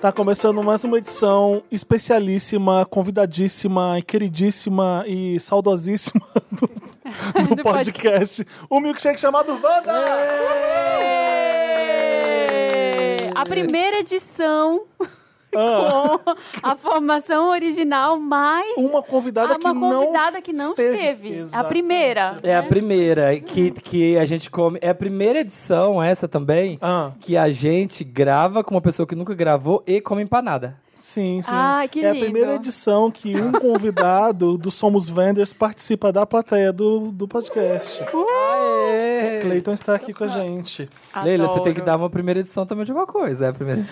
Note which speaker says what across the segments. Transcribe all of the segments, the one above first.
Speaker 1: Tá começando mais uma edição especialíssima, convidadíssima, e queridíssima e saudosíssima do, do
Speaker 2: Do
Speaker 1: podcast. O milkshake chamado Wanda!
Speaker 2: A primeira edição
Speaker 1: Ah,
Speaker 2: com a formação original, mais
Speaker 1: uma convidada,
Speaker 2: Ah, uma
Speaker 1: que,
Speaker 2: convidada
Speaker 1: não
Speaker 2: que não
Speaker 1: esteve.
Speaker 2: esteve. A
Speaker 1: Exatamente.
Speaker 2: primeira.
Speaker 3: É a primeira que, que a gente come. É a primeira edição, essa também,
Speaker 1: Ah.
Speaker 3: que a gente grava com uma pessoa que nunca gravou e come empanada.
Speaker 1: Sim, sim.
Speaker 2: Ah, que
Speaker 1: é a
Speaker 2: lindo.
Speaker 1: primeira edição que um convidado do Somos Venders participa da plateia do, do podcast.
Speaker 3: Aê!
Speaker 1: Cleiton está aqui com a gente.
Speaker 3: Leila, você tem que
Speaker 2: Adoro.
Speaker 3: dar uma primeira edição também de alguma coisa. É a primeira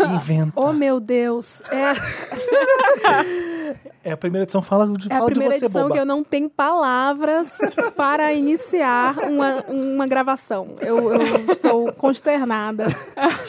Speaker 1: Inventa.
Speaker 2: Tá.
Speaker 4: Oh, meu Deus. É,
Speaker 1: É a primeira edição, fala de,
Speaker 4: é a
Speaker 1: fala de
Speaker 4: primeira
Speaker 1: você,
Speaker 4: edição
Speaker 1: boba.
Speaker 4: que eu não tenho palavras para iniciar uma, uma gravação. Eu, eu estou consternada.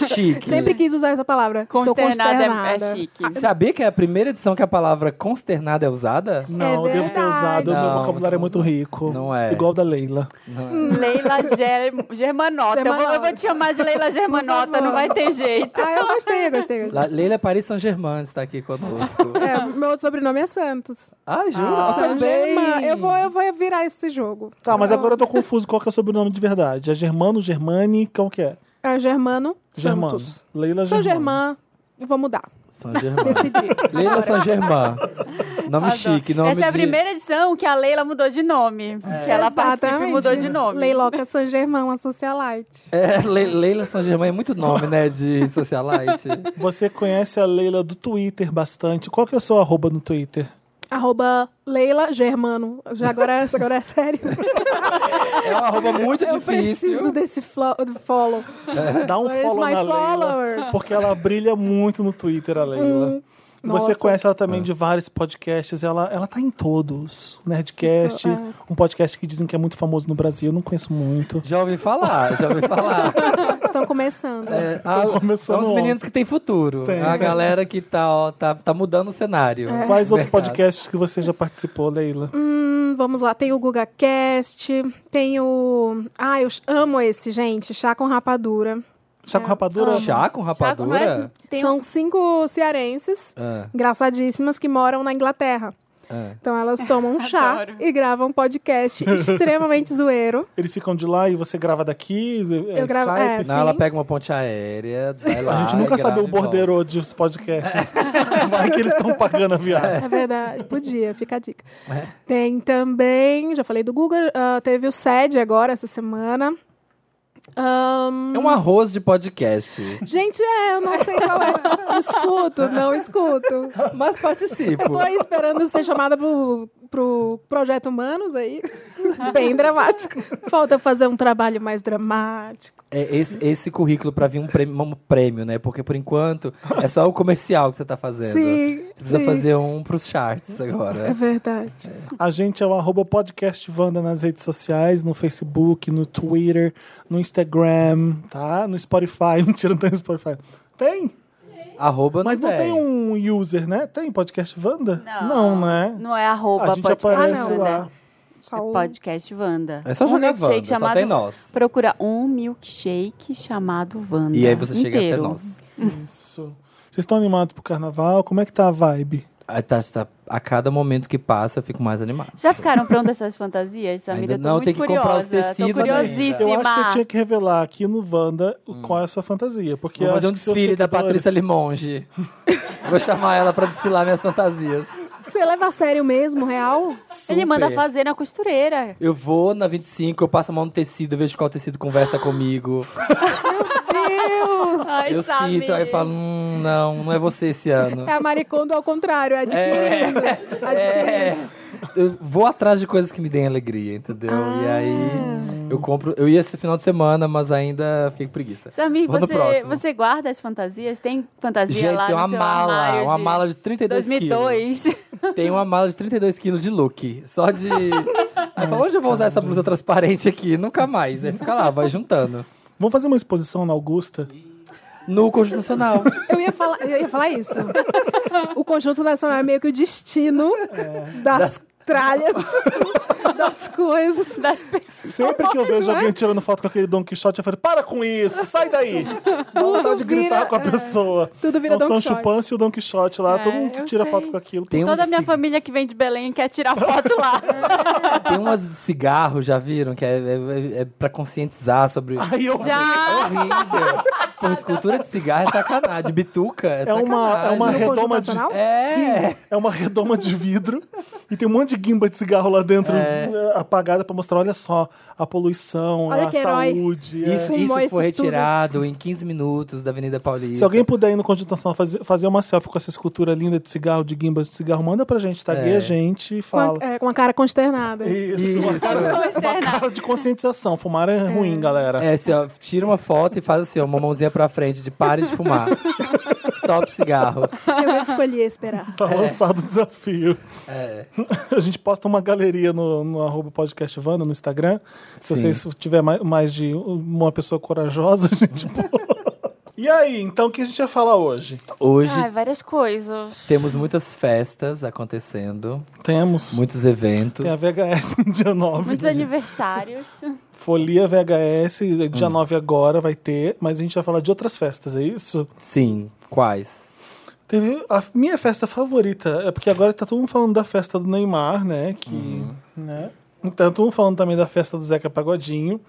Speaker 3: chique.
Speaker 4: Sempre quis usar essa palavra. estou
Speaker 2: Consternada, é-
Speaker 4: consternada. Ah,
Speaker 2: é, chique.
Speaker 3: Sabia que é a primeira edição que a palavra consternada é usada?
Speaker 1: Não,
Speaker 4: É
Speaker 1: eu devo ter
Speaker 4: verdade.
Speaker 1: usado. meu
Speaker 3: Não,
Speaker 1: vocabulário é
Speaker 3: não
Speaker 1: muito
Speaker 3: usa.
Speaker 1: rico.
Speaker 3: Não é.
Speaker 1: Igual o da Leila.
Speaker 2: Leila Ger- Germanota. Eu vou- Eu, vou,
Speaker 4: Germanota.
Speaker 2: te chamar de Leila Germanota, não vai ter jeito.
Speaker 4: Ah, eu gostei, eu gostei. eu gostei.
Speaker 3: La- Leila é Paris Saint-Germain está aqui conosco.
Speaker 4: É, meu outro sobrenome é Santos.
Speaker 3: Ah, juro?
Speaker 2: Ah,
Speaker 3: Eu também.
Speaker 4: Saint-Germain. Eu vou, eu vou virar esse jogo.
Speaker 1: Tá, mas agora eu tô confuso qual que é o sobrenome de verdade. É Germano, Germani, qual que é?
Speaker 4: É Germano
Speaker 1: Germano.
Speaker 4: Santos.
Speaker 1: Leila
Speaker 4: Sou
Speaker 1: Germano.
Speaker 4: Germã. Vou mudar.
Speaker 3: Saint-Germain.
Speaker 4: Decidi.
Speaker 3: Leila Saint-Germain. Nome chique, nome
Speaker 2: Essa é a
Speaker 3: de-
Speaker 2: primeira edição que a Leila mudou de nome.
Speaker 1: É.
Speaker 2: Que ela participa e
Speaker 4: Exatamente.
Speaker 2: mudou de nome.
Speaker 4: Leiloca São Germão, a socialite.
Speaker 3: É, Le- Leila Saint-Germain é muito nome, né, de socialite.
Speaker 1: Você conhece a Leila do Twitter bastante. Qual que é o seu arroba no Twitter?
Speaker 4: Arroba Leila Germano. Já agora, agora é sério.
Speaker 3: É
Speaker 1: um
Speaker 3: uma arroba muito
Speaker 4: Eu
Speaker 3: difícil.
Speaker 4: preciso desse flo- do follow.
Speaker 1: Dá um
Speaker 4: Where's
Speaker 1: follow
Speaker 4: my
Speaker 1: na Leila.
Speaker 4: followers? Hum.
Speaker 1: Porque ela brilha muito no Twitter, a Leila. Você
Speaker 4: nossa.
Speaker 1: conhece ela também de vários podcasts, ela, ela tá em todos. Nerdcast,
Speaker 4: Então,
Speaker 1: um podcast que dizem que é muito famoso no Brasil, eu não conheço muito.
Speaker 3: Já ouvi falar, já ouvi falar.
Speaker 4: Estão começando.
Speaker 3: É, a-
Speaker 1: começando
Speaker 3: são os meninos que têm futuro.
Speaker 1: Tem,
Speaker 3: a
Speaker 1: tem.
Speaker 3: galera que tá, ó, tá, tá mudando o cenário.
Speaker 4: É.
Speaker 1: Quais outros
Speaker 3: Mercado.
Speaker 1: podcasts que você já participou, Leila?
Speaker 4: Hum, vamos lá, tem o GugaCast, tem o... Ah, eu amo esse, gente, Chá com Rapadura.
Speaker 1: Chá
Speaker 4: é.
Speaker 1: com rapadura?
Speaker 3: Chá
Speaker 2: Chaco,
Speaker 3: com
Speaker 2: não é?
Speaker 4: um.
Speaker 3: rapadura?
Speaker 2: Tem
Speaker 4: São cinco cearenses,
Speaker 3: Ah,
Speaker 4: engraçadíssimas, que moram na Inglaterra.
Speaker 3: ah.
Speaker 4: Então elas tomam chá
Speaker 2: Adoro.
Speaker 4: e gravam um podcast extremamente zoeiro.
Speaker 1: Eles ficam de lá e você grava daqui? É
Speaker 4: Eu gravo-
Speaker 1: Skype?
Speaker 4: é,
Speaker 3: Não,
Speaker 4: Sim.
Speaker 3: ela pega uma ponte aérea, vai lá. é
Speaker 1: A gente nunca
Speaker 3: grava
Speaker 1: sabe o
Speaker 3: e volta.
Speaker 1: borderô dos podcasts. Vai que eles estão pagando a viagem.
Speaker 4: É verdade, podia, fica a dica. Tem também, já falei do Guga, ah, teve o SED agora, essa semana. Ah, Ahn,
Speaker 3: É um arroz de podcast.
Speaker 4: Gente, é, eu não sei qual é. escuto, não escuto.
Speaker 3: Mas participo.
Speaker 4: Tô aí esperando ser chamada pro, pro Projeto Humanos aí. Bem dramático. Falta fazer um trabalho mais dramático.
Speaker 3: É, esse, esse currículo pra vir um prêmio, um prêmio, né? Porque por enquanto é só o comercial que você tá fazendo.
Speaker 4: Sim,
Speaker 3: Você precisa
Speaker 4: sim.
Speaker 3: fazer um pros charts
Speaker 4: É
Speaker 3: agora.
Speaker 4: verdade.
Speaker 1: A gente é o arroba podcast Wanda nas redes sociais, no Facebook, no Twitter, no Instagram, tá? No Spotify. Mentira, não tem no Spotify. Tem,
Speaker 3: Arroba
Speaker 1: mas
Speaker 3: não
Speaker 1: não tem um user, né? Tem podcast Wanda? Não, né?
Speaker 2: Não é arroba
Speaker 1: A gente
Speaker 2: podcast né?
Speaker 1: aparece
Speaker 2: Wanda.
Speaker 1: lá.
Speaker 4: Só o-
Speaker 2: Podcast Wanda.
Speaker 3: É só
Speaker 2: um
Speaker 3: jogar
Speaker 2: milkshake
Speaker 3: Wanda, só
Speaker 2: chamado
Speaker 3: tem nós.
Speaker 2: Procura um milkshake chamado Wanda.
Speaker 3: E aí você chega
Speaker 2: inteiro.
Speaker 3: até nós.
Speaker 1: Isso. Vocês estão animados pro carnaval? Como é que tá a vibe?
Speaker 3: Aí tá- tá- a cada momento que passa, eu fico mais animado.
Speaker 2: Já ficaram prontas essas fantasias, Samira?
Speaker 3: Ainda não,
Speaker 2: Tô muito
Speaker 3: tem que
Speaker 2: curiosa.
Speaker 3: comprar né? os tecidos
Speaker 2: Tô
Speaker 3: ainda.
Speaker 2: curiosíssima.
Speaker 1: Eu acho que você tinha que revelar aqui no Wanda o- qual é a sua fantasia. Porque
Speaker 3: Hum.
Speaker 1: eu
Speaker 3: Vou fazer
Speaker 1: acho
Speaker 3: um
Speaker 1: que seus
Speaker 3: desfile da
Speaker 1: seguidores-
Speaker 3: Patrícia Limonge. Vou chamar ela pra desfilar minhas fantasias.
Speaker 4: Você leva a sério mesmo, real?
Speaker 2: Ele manda
Speaker 3: Super.
Speaker 2: fazer na costureira.
Speaker 3: Eu vou na 25, eu passo a mão no tecido, eu vejo qual tecido conversa comigo.
Speaker 4: Deus!
Speaker 2: Ai,
Speaker 3: eu
Speaker 2: Samir.
Speaker 3: sinto, aí eu falo, hum, não, não é você esse ano.
Speaker 4: É a maricondo ao contrário, é adquirindo. adquirindo.
Speaker 3: É, eu vou atrás de coisas que me deem alegria, entendeu? E
Speaker 2: Ah.
Speaker 3: aí eu compro. Eu ia esse final de semana, mas ainda fiquei com preguiça.
Speaker 2: Samir,
Speaker 3: Vamos no
Speaker 2: você,
Speaker 3: próximo.
Speaker 2: você guarda as fantasias? Tem fantasia
Speaker 3: Gente,
Speaker 2: lá
Speaker 3: tem
Speaker 2: no
Speaker 3: uma
Speaker 2: seu
Speaker 3: mala,
Speaker 2: armário
Speaker 3: uma
Speaker 2: de
Speaker 3: mala de 32 quilos.
Speaker 2: 2002.
Speaker 3: Tem uma mala de 32 quilos de look. Só de. Aí eu falo, onde eu vou usar essa blusa transparente aqui? Nunca mais. Aí fica lá, vai juntando.
Speaker 1: Vamos fazer uma exposição na Augusta?
Speaker 3: No Constitucional.
Speaker 4: Eu ia, falar, eu ia falar isso. O conjunto nacional é meio que o destino das tralhas das coisas, das pessoas.
Speaker 1: Sempre que eu
Speaker 4: é.
Speaker 1: vejo alguém tirando foto com aquele Don Quixote, eu falo, para com isso, sai daí. Dá vontade de gritar
Speaker 4: vira,
Speaker 1: com a
Speaker 4: é,
Speaker 1: pessoa.
Speaker 4: tudo vira
Speaker 1: o
Speaker 4: Don
Speaker 1: Sancho
Speaker 4: Quixote.
Speaker 1: Pança e o Don Quixote lá,
Speaker 2: É,
Speaker 1: todo mundo
Speaker 2: eu
Speaker 1: tira
Speaker 2: sei.
Speaker 1: foto com aquilo.
Speaker 3: Tem um
Speaker 2: Toda a minha
Speaker 3: ci-
Speaker 2: família que vem de Belém quer tirar foto lá.
Speaker 3: Tem umas de cigarro, já viram? Que é, é, é- é pra conscientizar sobre.
Speaker 1: Aí eu
Speaker 3: É
Speaker 2: Já!
Speaker 3: horrível. Pô, escultura de cigarro é sacanagem. Bituca é,
Speaker 1: É uma, é
Speaker 3: sacanagem.
Speaker 1: uma
Speaker 4: No Conjunto
Speaker 1: redoma de.
Speaker 4: Nacional?
Speaker 3: É.
Speaker 1: Sim, é uma redoma de vidro e tem um monte de guimba de cigarro lá dentro
Speaker 3: É.
Speaker 1: eh, apagada pra mostrar, olha só, a poluição,
Speaker 4: Olha
Speaker 1: a
Speaker 4: que herói.
Speaker 1: saúde. é.
Speaker 3: Isso,
Speaker 4: Fumou
Speaker 3: isso
Speaker 4: isso
Speaker 3: foi
Speaker 4: tudo.
Speaker 3: retirado em 15 minutos da Avenida Paulista.
Speaker 1: Se alguém puder ir no Conjunto Nacional fazer, fazer uma selfie com essa escultura linda de cigarro, de guimbas de cigarro, manda pra gente, tagueia
Speaker 3: É.
Speaker 1: a gente e
Speaker 4: Com a,
Speaker 1: fala.
Speaker 4: é, com a cara consternada.
Speaker 1: Isso,
Speaker 3: Isso.
Speaker 1: Uma, cara,
Speaker 2: Vamos
Speaker 1: uma
Speaker 2: externar.
Speaker 1: cara de conscientização. Fumar é ruim, galera.
Speaker 3: É, assim, ó, tira uma foto e faz assim, ó, uma mãozinha pra frente de pare de fumar. Stop cigarro.
Speaker 4: Eu escolhi esperar.
Speaker 1: Tá lançado o desafio.
Speaker 3: É.
Speaker 1: A gente posta uma galeria no, no arroba podcast Vanda, no Instagram. Se
Speaker 3: Sim.
Speaker 1: vocês tiver mais, mais de uma pessoa corajosa, a gente pô. E aí, então, o que a gente ia falar hoje?
Speaker 3: Hoje
Speaker 2: Ai, várias coisas.
Speaker 3: temos muitas festas acontecendo,
Speaker 1: Temos.
Speaker 3: muitos eventos.
Speaker 1: Tem a VHS no dia 9.
Speaker 2: Muitos aniversários.
Speaker 1: Folia VHS, é
Speaker 3: Hum.
Speaker 1: dia 9 agora vai ter, mas a gente vai falar de outras festas, é isso?
Speaker 3: Sim, quais?
Speaker 1: Teve a minha festa favorita, é porque agora tá todo mundo falando da festa do Neymar, né? Que,
Speaker 3: Uhum.
Speaker 1: né? Então, todo mundo falando também da festa do Zeca Pagodinho.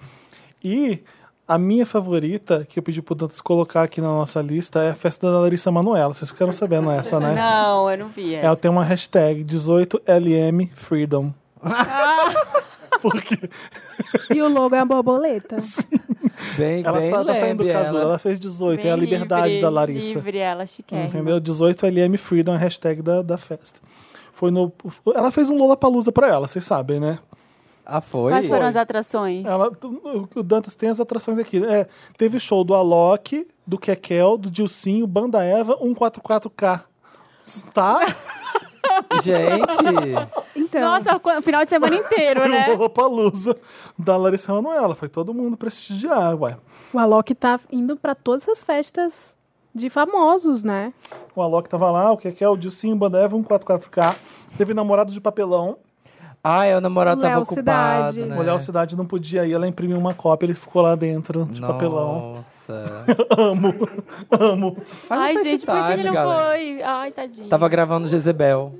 Speaker 1: E a minha favorita, que eu pedi pro Dantas colocar aqui na nossa lista, é a festa da Larissa Manoela. Vocês ficaram sabendo essa, né?
Speaker 2: Não, eu não vi
Speaker 3: É
Speaker 1: Ela
Speaker 2: essa.
Speaker 1: tem uma hashtag 18LM Freedom.
Speaker 2: Ah.
Speaker 1: Porque
Speaker 4: E o logo é a borboleta.
Speaker 3: Bem,
Speaker 1: ela
Speaker 3: bem
Speaker 1: só tá saindo do
Speaker 3: lembre
Speaker 1: casulo,
Speaker 3: ela.
Speaker 1: ela fez 18, é a
Speaker 2: Bem
Speaker 1: liberdade
Speaker 2: livre,
Speaker 1: da Larissa.
Speaker 2: Livre ela, chiquérrima.
Speaker 1: Entendeu? 18LM Freedom é a hashtag da, da festa. Foi no. Ela fez um Lollapalooza pra ela, vocês sabem, né?
Speaker 3: Ah, foi?
Speaker 2: Quais foram as atrações?
Speaker 1: Ela, o Dantas tem as atrações aqui. É, teve show do Alok, do Kekel, do Dilcinho, Banda Eva, 144K. Tá?
Speaker 3: Gente,
Speaker 4: Então,
Speaker 2: Nossa, o final de semana inteiro,
Speaker 1: Foi
Speaker 3: um
Speaker 1: o
Speaker 2: né?
Speaker 1: Lollapalooza da Larissa Manoela. Foi todo mundo prestigiar, ué.
Speaker 4: o Alok tá indo pra todas as festas de famosos, né?
Speaker 1: O Alok tava lá, o Kekel, o Dilcinho, Banda Eva, 144K. Teve namorado de papelão.
Speaker 3: ai, o namorado tava
Speaker 4: Léo
Speaker 3: ocupado,
Speaker 4: Cidade.
Speaker 3: né?
Speaker 1: Mulher o Cidade não podia ir, ela imprimiu uma cópia, ele ficou lá dentro de papelão.
Speaker 3: Nossa.
Speaker 1: Amo, amo.
Speaker 3: Faz um
Speaker 2: Ai, gente, por que
Speaker 3: FaceTime,
Speaker 2: ele não
Speaker 3: galera.
Speaker 2: foi? Ai, tadinho.
Speaker 3: Tava gravando Jezebel.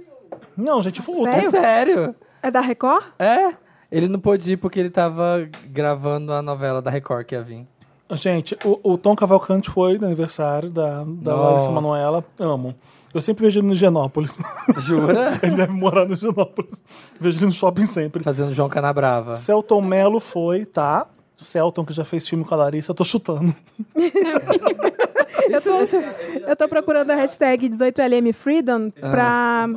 Speaker 1: Não, gente, foi
Speaker 4: Sério?
Speaker 3: É sério?
Speaker 4: É da Record?
Speaker 3: É? Ele não pôde ir porque ele tava gravando a novela da Record que ia vir.
Speaker 1: Gente, o, o Tom Cavalcante foi no aniversário da, da
Speaker 3: Nossa.
Speaker 1: Larissa Manoela. Amo. Eu sempre vejo ele no Genópolis.
Speaker 3: Jura?
Speaker 1: ele deve morar no Genópolis. Vejo ele no shopping sempre.
Speaker 3: Fazendo João Canabrava.
Speaker 1: Celton Mello foi, tá? Celton, que já fez filme com a Larissa, eu tô chutando.
Speaker 4: Eu tô, eu tô procurando a hashtag 18LM Freedom pra,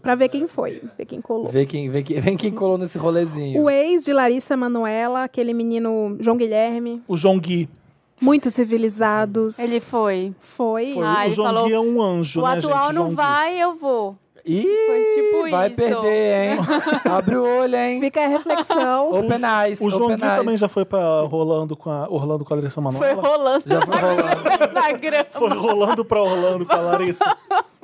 Speaker 4: pra ver quem foi, ver quem colou.
Speaker 3: Vê quem, vê quem, vem quem colou nesse rolezinho.
Speaker 4: O ex de Larissa Manoela, aquele menino João Guilherme,
Speaker 1: O João Gui.
Speaker 4: muito civilizados.
Speaker 2: Ele foi.
Speaker 4: foi.
Speaker 1: Foi.
Speaker 2: Ah,
Speaker 1: o
Speaker 2: ele
Speaker 1: João
Speaker 2: falou,
Speaker 1: Gui é um anjo,
Speaker 2: O
Speaker 1: né,
Speaker 2: atual
Speaker 1: gente? João
Speaker 2: não
Speaker 1: Gui.
Speaker 2: vai, eu vou.
Speaker 3: Ih,
Speaker 2: Foi tipo
Speaker 3: vai
Speaker 2: isso.
Speaker 3: perder, hein? Abre o olho, hein?
Speaker 4: Fica a reflexão.
Speaker 3: Open eyes,
Speaker 1: O João
Speaker 3: open
Speaker 1: Gui
Speaker 3: eyes.
Speaker 1: também já foi pra Rolando com a, Orlando com a Larissa Manoela.
Speaker 2: Foi rolando
Speaker 3: Já
Speaker 1: né?
Speaker 3: foi rolando.
Speaker 2: na grama.
Speaker 1: Foi rolando pra Orlando com a Larissa.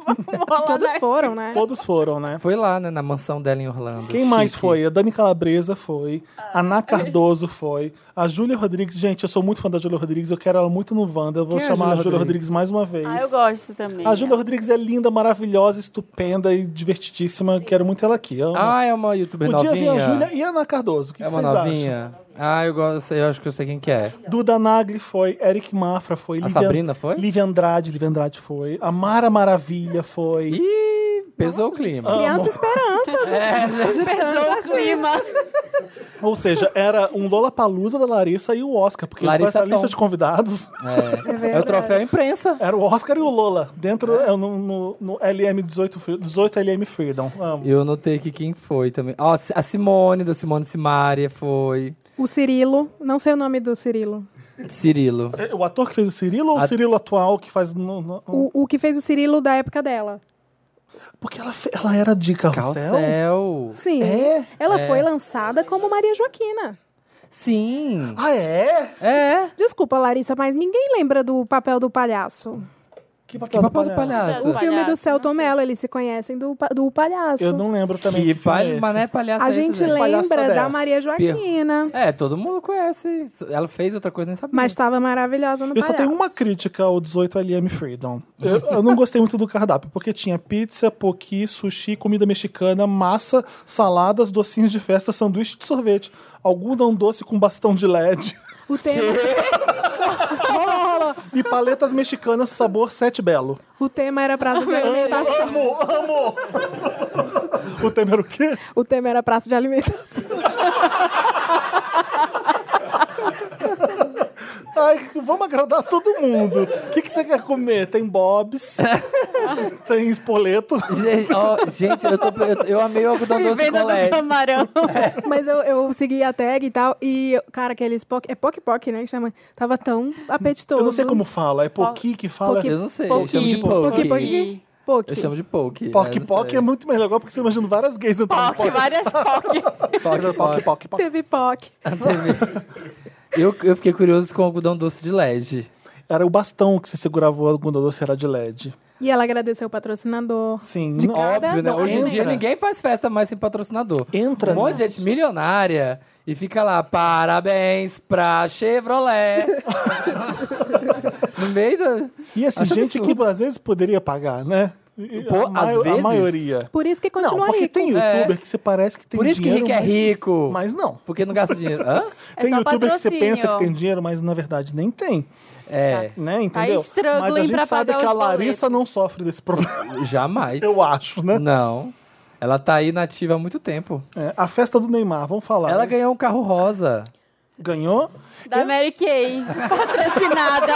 Speaker 2: rolando
Speaker 4: Todos
Speaker 2: na-
Speaker 4: foram, né?
Speaker 1: Todos foram, né?
Speaker 3: Foi lá, né? Na mansão dela em Orlando.
Speaker 1: Quem mais
Speaker 3: Chique.
Speaker 1: foi? A Dani Calabresa foi, a
Speaker 2: Ah.
Speaker 1: Ana Cardoso foi, a Júlia Rodrigues. Gente, eu sou muito fã da Júlia Rodrigues, eu quero ela muito no Wanda. Eu vou
Speaker 3: Quem é a
Speaker 1: chamar a
Speaker 3: Júlia
Speaker 1: Júlia
Speaker 3: Rodrigues?
Speaker 1: Rodrigues mais uma vez.
Speaker 2: Ah, eu gosto também.
Speaker 1: a Júlia Rodrigues é linda, maravilhosa, estupenda e divertidíssima. Quero muito ela aqui. Amo.
Speaker 3: Ah, é uma youtuber
Speaker 1: Podia vir
Speaker 3: novinha.
Speaker 1: a Júlia e a Ana Cardoso. O que,
Speaker 3: é
Speaker 1: que
Speaker 3: uma
Speaker 1: vocês acham?
Speaker 3: novinha. Ah, eu gosto, eu acho que eu sei quem que é.
Speaker 1: Duda Nagli foi, Eric Mafra foi,
Speaker 3: A Sabrina foi?
Speaker 1: Lívia Andrade, Lívia Andrade foi, a Mara Maravilha foi.
Speaker 3: Ih, pesou o clima.
Speaker 4: Criança Esperança.
Speaker 3: É, gente.
Speaker 2: pesou o clima.
Speaker 1: Ou seja, era um Lollapalooza da Larissa e o Oscar, porque
Speaker 3: Larissa
Speaker 1: com essa lista
Speaker 3: Tom.
Speaker 1: de convidados...
Speaker 3: É, é o troféu imprensa.
Speaker 1: Era o Oscar e o Lola, dentro é, no, no- no LM 18, Fre- 18 LM Freedom. Amo.
Speaker 3: Eu notei aqui quem foi também. Ó, a Simone, da Simone Simaria foi.
Speaker 4: O Cirilo, não sei o nome do Cirilo.
Speaker 3: Cirilo.
Speaker 1: É O ator que fez o Cirilo ou
Speaker 3: A-
Speaker 1: o Cirilo atual que faz. No, no-
Speaker 4: O, o que fez o Cirilo da época dela.
Speaker 1: Porque ela, fe- ela era de carrossel?
Speaker 3: Carrossel.
Speaker 4: Sim.
Speaker 1: É?
Speaker 4: Ela foi lançada como Maria Joaquina.
Speaker 3: Sim.
Speaker 1: Ah, é?
Speaker 3: É.
Speaker 4: Desculpa, Larissa, mas ninguém lembra do papel do palhaço.
Speaker 1: Que
Speaker 3: Que
Speaker 1: papel,
Speaker 3: papel do
Speaker 1: do palhaço.
Speaker 3: palhaço?
Speaker 4: O filme do
Speaker 2: Palhaço,
Speaker 4: Celton
Speaker 2: não sei.
Speaker 4: Mello, eles se conhecem do, pa- do palhaço.
Speaker 1: Eu não lembro também.
Speaker 3: Que
Speaker 1: que filme é
Speaker 3: palha,
Speaker 1: esse.
Speaker 3: mané palhaço
Speaker 4: A
Speaker 3: é esse,
Speaker 4: gente
Speaker 3: velho?
Speaker 1: Palhaço
Speaker 4: lembra da
Speaker 1: dessa.
Speaker 4: Maria Joaquina,
Speaker 3: É, todo mundo conhece. Ela fez outra coisa, nem sabia.
Speaker 4: mas estava maravilhosa no
Speaker 1: Eu só
Speaker 4: palhaço.
Speaker 1: tenho uma crítica ao 18 LM Freedom. Eu, eu não gostei muito do cardápio, porque tinha pizza, poqui, sushi, comida mexicana, massa, saladas, docinhos de festa, sanduíche de sorvete, algodão doce com bastão de LED
Speaker 4: O tema, Rolou, rolou.
Speaker 1: e paletas mexicanas sabor sete belo.
Speaker 4: O tema era praça de alimentação.
Speaker 1: O tema era o quê?
Speaker 4: O tema era praça de alimentação.
Speaker 1: Ai, vamos agradar todo mundo. O que, que você quer comer? Tem bobs, tem espoleto.
Speaker 3: Gente, ó, gente, eu, tô- eu- eu amei o algodão doce
Speaker 2: Vivendo
Speaker 3: com
Speaker 2: do
Speaker 3: LED.
Speaker 2: camarão.
Speaker 4: Mas eu, eu segui a tag e tal. E, cara, aqueles poc... É poc-poc, né? Que chama. Tava tão apetitoso.
Speaker 1: Eu não sei como fala, é poqui que fala.
Speaker 4: Poqui.
Speaker 3: Eu não sei, eu
Speaker 2: Pouqui.
Speaker 3: chamo de
Speaker 4: Poc,
Speaker 3: poke.
Speaker 2: Pouqui,
Speaker 4: poc, poc.
Speaker 3: Eu chamo de poke.
Speaker 1: Poc poc é muito melhor agora, porque você imagina várias gays entrando.
Speaker 2: POC, várias POC.
Speaker 1: Poc poc poc. poc.
Speaker 4: Teve poc.
Speaker 3: Eu, eu fiquei curioso com o algodão doce de LED.
Speaker 1: Era o bastão que você segurava o algodão doce, era de LED.
Speaker 4: E ela agradeceu o patrocinador.
Speaker 1: Sim.
Speaker 4: De
Speaker 1: não-
Speaker 4: cada-
Speaker 3: Óbvio, né?
Speaker 1: Não,
Speaker 3: Hoje em
Speaker 1: entra.
Speaker 3: dia ninguém faz festa mais sem patrocinador.
Speaker 1: Entra,
Speaker 3: Um monte de
Speaker 1: né?
Speaker 3: gente milionária e fica lá, parabéns pra Chevrolet. no meio da.
Speaker 1: E assim,
Speaker 3: Acho
Speaker 1: gente
Speaker 3: absurdo.
Speaker 1: que às vezes poderia pagar, né? E
Speaker 3: Pô,
Speaker 1: a, mai-
Speaker 3: às vezes?
Speaker 1: a maioria.
Speaker 4: Por isso que
Speaker 1: Não,
Speaker 4: continua
Speaker 1: porque
Speaker 4: rico.
Speaker 1: tem
Speaker 3: É.
Speaker 1: youtuber que você parece que tem
Speaker 3: Por isso que
Speaker 1: dinheiro.
Speaker 3: rico é
Speaker 1: mas-
Speaker 3: rico.
Speaker 1: Mas não.
Speaker 3: Porque não gasta dinheiro. Hã?
Speaker 2: É
Speaker 1: tem
Speaker 2: só
Speaker 1: youtuber que você
Speaker 2: patrocínio. Tá
Speaker 1: pensa que tem dinheiro, mas na verdade nem tem.
Speaker 3: É,
Speaker 1: Né? Entendeu?
Speaker 2: struggling
Speaker 1: mas a gente
Speaker 2: pra
Speaker 1: sabe
Speaker 2: pagar
Speaker 1: que a
Speaker 2: os
Speaker 1: Larissa não sofre desse problema,
Speaker 4: Tá.
Speaker 3: jamais.
Speaker 1: eu acho, né?
Speaker 3: Não. Ela tá aí nativa há muito tempo.
Speaker 1: É, a festa do Neymar, vamos falar.
Speaker 3: Ela
Speaker 1: né?
Speaker 3: ganhou um carro rosa.
Speaker 1: ganhou.
Speaker 2: Da Mary Kay. Patrocinada.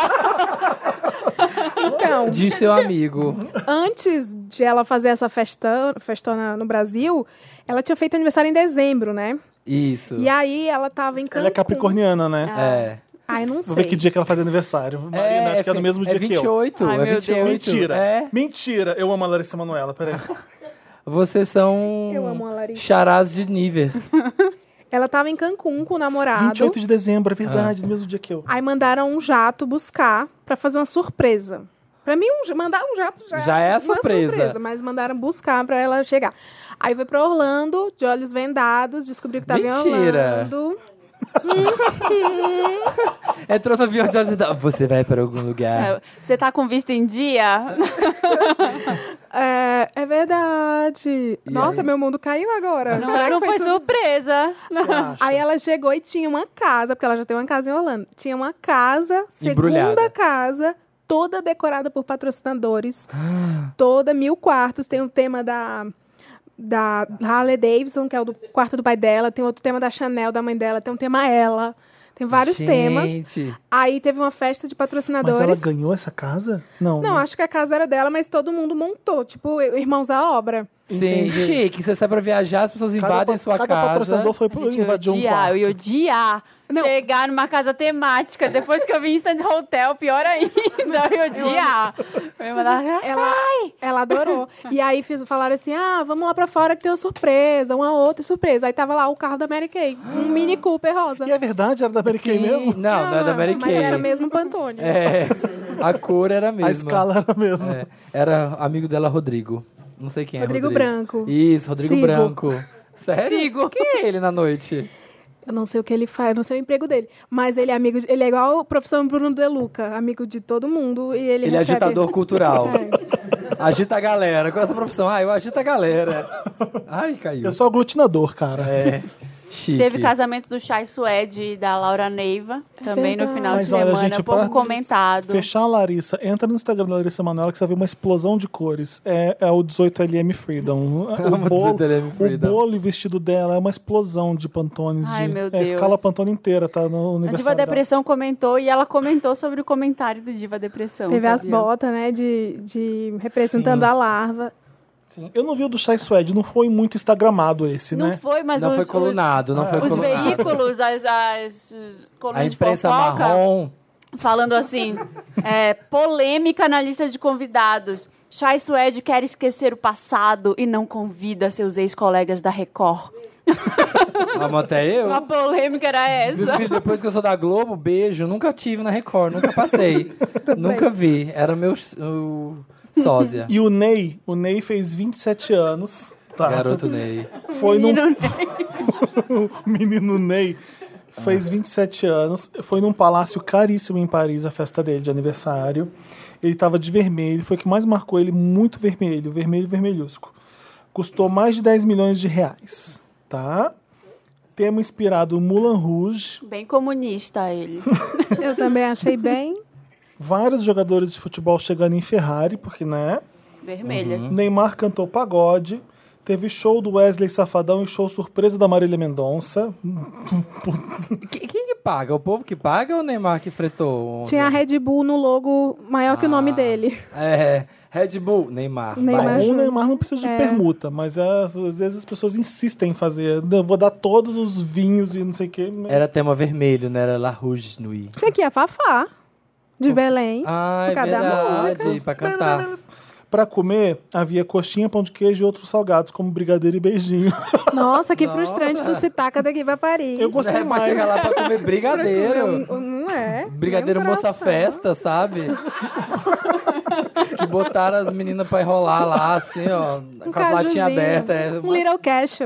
Speaker 4: Então,
Speaker 3: De seu amigo.
Speaker 4: antes de ela fazer essa festa, festona no Brasil, ela tinha feito aniversário em dezembro, né?
Speaker 3: Isso.
Speaker 4: E aí ela tava em Cancún.
Speaker 1: Ela é capricorniana, né?
Speaker 3: É.
Speaker 4: Ai, não sei.
Speaker 1: Vamos ver que dia que ela faz aniversário. Marina, acho que é no mesmo dia que eu.
Speaker 3: 28,
Speaker 2: Ai,
Speaker 3: é
Speaker 2: meu Deus.
Speaker 3: 28.
Speaker 1: Mentira.
Speaker 3: É.
Speaker 1: Mentira. Eu amo a Larissa Manoela, peraí.
Speaker 3: Vocês são.
Speaker 4: Eu amo a Larissa.
Speaker 3: Charás de nível.
Speaker 4: Ela tava em Cancún com o namorado.
Speaker 1: 28 de dezembro, é verdade,
Speaker 3: Ah.
Speaker 1: no mesmo dia que eu.
Speaker 4: Aí mandaram um jato buscar pra fazer uma surpresa. Pra mim, um j- mandar um jato já,
Speaker 3: Já é a
Speaker 4: uma
Speaker 3: surpresa.
Speaker 4: Mas mandaram buscar pra ela chegar. Aí foi pra Orlando, de olhos vendados, descobriu que tava em
Speaker 3: Mentira.
Speaker 4: Orlando.
Speaker 3: Entrou no avião de ajudar. Você vai para algum lugar.
Speaker 2: Você tá com visto em dia?
Speaker 4: É, é verdade.
Speaker 3: E
Speaker 4: Nossa,
Speaker 3: aí?
Speaker 4: meu mundo caiu agora.
Speaker 2: Não,
Speaker 4: Será
Speaker 2: não
Speaker 4: que
Speaker 2: foi,
Speaker 4: tudo?
Speaker 2: surpresa.
Speaker 1: Você acha?
Speaker 4: Aí ela chegou e tinha uma casa, porque ela já tem uma casa em Holanda. Tinha uma casa,
Speaker 3: Embrulhada.
Speaker 4: segunda casa, toda decorada por patrocinadores.
Speaker 1: Ah.
Speaker 4: toda, mil quartos. Tem o tema da, da Harley Davidson, que é o do quarto do pai dela. Tem outro tema da Chanel, da mãe dela. Tem um tema ela. Tem vários temas.
Speaker 3: Gente,
Speaker 4: Aí teve uma festa de
Speaker 1: Mas
Speaker 4: patrocinadores.
Speaker 1: ela ganhou essa casa? Não.
Speaker 4: Não,
Speaker 1: né?
Speaker 4: acho que a casa era dela, mas todo mundo montou. Tipo, irmãos à obra.
Speaker 3: Sim,
Speaker 1: Entendi.
Speaker 3: chique. Você sai pra viajar, as pessoas
Speaker 1: Cada
Speaker 3: invadem
Speaker 1: pa-
Speaker 3: sua
Speaker 1: cada patrocinador
Speaker 3: casa.
Speaker 1: foi
Speaker 2: A
Speaker 1: pro,
Speaker 2: gente ia
Speaker 1: invadiu um
Speaker 2: odiar,
Speaker 1: quarto.
Speaker 2: eu ia odiar.
Speaker 4: Não.
Speaker 2: Chegar numa casa temática, depois que eu vi Instant Hotel, pior ainda, eu ia odiar. Eu ia mandar,
Speaker 4: Ela, ela adorou.
Speaker 3: Tá.
Speaker 4: E aí fiz, falaram assim: ah, vamos lá pra fora que tem uma surpresa, uma outra surpresa. Aí tava lá o carro da Mary Kay, um Mini Cooper rosa.
Speaker 1: E é verdade, era da Mary Kay
Speaker 3: Sim,
Speaker 1: mesmo?
Speaker 3: Não, não é da Mary Kay.
Speaker 4: Ah, Mas era mesmo o Pantone.
Speaker 3: É, a cor era a mesma.
Speaker 1: A escala era a mesma.
Speaker 3: É, era amigo dela, Rodrigo. Não sei quem
Speaker 4: Rodrigo
Speaker 3: é.
Speaker 4: Branco.
Speaker 3: Isso, Rodrigo
Speaker 4: Sigo.
Speaker 3: Branco. Sério?
Speaker 2: Sigo.
Speaker 3: Quem é ele na noite?
Speaker 4: Eu não sei o que ele faz, não sei o emprego dele. Mas ele é amigo, de- ele é igual o professor Bruno De Luca, amigo de todo mundo. E ele,
Speaker 3: Ele é
Speaker 4: recebe-
Speaker 3: agitador cultural.
Speaker 4: É.
Speaker 3: Agita a galera. Qual é essa profissão? Ah, eu agito a galera. Ai, caiu.
Speaker 1: Eu sou É aglutinador, cara.
Speaker 3: É. Chique.
Speaker 2: Teve casamento do Chai Suede e da Laura Neiva, também
Speaker 4: verdade.
Speaker 2: no final de
Speaker 1: Mas olha,
Speaker 2: semana,
Speaker 1: gente,
Speaker 2: pouco
Speaker 1: pra
Speaker 2: comentado.
Speaker 1: fechar a Larissa, entra no Instagram da Larissa Manoela que você vai ver uma explosão de cores. É, é o 18LM Freedom.
Speaker 3: Amo
Speaker 1: O
Speaker 3: 18LM Freedom.
Speaker 1: o bolo e o vestido dela é uma explosão de pantones.
Speaker 2: Ai,
Speaker 1: de-
Speaker 2: meu
Speaker 1: É a
Speaker 2: Deus.
Speaker 1: escala pantone inteira, tá? No
Speaker 2: A Diva
Speaker 1: aniversário dela.
Speaker 2: Depressão comentou e ela comentou sobre o comentário do Diva Depressão.
Speaker 4: Teve as
Speaker 2: sabia?
Speaker 4: botas, né, de, de representando
Speaker 1: Sim.
Speaker 4: a larva.
Speaker 1: Sim. Eu não vi o do Chai Suede, não foi muito instagramado esse,
Speaker 2: Não
Speaker 1: né?
Speaker 2: foi, mas
Speaker 3: não
Speaker 2: os,
Speaker 3: foi colunado, não foi
Speaker 2: os, os
Speaker 3: colunado.
Speaker 2: veículos, as, as os
Speaker 3: A
Speaker 2: colunas de
Speaker 3: imprensa
Speaker 2: fofoca,
Speaker 3: marrom.
Speaker 2: falando assim, é, polêmica na lista de convidados. Chai Suede quer esquecer o passado e não convida seus ex-colegas da Record.
Speaker 3: Vamos até eu.
Speaker 2: Uma polêmica era
Speaker 3: Meu
Speaker 2: essa.
Speaker 3: filho, depois que eu sou da Globo, beijo, nunca tive na Record, nunca passei. nunca vi. Era meu s- o sósia.
Speaker 1: E o Ney, o Ney fez 27 anos. Tá.
Speaker 3: Garoto Ney.
Speaker 1: Foi num
Speaker 2: Menino,
Speaker 1: O menino Ney fez 27 anos, foi num palácio caríssimo em Paris, a festa dele de aniversário. Ele tava de vermelho, foi o que mais marcou ele, muito vermelho, vermelho vermelhusco. Custou mais de 10 milhões de reais, tá? Tema inspirado Mulan Rouge.
Speaker 2: Bem comunista ele.
Speaker 4: Eu também achei bem.
Speaker 1: Vários jogadores de futebol chegando em Ferrari, porque, né?
Speaker 2: Vermelha.
Speaker 1: Neymar cantou pagode. Teve show do Wesley Safadão e show surpresa da Marília Mendonça.
Speaker 3: Qu- Quem que paga? O povo que paga ou o Neymar que fretou?
Speaker 4: Tinha a Red Bull no logo maior que o nome
Speaker 3: Ah.
Speaker 4: dele.
Speaker 3: É, Red Bull, Neymar.
Speaker 1: Bom,
Speaker 4: Neymar
Speaker 1: o
Speaker 4: junto.
Speaker 1: Neymar não precisa de
Speaker 2: É.
Speaker 1: permuta, mas é, às vezes as pessoas insistem em fazer. "Não, Eu vou dar todos os vinhos e não sei o quê.
Speaker 3: Era tema vermelho, né? Era La Rouge Nuit.
Speaker 4: Tinha aqui a Fafá, de Belém.
Speaker 3: Ah,
Speaker 4: Por
Speaker 3: é
Speaker 4: causa da
Speaker 3: verdade, pra cantar.
Speaker 1: Pra comer, havia coxinha, pão de queijo e outros salgados, como brigadeiro e beijinho.
Speaker 4: Nossa, que frustrante tu se taca daqui pra Paris.
Speaker 1: Eu gostei
Speaker 3: É, pra
Speaker 1: mais.
Speaker 3: chegar lá pra comer brigadeiro.
Speaker 4: Não, Não é.
Speaker 3: Brigadeiro
Speaker 4: Lembrança.
Speaker 3: Moça Festa, sabe? que botaram as meninas pra enrolar lá, assim, ó.
Speaker 4: Um
Speaker 3: com as latinhas
Speaker 4: cajuzinho.
Speaker 3: abertas. é,
Speaker 4: Um little cash.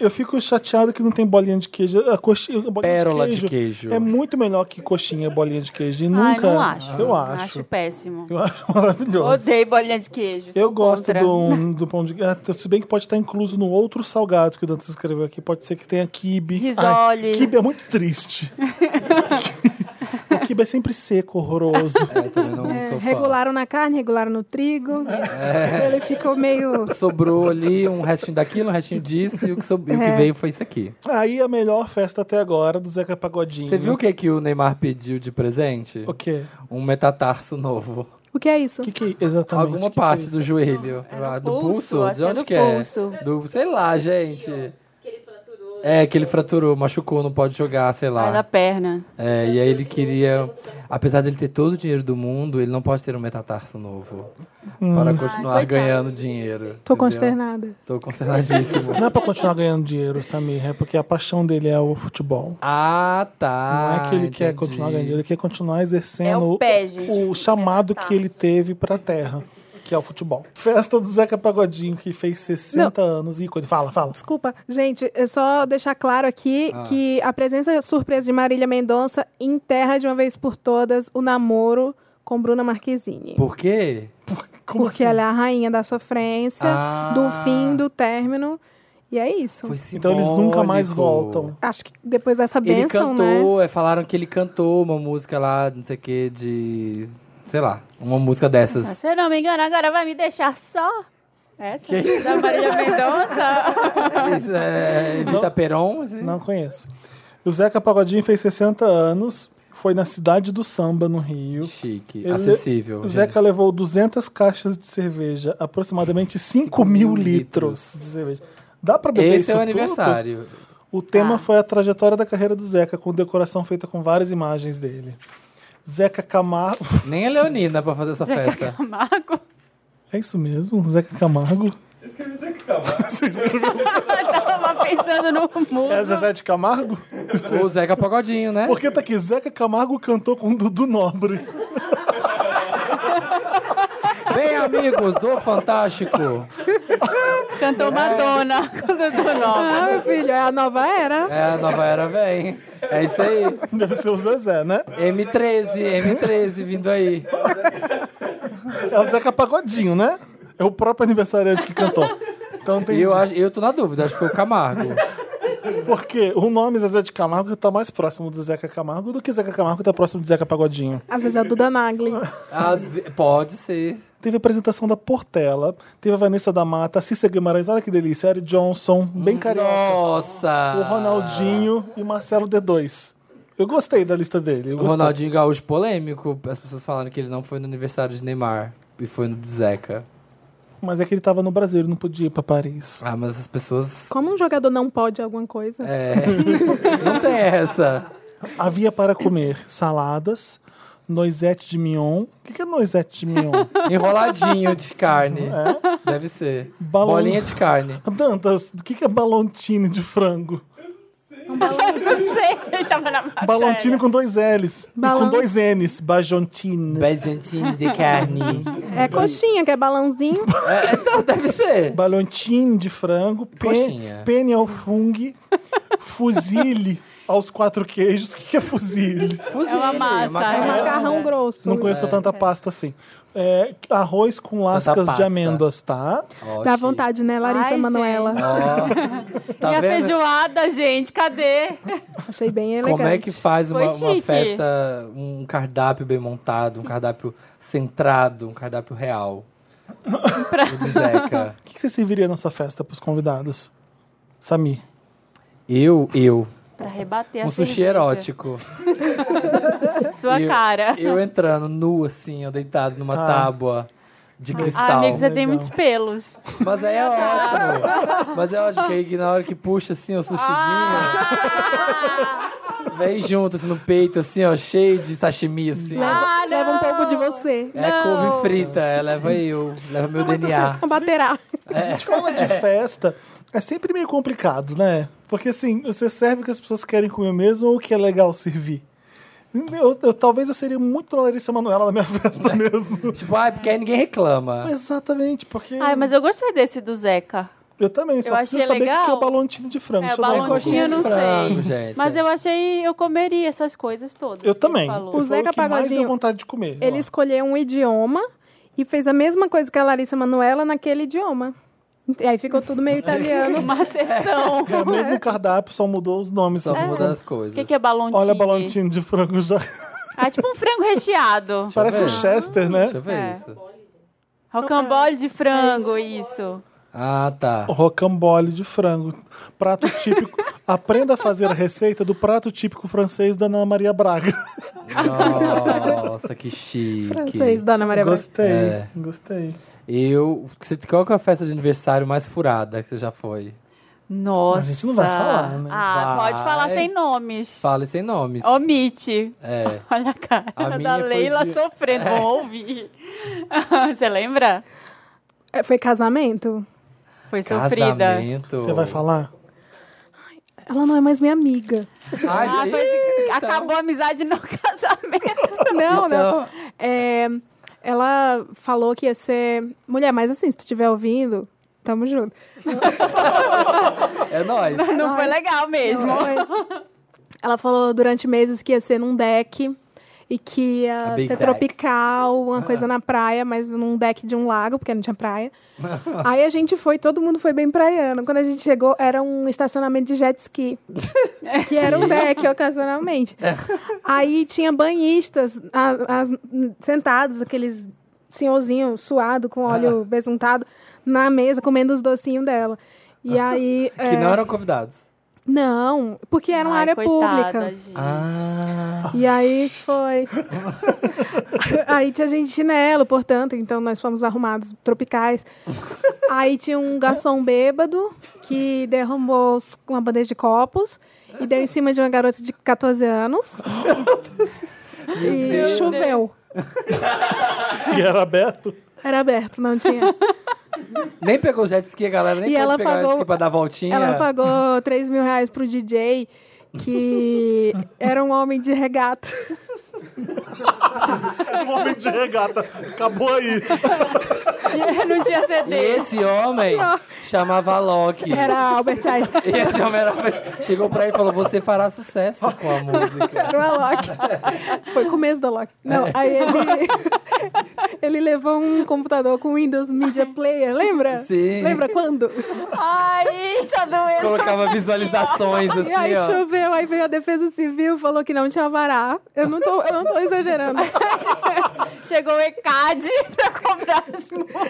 Speaker 1: Eu fico chateado que não tem bolinha de queijo. A coxinha, a bolinha
Speaker 3: Pérola
Speaker 1: de,
Speaker 3: de
Speaker 1: queijo
Speaker 3: queijo.
Speaker 1: É muito melhor que coxinha, bolinha de queijo. E
Speaker 2: Ai,
Speaker 1: nunca.
Speaker 2: Ah, não acho.
Speaker 1: Eu acho.
Speaker 2: péssimo.
Speaker 1: Eu acho maravilhoso.
Speaker 2: Odeio bolinha de queijo.
Speaker 1: Eu
Speaker 2: sou
Speaker 1: gosto
Speaker 2: contra.
Speaker 1: do, do pão de ah, Se bem que pode estar incluso no outro salgado que o Dantas escreveu aqui. Pode ser que tenha kibe. Ai,
Speaker 2: Risole.
Speaker 1: Kibe é muito triste. o kibe é sempre seco, horroroso.
Speaker 3: É, também não
Speaker 4: É,
Speaker 3: sou fã. É.
Speaker 4: regularam na carne, regularam no trigo. Ele ficou meio.
Speaker 3: Sobrou ali um restinho daquilo, um restinho disso, e o que, sob- e o que
Speaker 4: É.
Speaker 3: veio foi isso aqui.
Speaker 1: Aí a melhor festa até agora do Zeca Pagodinho.
Speaker 3: Você viu o que, que o Neymar pediu de presente?
Speaker 1: O quê?
Speaker 3: Um metatarso novo.
Speaker 4: O que é isso?
Speaker 1: O que, que exatamente?
Speaker 3: Alguma
Speaker 1: que que é
Speaker 3: parte
Speaker 1: isso?
Speaker 3: do joelho.
Speaker 2: é no
Speaker 3: Ah, do
Speaker 2: pulso, acho
Speaker 3: De
Speaker 2: que é
Speaker 3: onde
Speaker 2: do
Speaker 3: que é?
Speaker 2: pulso.
Speaker 3: Do, sei lá, gente.
Speaker 2: né?
Speaker 3: É, que ele fraturou, machucou, não pode jogar, sei
Speaker 2: Ai, da
Speaker 3: lá.
Speaker 2: perna.
Speaker 3: É, e aí ele queria. Apesar dele ter todo o dinheiro do mundo, ele não pode ter um metatarso novo.
Speaker 1: Hum.
Speaker 3: Para continuar
Speaker 2: coitado.
Speaker 3: ganhando dinheiro.
Speaker 4: Tô
Speaker 3: entendeu?
Speaker 4: consternada.
Speaker 3: Tô consternadíssimo.
Speaker 1: Não é pra continuar ganhando dinheiro, Samir. É porque a paixão dele é o futebol.
Speaker 3: Ah,
Speaker 1: Não
Speaker 3: tá.
Speaker 1: é que ele quer
Speaker 3: entendi.
Speaker 1: continuar ganhando dinheiro, ele quer continuar exercendo
Speaker 2: É o pé, gente,
Speaker 1: o
Speaker 2: que
Speaker 1: chamado
Speaker 2: metatarso.
Speaker 1: que ele teve pra terra, que é o futebol. Festa do Zeca Pagodinho, que fez 60 anos, ícone. Fala, fala.
Speaker 4: Desculpa, gente, é só deixar claro aqui
Speaker 3: Ah.
Speaker 4: que a presença surpresa de Marília Mendonça enterra de uma vez por todas o namoro com Bruna Marquezine.
Speaker 3: Por quê?
Speaker 1: Como
Speaker 4: porque ela é a rainha da sofrência,
Speaker 3: assim? Ah.
Speaker 2: é
Speaker 4: do fim, do término. E é isso.
Speaker 3: Foi
Speaker 1: Então eles nunca mais
Speaker 3: simbólico.
Speaker 1: voltam.
Speaker 4: Acho que depois dessa
Speaker 3: Ele
Speaker 4: bênção, né?
Speaker 3: cantou, é, falaram que ele cantou uma música lá, não sei o que, de. Sei lá, uma música dessas.
Speaker 2: Se eu não me engano, agora vai me deixar só. Essa? Da Marília Mendonça?
Speaker 3: Isso é, Evita Peron? assim?
Speaker 1: Não conheço. O Zeca Pagodinho fez 60 anos, foi na cidade do samba, no Rio.
Speaker 3: assim? Chique,
Speaker 1: Ele-
Speaker 3: acessível.
Speaker 1: O Zeca levou 200 caixas de cerveja, aproximadamente 5 mil
Speaker 3: mil
Speaker 1: litros de cerveja. Dá pra beber isso
Speaker 3: Esse é o
Speaker 1: tudo?
Speaker 3: aniversário.
Speaker 1: O tema
Speaker 2: Ah.
Speaker 1: foi a trajetória da carreira do Zeca, com decoração feita com várias imagens dele. Zeca Camargo.
Speaker 3: Nem a Leonina pra fazer essa festa.
Speaker 2: Camargo?
Speaker 1: É isso mesmo? Zeca Camargo?
Speaker 2: Tava pensando no mundo.
Speaker 1: É Zezé de Camargo?
Speaker 3: Ou o Zeca Pagodinho, né?
Speaker 1: Porque tá aqui, Zeca Camargo cantou com Dudu Nobre.
Speaker 3: Bem, amigos do Fantástico.
Speaker 2: Cantou Madonna com Dudu Nova.
Speaker 4: Ah, meu filho, é a nova era.
Speaker 3: É, a nova era vem. É isso aí.
Speaker 1: Deve ser o Zezé, né?
Speaker 3: M13, M13 vindo aí.
Speaker 1: É o Zeca Pagodinho, né? É o próprio aniversariante que cantou. Então tem.
Speaker 3: E eu, acho, eu tô na dúvida, acho que foi o Camargo.
Speaker 1: Porque o nome Zezé de Camargo tá mais próximo do Zeca Camargo do que Zeca Camargo tá próximo do Zeca Pagodinho.
Speaker 4: Às vezes é a Duda Nagli.
Speaker 3: Às ve- Pode ser.
Speaker 1: Teve a apresentação da Portela, teve a Vanessa da Mata, a Cissa Guimarães, olha que delícia, Eric Johnson, bem carioca,
Speaker 3: Nossa!
Speaker 1: o Ronaldinho e o Marcelo D2. Eu gostei da lista dele. eu
Speaker 3: O
Speaker 1: gostei.
Speaker 3: Ronaldinho Gaúcho polêmico. As pessoas falaram que ele não foi no aniversário de Neymar. E foi no de Zeca.
Speaker 1: Mas é que ele tava no Brasil, ele não podia ir pra Paris.
Speaker 3: Ah, mas as pessoas.
Speaker 4: Como um jogador não pode alguma coisa?
Speaker 3: É. não tem essa.
Speaker 1: Havia para comer saladas, Noisette de Mignon. O que que é Noisette de Mignon?
Speaker 3: Enroladinho de carne. Deve
Speaker 1: É.
Speaker 3: ser.
Speaker 1: Balão.
Speaker 3: Bolinha de carne.
Speaker 1: Dantas, o que que é balontine de frango?
Speaker 2: Não sei, ele tava na matéria.
Speaker 1: Balontine Um com dois L's. E
Speaker 4: Balão-
Speaker 1: com dois N's. Bajontine.
Speaker 3: Bezentinho de carne.
Speaker 4: É coxinha, que é balãozinho.
Speaker 3: É, então, deve ser.
Speaker 1: Balontine de frango. Pe
Speaker 3: Coxinha.
Speaker 1: pene ao fungo. Fuzile aos quatro queijos. O que que é fuzile?
Speaker 2: É uma massa.
Speaker 3: Ah,
Speaker 4: É um
Speaker 2: É.
Speaker 4: macarrão grosso.
Speaker 1: Não conheço tanta pasta assim. É, arroz com lascas de
Speaker 3: pasta.
Speaker 1: amêndoas, tá?
Speaker 4: Dá vontade, né, Larissa
Speaker 2: Ai,
Speaker 4: Manuela?
Speaker 2: gente.
Speaker 3: tá
Speaker 2: e a
Speaker 3: vendo?
Speaker 2: feijoada, gente, cadê?
Speaker 4: Achei bem elegante.
Speaker 3: Como é que faz uma,
Speaker 2: Foi
Speaker 3: uma
Speaker 2: chique.
Speaker 3: festa, um cardápio bem montado, um cardápio centrado, um cardápio real? O de Zeca.
Speaker 1: O que que você serviria na sua festa pros convidados? Sami.
Speaker 3: Eu, eu.
Speaker 2: Pra rebater a
Speaker 3: Um sushi
Speaker 2: cerveja.
Speaker 3: erótico.
Speaker 2: Sua
Speaker 3: Eu-
Speaker 2: cara.
Speaker 3: Eu entrando nu, assim, ó, deitado numa
Speaker 1: Ah.
Speaker 3: tábua de
Speaker 2: Ah,
Speaker 3: cristal.
Speaker 2: amigo, você tem
Speaker 1: Legal.
Speaker 2: muitos pelos.
Speaker 3: Mas aí é ótimo. Mas é ótimo, porque aí que na hora que puxa, assim, o sushizinho...
Speaker 2: Ah!
Speaker 3: Vem junto, assim, no peito, assim, ó, cheio de sashimi, assim. ó.
Speaker 4: Leva,
Speaker 2: Ah,
Speaker 4: leva um
Speaker 2: não.
Speaker 4: pouco de você.
Speaker 3: É couve frita, é, leva eu, leva meu DNA.
Speaker 4: Baterá.
Speaker 1: A
Speaker 3: É.
Speaker 1: gente fala de festa, é sempre meio complicado, né? Porque assim, você serve o que as pessoas querem comer mesmo ou o que é legal servir? Eu, eu- talvez eu seria muito Larissa Manoela na minha festa mesmo.
Speaker 3: Tipo, ah, porque aí ninguém reclama.
Speaker 1: Exatamente, porque
Speaker 2: Ai, mas eu gostei desse do Zeca.
Speaker 1: eu também, só
Speaker 2: eu
Speaker 1: preciso
Speaker 2: achei
Speaker 1: saber o que que é
Speaker 2: legal.
Speaker 1: o balontine de frango.
Speaker 2: É,
Speaker 1: Deixa eu dar uma
Speaker 2: balontine
Speaker 1: Google.
Speaker 2: eu não
Speaker 3: Frango,
Speaker 2: sei.
Speaker 3: gente.
Speaker 2: Mas eu achei, eu comeria essas coisas todas.
Speaker 1: Eu
Speaker 2: que ele
Speaker 1: também.
Speaker 2: falou.
Speaker 1: Foi
Speaker 4: O Zeca
Speaker 1: que mais deu
Speaker 4: Pagodinho,
Speaker 1: vontade de comer.
Speaker 4: Ele
Speaker 1: ó.
Speaker 4: escolheu um idioma e fez a mesma coisa que a Larissa Manuela naquele idioma. E aí ficou tudo meio italiano.
Speaker 2: Uma sessão.
Speaker 1: É o mesmo cardápio, só mudou os nomes.
Speaker 3: Só muda as Tá
Speaker 2: O
Speaker 3: coisas.
Speaker 2: que, que é balontine?
Speaker 1: Olha a balontine de frango já.
Speaker 2: Ah, tipo um frango recheado.
Speaker 3: eu
Speaker 1: Parece um
Speaker 3: ver.
Speaker 1: Chester, né?
Speaker 3: Deixa eu ver
Speaker 2: É.
Speaker 3: isso.
Speaker 2: Rocambole
Speaker 1: é.
Speaker 2: de frango, isso.
Speaker 3: Ah, tá.
Speaker 1: Rocambole de frango. Prato típico. Aprenda a fazer a receita do prato típico francês da Ana Maria Braga.
Speaker 3: Nossa, que chique.
Speaker 4: Francês, Dona Maria Braga.
Speaker 1: Gostei,
Speaker 3: É.
Speaker 1: gostei.
Speaker 3: Eu. você- Qual que é a festa de aniversário mais furada que você já foi?
Speaker 2: Nossa.
Speaker 1: A gente não vai falar, né?
Speaker 2: Ah,
Speaker 3: Vai.
Speaker 2: pode falar sem nomes.
Speaker 3: Fale sem nomes.
Speaker 2: Omite.
Speaker 3: É.
Speaker 2: Olha a cara
Speaker 3: A minha
Speaker 2: da
Speaker 3: foi
Speaker 2: Leila
Speaker 3: de- É.
Speaker 2: sofrendo. Vou ouvir. Você lembra?
Speaker 4: É, Foi casamento?
Speaker 2: Foi sofrida.
Speaker 3: Casamento.
Speaker 1: Você vai falar?
Speaker 4: Ela não é mais minha amiga.
Speaker 3: Ai,
Speaker 2: Ah, foi- Acabou a amizade no casamento.
Speaker 4: Não,
Speaker 3: Então.
Speaker 4: não. É, ela falou que ia ser mulher, mas assim, se tu estiver ouvindo, tamo junto.
Speaker 3: É nóis.
Speaker 2: Não foi legal mesmo.
Speaker 4: Mas ela falou durante meses que ia ser num deck e que
Speaker 3: A
Speaker 4: ia
Speaker 3: big
Speaker 4: ser
Speaker 3: deck. Ah.
Speaker 4: tropical, uma coisa na praia, mas num deck de um lago, porque não tinha praia. Aí a gente foi, todo mundo foi bem praiano. Quando a gente chegou, era um estacionamento de jet ski. que era um deck, ocasionalmente. Aí tinha banhistas a- as- sentados, aqueles senhorzinho suado, com
Speaker 3: Ah.
Speaker 4: óleo besuntado, na mesa, comendo os docinhos dela. E aí...
Speaker 3: Que
Speaker 4: é,
Speaker 3: não eram convidados.
Speaker 4: não, porque era uma
Speaker 2: Ai,
Speaker 4: área
Speaker 2: coitada,
Speaker 4: pública.
Speaker 2: gente.
Speaker 3: Ah.
Speaker 4: E aí foi. aí tinha gente de chinelo, portanto, então nós fomos arrumados tropicais. Aí tinha um garçom bêbado que derramou os- uma bandeja de copos e deu em cima de uma garota de 14 anos. e choveu.
Speaker 1: E era aberto?
Speaker 4: Era aberto, não tinha.
Speaker 3: Nem pegou o jet ski, a galera nem
Speaker 4: E
Speaker 3: pode
Speaker 4: ela
Speaker 3: pegar o jet
Speaker 4: pagou-
Speaker 3: ski pra dar voltinha.
Speaker 4: Ela pagou 3 mil reais pro DJ, que era um homem de regata.
Speaker 1: Um homem de regata. Acabou aí.
Speaker 2: Não tinha
Speaker 3: E
Speaker 2: CD.
Speaker 3: esse homem chamava Loki.
Speaker 2: É.
Speaker 4: Era Albert Einstein.
Speaker 3: E esse é homem era... chegou pra ele e falou: Você fará sucesso com a música.
Speaker 4: Era o Alok. Foi o começo do Alok.
Speaker 3: É.
Speaker 4: Não, aí ele... ele levou um computador com Windows Media Player,
Speaker 3: Sim.
Speaker 4: lembra?
Speaker 3: Assim,
Speaker 4: Lembra quando?
Speaker 2: Ai, tá doendo.
Speaker 3: Colocava visualizações assim,
Speaker 4: E aí
Speaker 3: ó.
Speaker 4: choveu, aí veio a Defesa Civil, falou que não tinha vará. Eu não tô, eu não tô exagerando.
Speaker 2: Chegou o ECAD pra cobrar as multas.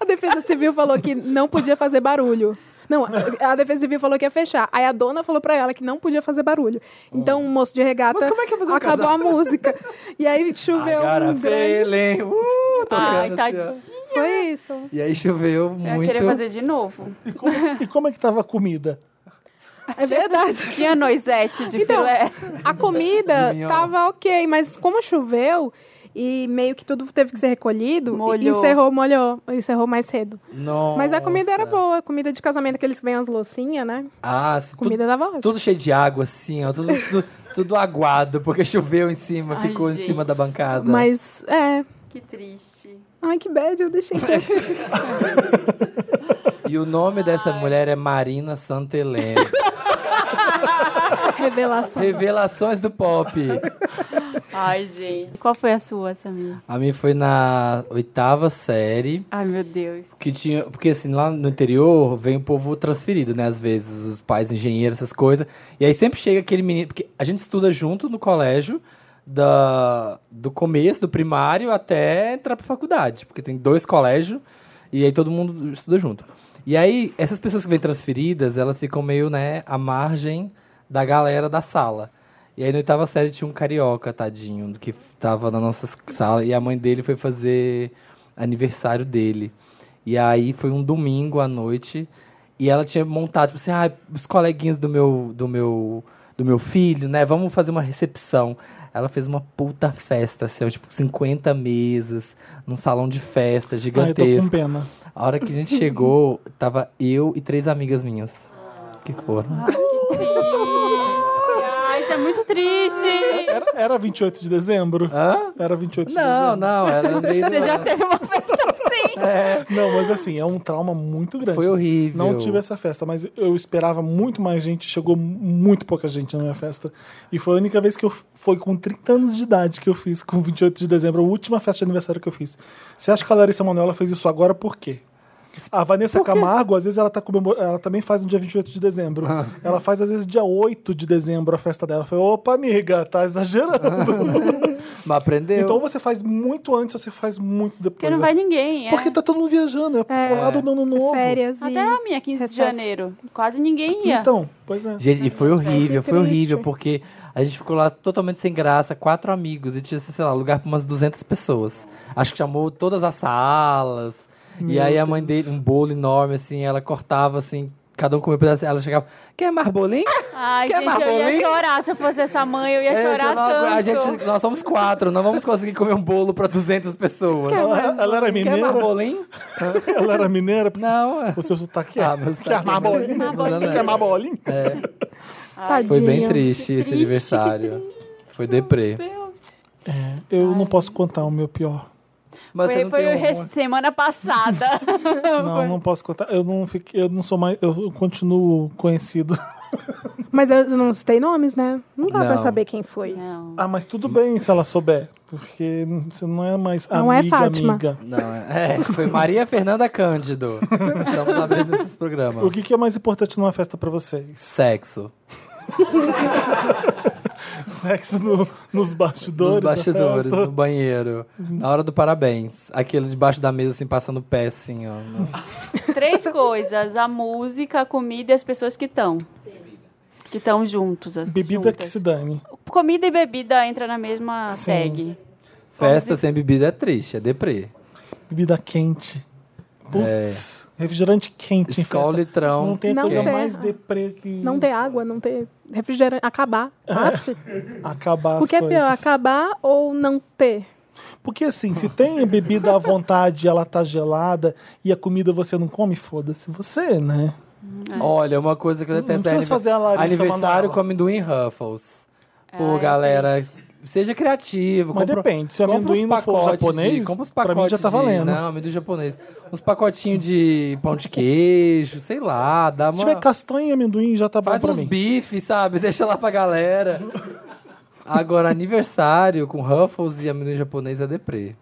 Speaker 4: A Defesa Civil falou que não podia fazer barulho. Não, a Defesa Civil falou que ia fechar. Aí a dona falou pra ela que não podia fazer barulho. Então o moço de regata
Speaker 3: Mas como é que ia fazer um
Speaker 4: acabou a música. E aí choveu
Speaker 3: Agora
Speaker 4: um grande.
Speaker 3: feeling. Uh,
Speaker 2: Ai,
Speaker 3: tocando assim, ó.
Speaker 2: tadinho.
Speaker 4: Foi isso.
Speaker 3: E aí choveu
Speaker 2: Eu
Speaker 3: muito.
Speaker 2: queria fazer de novo.
Speaker 1: E como, e como é que tava a comida?
Speaker 4: É verdade.
Speaker 2: Tinha noisete de
Speaker 4: Então,
Speaker 2: filé.
Speaker 4: A comida
Speaker 3: De mignon.
Speaker 4: tava ok, mas como choveu e meio que tudo teve que ser recolhido,
Speaker 2: Molhou.
Speaker 4: encerrou, molhou, encerrou mais cedo.
Speaker 3: Nossa.
Speaker 4: Mas a comida era boa, comida de casamento, aqueles que vêm as loucinhas, né?
Speaker 3: Ah, se
Speaker 4: A
Speaker 3: tudo,
Speaker 4: comida dava ótima.
Speaker 3: tudo cheio de água, assim, ó. Tudo, tudo, tudo aguado, porque choveu em cima,
Speaker 2: Ai,
Speaker 3: ficou em
Speaker 2: gente.
Speaker 3: cima da bancada.
Speaker 4: Mas, é.
Speaker 2: Que triste.
Speaker 4: Ai, que bad, eu deixei.
Speaker 3: E o nome dessa mulher é Marina Santelena.
Speaker 4: Revelação.
Speaker 3: Revelações do pop.
Speaker 2: Ai, gente. Qual foi a sua, Samir?
Speaker 3: A minha foi na oitava série.
Speaker 2: Ai, meu Deus.
Speaker 3: Que tinha, porque assim, lá no interior vem o povo transferido, né? Às vezes, os pais engenheiros, essas coisas. E aí sempre chega aquele menino. Porque a gente estuda junto no colégio, da, do começo, do primário, até entrar pra faculdade. Porque tem dois colégios e aí todo mundo estuda junto. E aí, essas pessoas que vêm transferidas, elas ficam meio, né, à margem da galera da sala. E aí, na oitava série, tinha um carioca, tadinho, que tava na nossa sala. E a mãe dele foi fazer aniversário dele. E aí, foi um domingo à noite. E ela tinha montado, tipo assim, ah, os coleguinhas do meu, do meu, do meu filho, né? Vamos fazer uma recepção. Ela fez uma puta festa, assim, ó, tipo, 50 mesas, num salão de festa
Speaker 1: Ai, eu tô com
Speaker 3: gigantesco.
Speaker 1: pena.
Speaker 3: A hora que a gente chegou, tava eu e três amigas minhas. Que foram.
Speaker 2: Ai, isso é muito triste.
Speaker 1: Era, era 28 de dezembro?
Speaker 3: Hã?
Speaker 1: Era 28 de
Speaker 3: Não,
Speaker 1: dezembro.
Speaker 3: não, era meio.
Speaker 2: Você já teve uma festa assim?
Speaker 1: Não, mas assim, é um trauma muito grande.
Speaker 3: Foi horrível.
Speaker 1: Não tive essa festa, mas eu esperava muito mais gente. Chegou muito pouca gente na minha festa. E foi a única vez que eu. Foi com 30 anos de idade que eu fiz, com 28 de dezembro, a última festa de aniversário que eu fiz. Você acha que a Larissa Manoela fez isso agora por quê? A Vanessa Camargo, às vezes, ela, tá comemor... ela também faz no dia 28 de dezembro.
Speaker 3: Ah.
Speaker 1: Ela faz, às vezes, dia 8 de dezembro a festa dela. Foi, opa, amiga, tá exagerando.
Speaker 3: Mas aprendeu.
Speaker 1: então você faz muito antes, você faz muito
Speaker 2: Porque
Speaker 1: depois.
Speaker 2: não vai ninguém, é.
Speaker 1: Porque tá todo mundo viajando, é, colado no ano novo.
Speaker 4: Férias e...
Speaker 2: Até a minha, 15 de
Speaker 4: Recesso.
Speaker 2: janeiro. Quase ninguém ia.
Speaker 1: Então, pois é.
Speaker 3: Gente, e foi horrível,
Speaker 4: Que
Speaker 3: foi horrível,
Speaker 4: triste.
Speaker 3: porque a gente ficou lá totalmente sem graça, quatro amigos, e tinha, sei lá, lugar pra umas 200 pessoas. Acho que chamou todas as salas. e aí a mãe dele, um bolo enorme, assim, ela cortava, assim, cada um comia um pedaço, ela chegava, quer mais bolinho?
Speaker 2: Ai,
Speaker 3: Quer
Speaker 2: gente, eu ia
Speaker 3: marbolinho?
Speaker 2: chorar. Se eu fosse essa mãe, eu ia
Speaker 3: É,
Speaker 2: chorar
Speaker 3: eu não agu-
Speaker 2: tanto.
Speaker 3: a gente, nós somos quatro, não vamos conseguir comer um bolo pra 200 pessoas.
Speaker 1: Ela, é ela era
Speaker 3: Quer mais
Speaker 1: mineira?
Speaker 3: bolinho?
Speaker 1: Ela era mineira? Porque
Speaker 3: Não, é.
Speaker 1: o seu sotaque é.
Speaker 3: Ah, meu sotaque
Speaker 1: Quer amar
Speaker 3: é
Speaker 1: bolinho?
Speaker 3: mineiro. Não, não, não.
Speaker 1: Quer amar bolinho?
Speaker 2: Ai,
Speaker 3: Foi bem
Speaker 4: Tadinha.
Speaker 3: triste esse
Speaker 2: triste.
Speaker 3: aniversário. Foi deprê.
Speaker 2: Deus.
Speaker 1: Eu não posso contar o meu pior.
Speaker 3: Mas você
Speaker 2: Foi,
Speaker 3: não
Speaker 2: foi
Speaker 3: tem um-
Speaker 2: res- semana passada. Tá
Speaker 1: Não, não posso contar. Eu não fiquei, eu não sou mais, eu continuo conhecido.
Speaker 4: Mas eu não citei nomes, né? Não dá
Speaker 3: Não.
Speaker 4: pra saber quem foi.
Speaker 2: Não.
Speaker 1: Ah, mas tudo bem se ela souber, porque você não é mais
Speaker 4: Não é
Speaker 1: amiga,
Speaker 4: Fátima.
Speaker 1: amiga.
Speaker 3: Não, é, é, foi Maria Fernanda Cândido. Estamos abrindo esses
Speaker 1: O
Speaker 3: programas.
Speaker 1: que, que é mais importante numa festa pra vocês?
Speaker 3: Sexo.
Speaker 1: Sexo no- nos bastidores?
Speaker 3: Nos
Speaker 1: da
Speaker 3: bastidores,
Speaker 1: festa?
Speaker 3: no banheiro. Na hora do parabéns. Aquele debaixo da mesa, assim, passando o pé, assim, ó. no-
Speaker 2: Três coisas: a música, a comida e as pessoas que estão. Que estão juntos. as-
Speaker 1: Bebida que
Speaker 2: juntas.
Speaker 1: se dane.
Speaker 2: Comida e bebida entra na mesma tag.
Speaker 3: Festa sem bebida é triste, é deprê.
Speaker 1: Bebida quente. Putz, refrigerante quente em
Speaker 3: Skol,
Speaker 1: festa.
Speaker 3: É. litrão.
Speaker 1: Não tem
Speaker 4: Não
Speaker 1: coisa
Speaker 4: tem.
Speaker 1: mais deprê que
Speaker 4: Não ter água, não ter refrigerante, acabar. Aff.
Speaker 1: acabar as
Speaker 4: O que é pior,
Speaker 1: coisas.
Speaker 4: acabar ou não ter?
Speaker 1: Porque assim, se tem bebida à vontade, ela tá gelada e a comida você não come, foda-se você, né?
Speaker 2: É.
Speaker 3: Olha, uma coisa que eu detesto é
Speaker 1: precisa fazer a Larissa
Speaker 3: aniversário
Speaker 1: Manoela.
Speaker 3: com amendoim Ruffles. Pô,
Speaker 2: é
Speaker 3: galera,
Speaker 2: triste.
Speaker 3: seja criativo.
Speaker 1: Mas
Speaker 3: compra-
Speaker 1: depende, se o
Speaker 3: compra
Speaker 1: amendoim
Speaker 3: uns
Speaker 1: não for
Speaker 3: pacotes
Speaker 1: japonês,
Speaker 3: de, compra uns
Speaker 1: pra mim
Speaker 3: pacotes
Speaker 1: já tá
Speaker 3: de-
Speaker 1: valendo.
Speaker 3: não, amendoim japonês. Uns pacotinhos de pão de queijo, sei lá, dá
Speaker 1: Se
Speaker 3: uma...
Speaker 1: tiver castanha e amendoim, já tá bom
Speaker 3: Faz
Speaker 1: pra
Speaker 3: uns
Speaker 1: mim.
Speaker 3: bifes, sabe? Deixa lá pra galera. Agora, aniversário com Ruffles e amendoim japonês é deprê.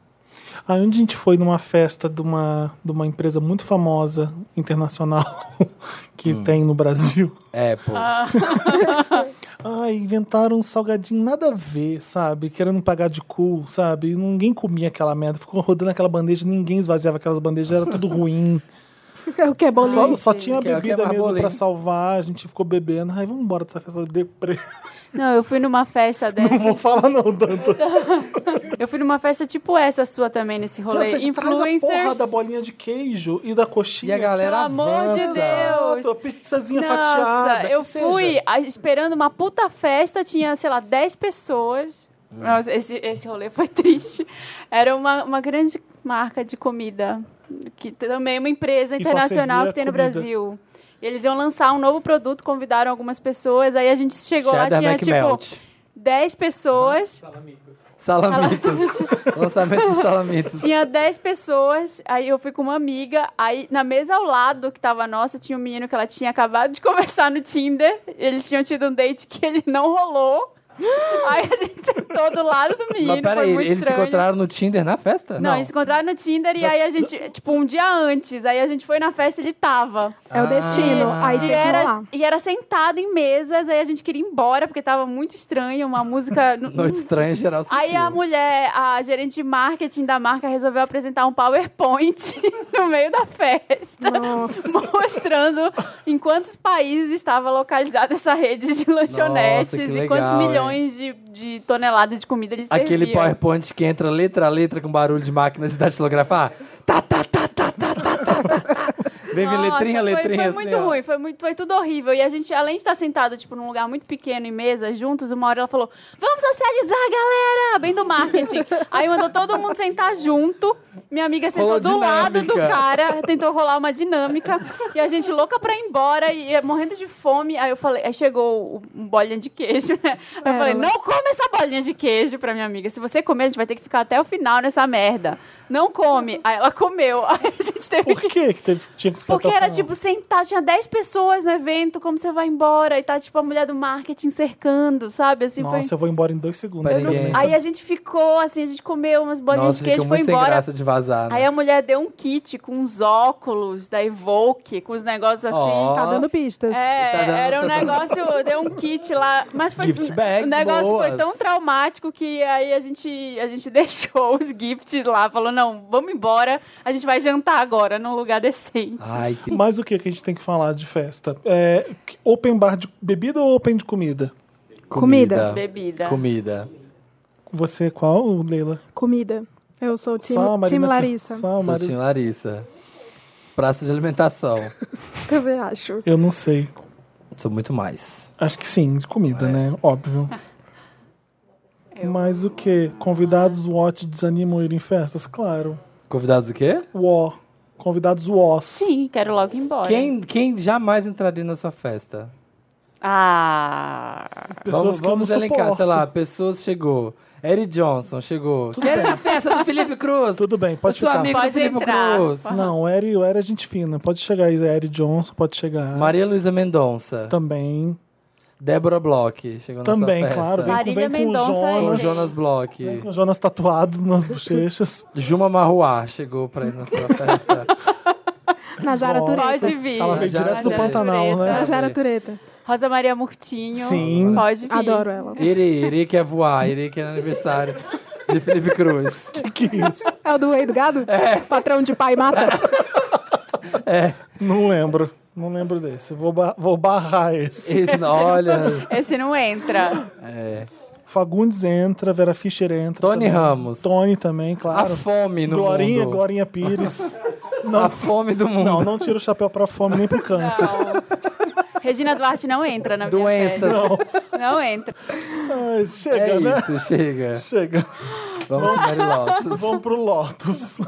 Speaker 1: Aí onde a gente foi numa festa de uma, de uma empresa muito famosa, internacional, que
Speaker 3: Hum.
Speaker 1: tem no Brasil.
Speaker 3: É, pô.
Speaker 2: Ah,
Speaker 1: Ai, inventaram um salgadinho nada a ver, sabe? Querendo pagar de cool, sabe? E Ninguém comia aquela merda. Ficou rodando aquela bandeja, ninguém esvaziava aquelas bandejas, era tudo ruim.
Speaker 4: O que é bom
Speaker 1: Só,
Speaker 4: né?
Speaker 1: só tinha
Speaker 3: que é- que é
Speaker 1: bebida mesmo
Speaker 3: marbolê.
Speaker 1: pra salvar, a gente ficou bebendo. Ai, vamos embora dessa festa de deprê.
Speaker 2: Não, eu fui numa festa
Speaker 1: Não
Speaker 2: dessa.
Speaker 1: vou falar não, Dantas.
Speaker 2: Eu fui numa festa tipo essa sua também, nesse
Speaker 1: Não,
Speaker 2: rolê.
Speaker 1: vocês trazem a porra
Speaker 2: Influencers.
Speaker 1: da bolinha de queijo e da
Speaker 3: E
Speaker 1: coxinha.
Speaker 3: a galera
Speaker 2: Pelo amor de
Speaker 3: avança.
Speaker 2: Deus.
Speaker 1: Pronto, pizzazinha
Speaker 2: Nossa,
Speaker 1: fatiada.
Speaker 2: eu
Speaker 1: que seja.
Speaker 2: fui a- esperando uma puta festa, tinha, sei lá, 10 pessoas. Nossa, esse, esse rolê foi triste. Era uma, uma grande marca de comida, que também é uma empresa
Speaker 1: E só
Speaker 2: internacional
Speaker 1: servia
Speaker 2: que tem no
Speaker 1: comida.
Speaker 2: Brasil. E eles iam lançar um novo produto, convidaram algumas pessoas, aí a gente chegou lá,
Speaker 3: Cheddar
Speaker 2: tinha tipo
Speaker 3: McMelt.
Speaker 2: 10 pessoas.
Speaker 3: Salamitos. Lançamento de salamitos.
Speaker 2: Tinha 10 pessoas, aí eu fui com uma amiga, aí na mesa ao lado que tava a nossa, tinha um menino que ela tinha acabado de conversar no Tinder, eles tinham tido um date que ele não rolou. aí a gente sentou do lado do menino,
Speaker 3: Mas peraí,
Speaker 2: foi muito
Speaker 3: eles se
Speaker 2: estranho.
Speaker 3: encontraram no Tinder na festa?
Speaker 2: Não, eles se encontraram no Tinder e aí a gente, tipo, um dia antes, aí a gente foi na festa e ele tava.
Speaker 4: É o destino.
Speaker 3: Ah.
Speaker 4: Aí
Speaker 2: E
Speaker 4: tinha que
Speaker 2: era,
Speaker 4: rolar.
Speaker 2: e era sentado em mesas, aí a gente queria ir embora, porque tava muito estranho, uma música. não-
Speaker 3: Noite estranha em geral
Speaker 2: Aí a
Speaker 3: sentiu.
Speaker 2: mulher, a gerente de marketing da marca, resolveu apresentar um PowerPoint no meio da festa,
Speaker 4: Nossa.
Speaker 2: mostrando em quantos países estava localizada essa rede de lanchonetes
Speaker 3: que
Speaker 2: e quantos
Speaker 3: legal,
Speaker 2: milhões de, de toneladas de comida eles
Speaker 3: Aquele
Speaker 2: serviam.
Speaker 3: PowerPoint que entra letra a letra com barulho de máquina de datilografar. Tá, tá, tá, tá, tá, tá, tá, tá, tá. Vem
Speaker 2: Nossa,
Speaker 3: letrinha,
Speaker 2: foi,
Speaker 3: letrinha.
Speaker 2: Foi
Speaker 3: assim,
Speaker 2: muito
Speaker 3: ó.
Speaker 2: ruim, foi, muito, foi tudo horrível. E a gente, além de estar sentado, tipo, num lugar muito pequeno em mesa, juntos, uma hora ela falou: Vamos socializar, galera! Bem do marketing. Aí mandou todo mundo sentar junto. Minha amiga sentou
Speaker 3: Rolou
Speaker 2: do lado do
Speaker 3: dinâmica.
Speaker 2: cara, tentou rolar uma dinâmica. E a gente louca pra ir embora e eh, morrendo de fome. Aí eu falei, aí chegou o- um bolinha de queijo, né? Aí eu falei,
Speaker 4: Pérolas.
Speaker 2: não come essa bolinha de queijo pra minha amiga. Se você comer, a gente vai ter que ficar até o final nessa merda. Não come. Aí ela comeu. Aí a gente teve
Speaker 1: Por que que teve, tinha que ficar
Speaker 2: porque
Speaker 1: até o
Speaker 2: era
Speaker 1: final?
Speaker 2: tipo sentar, tinha 10 pessoas no evento, como você vai embora? E tá tipo a mulher do marketing cercando, sabe? Assim
Speaker 1: Nossa,
Speaker 2: foi.
Speaker 1: eu vou embora em dois segundos.
Speaker 3: Mas
Speaker 1: Eu não-
Speaker 3: ninguém-
Speaker 2: Aí a gente ficou, assim, a gente comeu umas bolinhas
Speaker 3: Nossa,
Speaker 2: de
Speaker 3: ficou
Speaker 2: queijo, foi
Speaker 3: muito sem
Speaker 2: embora.
Speaker 3: graça de vazar. né?
Speaker 2: Aí a mulher deu um kit com uns óculos da Evoque, com os negócios assim.
Speaker 3: Ó.
Speaker 4: Tá dando pistas.
Speaker 2: É,
Speaker 3: Tá dando-
Speaker 2: era um
Speaker 3: tá dando-
Speaker 2: negócio, deu um kit lá, mas foi
Speaker 3: Gift bags
Speaker 2: o negócio
Speaker 3: boas.
Speaker 2: foi tão traumático que aí a gente a gente deixou os gifts lá, falou não, vamos embora, a gente vai jantar agora num lugar decente.
Speaker 3: Ai, que
Speaker 1: Mas o que que a gente tem que falar de festa? É, que- open bar de bebida ou open de comida?
Speaker 4: Comida.
Speaker 2: Bebida.
Speaker 3: Comida.
Speaker 1: Você qual, Leila?
Speaker 4: Comida. Eu sou o time,
Speaker 1: Só a Marina
Speaker 4: time
Speaker 1: que-
Speaker 4: Larissa.
Speaker 1: Só a
Speaker 3: Sou
Speaker 1: Marina.
Speaker 3: Tim Larissa. Praça de alimentação.
Speaker 4: Também acho.
Speaker 1: Eu não sei.
Speaker 3: Sou muito mais.
Speaker 1: Acho que sim, de comida,
Speaker 3: É.
Speaker 1: né? Óbvio. Mas o que? Convidados WOT desanimam a ir em festas? Claro.
Speaker 3: Convidados o quê?
Speaker 1: Uó. Convidados WOS.
Speaker 2: Sim, quero logo ir embora.
Speaker 3: Quem, quem jamais entraria na sua festa?
Speaker 2: Ah.
Speaker 1: Pessoas
Speaker 3: vamos
Speaker 1: que eu não
Speaker 3: vamos elencar, sei
Speaker 1: suporto.
Speaker 3: lá, pessoas chegou. Eric Johnson chegou.
Speaker 1: Tudo
Speaker 3: Quero ir
Speaker 1: bem.
Speaker 3: na festa do Felipe Cruz.
Speaker 1: Tudo bem,
Speaker 3: Eu
Speaker 1: pode
Speaker 3: sou
Speaker 1: ficar.
Speaker 3: amigo do
Speaker 2: Pode
Speaker 3: Felipe
Speaker 2: entrar.
Speaker 3: Cruz.
Speaker 1: Não, o Eri, o Eri é gente fina. Pode chegar aí, Eri Johnson, pode chegar.
Speaker 3: Maria Luísa Mendonça.
Speaker 1: Também.
Speaker 3: Débora Bloch chegou na
Speaker 1: Também,
Speaker 3: sua festa.
Speaker 1: claro. Vem, com-
Speaker 2: Marília
Speaker 1: vem com o
Speaker 2: Mendonça aí.
Speaker 3: Com
Speaker 1: Jonas.
Speaker 3: Jonas Bloch.
Speaker 1: Com o Jonas tatuado nas bochechas.
Speaker 3: Juma Marruá chegou pra ir na sua festa.
Speaker 4: Najara
Speaker 1: Bom.
Speaker 4: Tureta.
Speaker 2: Pode vir.
Speaker 1: Ela veio
Speaker 3: Najara
Speaker 1: direto do
Speaker 3: Tureta.
Speaker 1: Pantanal, né?
Speaker 4: Najara Tureta.
Speaker 2: Rosa Maria Murtinho.
Speaker 1: Sim.
Speaker 2: Pode vir.
Speaker 4: Adoro ela.
Speaker 3: Iri, Iri quer voar, Iri quer aniversário de Felipe Cruz.
Speaker 1: Que isso?
Speaker 4: É o do Rei do Gado? É. Patrão de pai mata?
Speaker 1: Não lembro. Não lembro desse. Vou, ba- vou barrar esse.
Speaker 3: Isso, não, olha.
Speaker 2: Esse não entra.
Speaker 3: É.
Speaker 1: Fagundes entra, Vera Fischer entra.
Speaker 3: Tony
Speaker 1: também.
Speaker 3: Ramos.
Speaker 1: Tony também,
Speaker 3: A
Speaker 1: claro.
Speaker 3: fome no
Speaker 1: Glorinha,
Speaker 3: mundo.
Speaker 1: Glorinha Pires.
Speaker 3: A
Speaker 1: Não,
Speaker 3: fome do mundo.
Speaker 1: não, não tira o chapéu pra fome nem pro câncer.
Speaker 2: Regina Duarte não entra na minha
Speaker 3: Doenças.
Speaker 2: festa. Não entra.
Speaker 1: Ai, chega,
Speaker 3: É
Speaker 1: né?
Speaker 3: isso, chega.
Speaker 1: Chega.
Speaker 3: Vamos pro Mary Lotus.
Speaker 1: Vamos pro Lotus.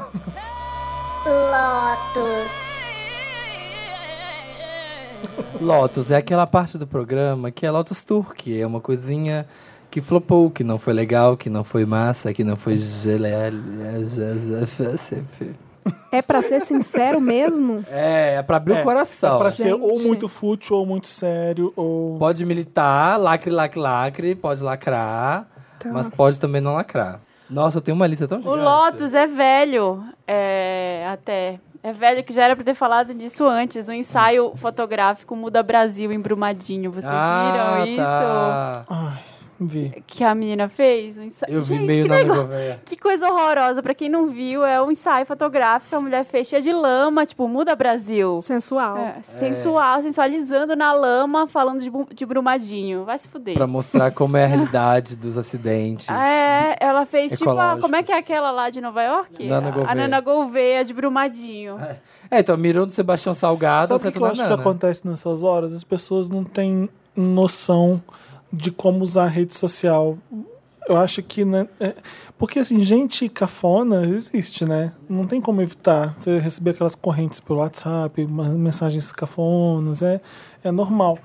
Speaker 3: Lotus é aquela parte do programa que é Lotus Tour, que é uma coisinha que flopou, que não foi legal, que não foi massa, que não foi gele...
Speaker 4: É pra ser sincero mesmo?
Speaker 3: É, é pra abrir
Speaker 1: É,
Speaker 3: o coração.
Speaker 1: É pra ser um.
Speaker 4: Gente.
Speaker 1: ou muito fútil, ou muito sério, ou.
Speaker 3: Pode militar, lacre, lacre, lacre, pode lacrar,
Speaker 4: Tá.
Speaker 3: mas pode também não lacrar. Nossa, eu tenho uma lista tão
Speaker 2: O
Speaker 3: gigante.
Speaker 2: Lotus é velho. É, até. É velho que já era pra ter falado disso antes. Um O ensaio fotográfico Muda Brasil em Brumadinho. Vocês
Speaker 3: Ah,
Speaker 2: viram isso?
Speaker 3: tá.
Speaker 1: Ai, Vi.
Speaker 2: que a menina fez. um ensa-
Speaker 3: Eu vi
Speaker 2: Gente,
Speaker 3: meio
Speaker 2: que
Speaker 3: na
Speaker 2: negócio.
Speaker 3: amiga velha.
Speaker 2: Que coisa horrorosa, pra quem não viu, é um ensaio fotográfico, a mulher fez cheia de lama, tipo, muda Brasil.
Speaker 4: Sensual.
Speaker 2: É, sensual, sensualizando na lama, falando de, bu- de brumadinho. Vai se fuder.
Speaker 3: Pra mostrar como é a realidade dos acidentes.
Speaker 2: É, ela fez tipo, a,
Speaker 3: Ecológicos.
Speaker 2: como é que é aquela lá de Nova York?
Speaker 3: Nana
Speaker 2: A-
Speaker 3: Gouveia.
Speaker 2: A Nana Gouveia de Brumadinho.
Speaker 3: É, então, mirou no Sebastião Salgado.
Speaker 1: Sabe o que,
Speaker 3: acertou
Speaker 1: que eu
Speaker 3: na
Speaker 1: acho que
Speaker 3: Nana.
Speaker 1: acontece nessas horas? As pessoas não têm noção de como usar a rede social. Eu acho que, né? é- porque assim, gente cafona existe, né? Não tem como evitar. Você receber aquelas correntes pelo WhatsApp, uma- mensagens cafonas, é, é normal.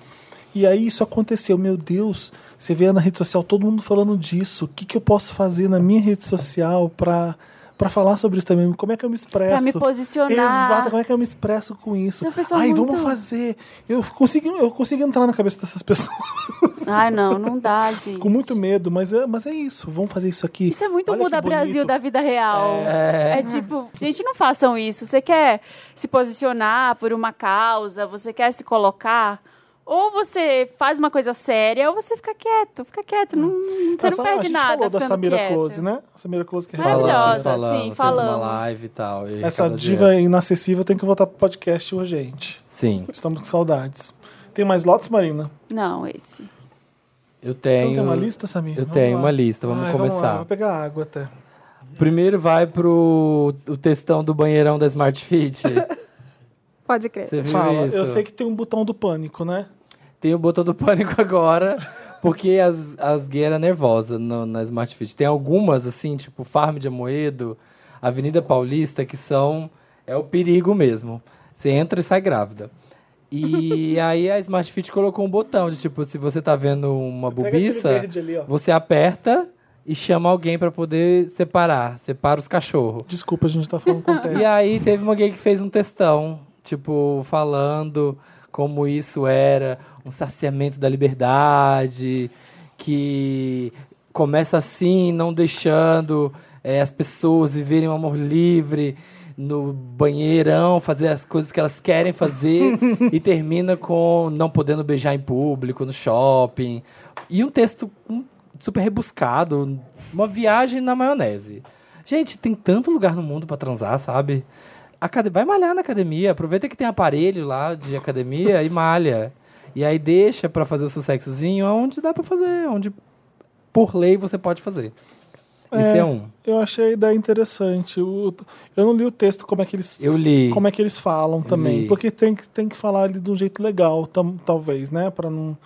Speaker 1: E aí isso aconteceu, meu Deus, você vê na rede social todo mundo falando disso. O que, que eu posso fazer na minha rede social pra, pra falar sobre isso também? Como é que eu me expresso?
Speaker 2: Pra me posicionar.
Speaker 1: Exato, como é que eu me expresso com isso?
Speaker 2: Você é uma pessoa
Speaker 1: Ai,
Speaker 2: muito-
Speaker 1: vamos fazer. Eu consegui, eu consegui entrar na cabeça dessas pessoas
Speaker 2: Ai, não, não dá, gente.
Speaker 1: com muito medo, mas é, mas é isso. Vamos fazer isso aqui.
Speaker 2: Isso é muito
Speaker 1: Olha que
Speaker 2: muda
Speaker 1: bonito.
Speaker 2: Brasil da vida real. É. tipo, gente, não façam isso. Você quer se posicionar por uma causa, você quer se colocar. Ou você faz uma coisa séria, ou você fica quieto, fica quieto. Não, você
Speaker 1: Ah,
Speaker 2: não
Speaker 1: só- a
Speaker 2: perde
Speaker 1: gente
Speaker 2: nada.
Speaker 1: falou da
Speaker 2: ficando
Speaker 1: Samira
Speaker 2: quieto.
Speaker 1: Close, né? A Samira Close que é
Speaker 2: Falamos, Maravilhosa, sim,
Speaker 3: fez
Speaker 2: falamos.
Speaker 3: uma live e tal. e
Speaker 1: Essa
Speaker 3: arrecadou
Speaker 1: diva
Speaker 3: dinheiro.
Speaker 1: inacessível tem que voltar pro podcast urgente.
Speaker 3: Sim,
Speaker 1: Estamos com saudades. Tem mais lotes, Marina?
Speaker 2: Não, esse.
Speaker 1: Você
Speaker 3: eu
Speaker 1: não
Speaker 3: tenho.
Speaker 1: tem uma lista, Samir?
Speaker 3: eu
Speaker 1: Vamos
Speaker 3: tenho
Speaker 1: lá.
Speaker 3: uma lista, vamos
Speaker 1: Ai,
Speaker 3: começar.
Speaker 1: lá, vou pegar água até.
Speaker 3: Primeiro vai pro o textão do banheirão da Smart Fit.
Speaker 4: Pode crer.
Speaker 3: Você viu
Speaker 1: Fala,
Speaker 3: isso?
Speaker 1: eu sei que tem um botão do pânico, né?
Speaker 3: Tem o botão do pânico agora, porque as, as gays eram nervosas no- na Smart Fit. Tem algumas, assim, tipo Farm de Amoedo, Avenida Paulista, que são... É o perigo mesmo. Você entra e sai grávida. E aí a Smart Fit colocou um botão de, tipo, se você tá vendo uma
Speaker 1: Pega aquele
Speaker 3: bobiça,
Speaker 1: verde ali, ó.
Speaker 3: você aperta e chama alguém pra poder separar. Separa os cachorros.
Speaker 1: Desculpa, a gente tá falando com o teste.
Speaker 3: E aí teve uma gay que fez um textão, tipo, falando como isso era um saciamento da liberdade, que começa assim, não deixando eh, as pessoas viverem um amor livre no banheirão, fazer as coisas que elas querem fazer e termina com não podendo beijar em público, no shopping. E um texto hum, super rebuscado, uma viagem na maionese. Gente, tem tanto lugar no mundo pra transar, sabe? Acad- Vai malhar na academia, aproveita que tem aparelho lá de academia e malha. E aí deixa pra fazer o seu sexozinho onde dá pra fazer, onde por lei você pode fazer. Esse é, um.
Speaker 1: Eu achei a ideia interessante. O- eu não li o texto como é que eles
Speaker 3: Eu li.
Speaker 1: como é que eles falam também,
Speaker 3: li.
Speaker 1: porque tem que tem que falar ali de um jeito legal, tam- talvez, né, Pra não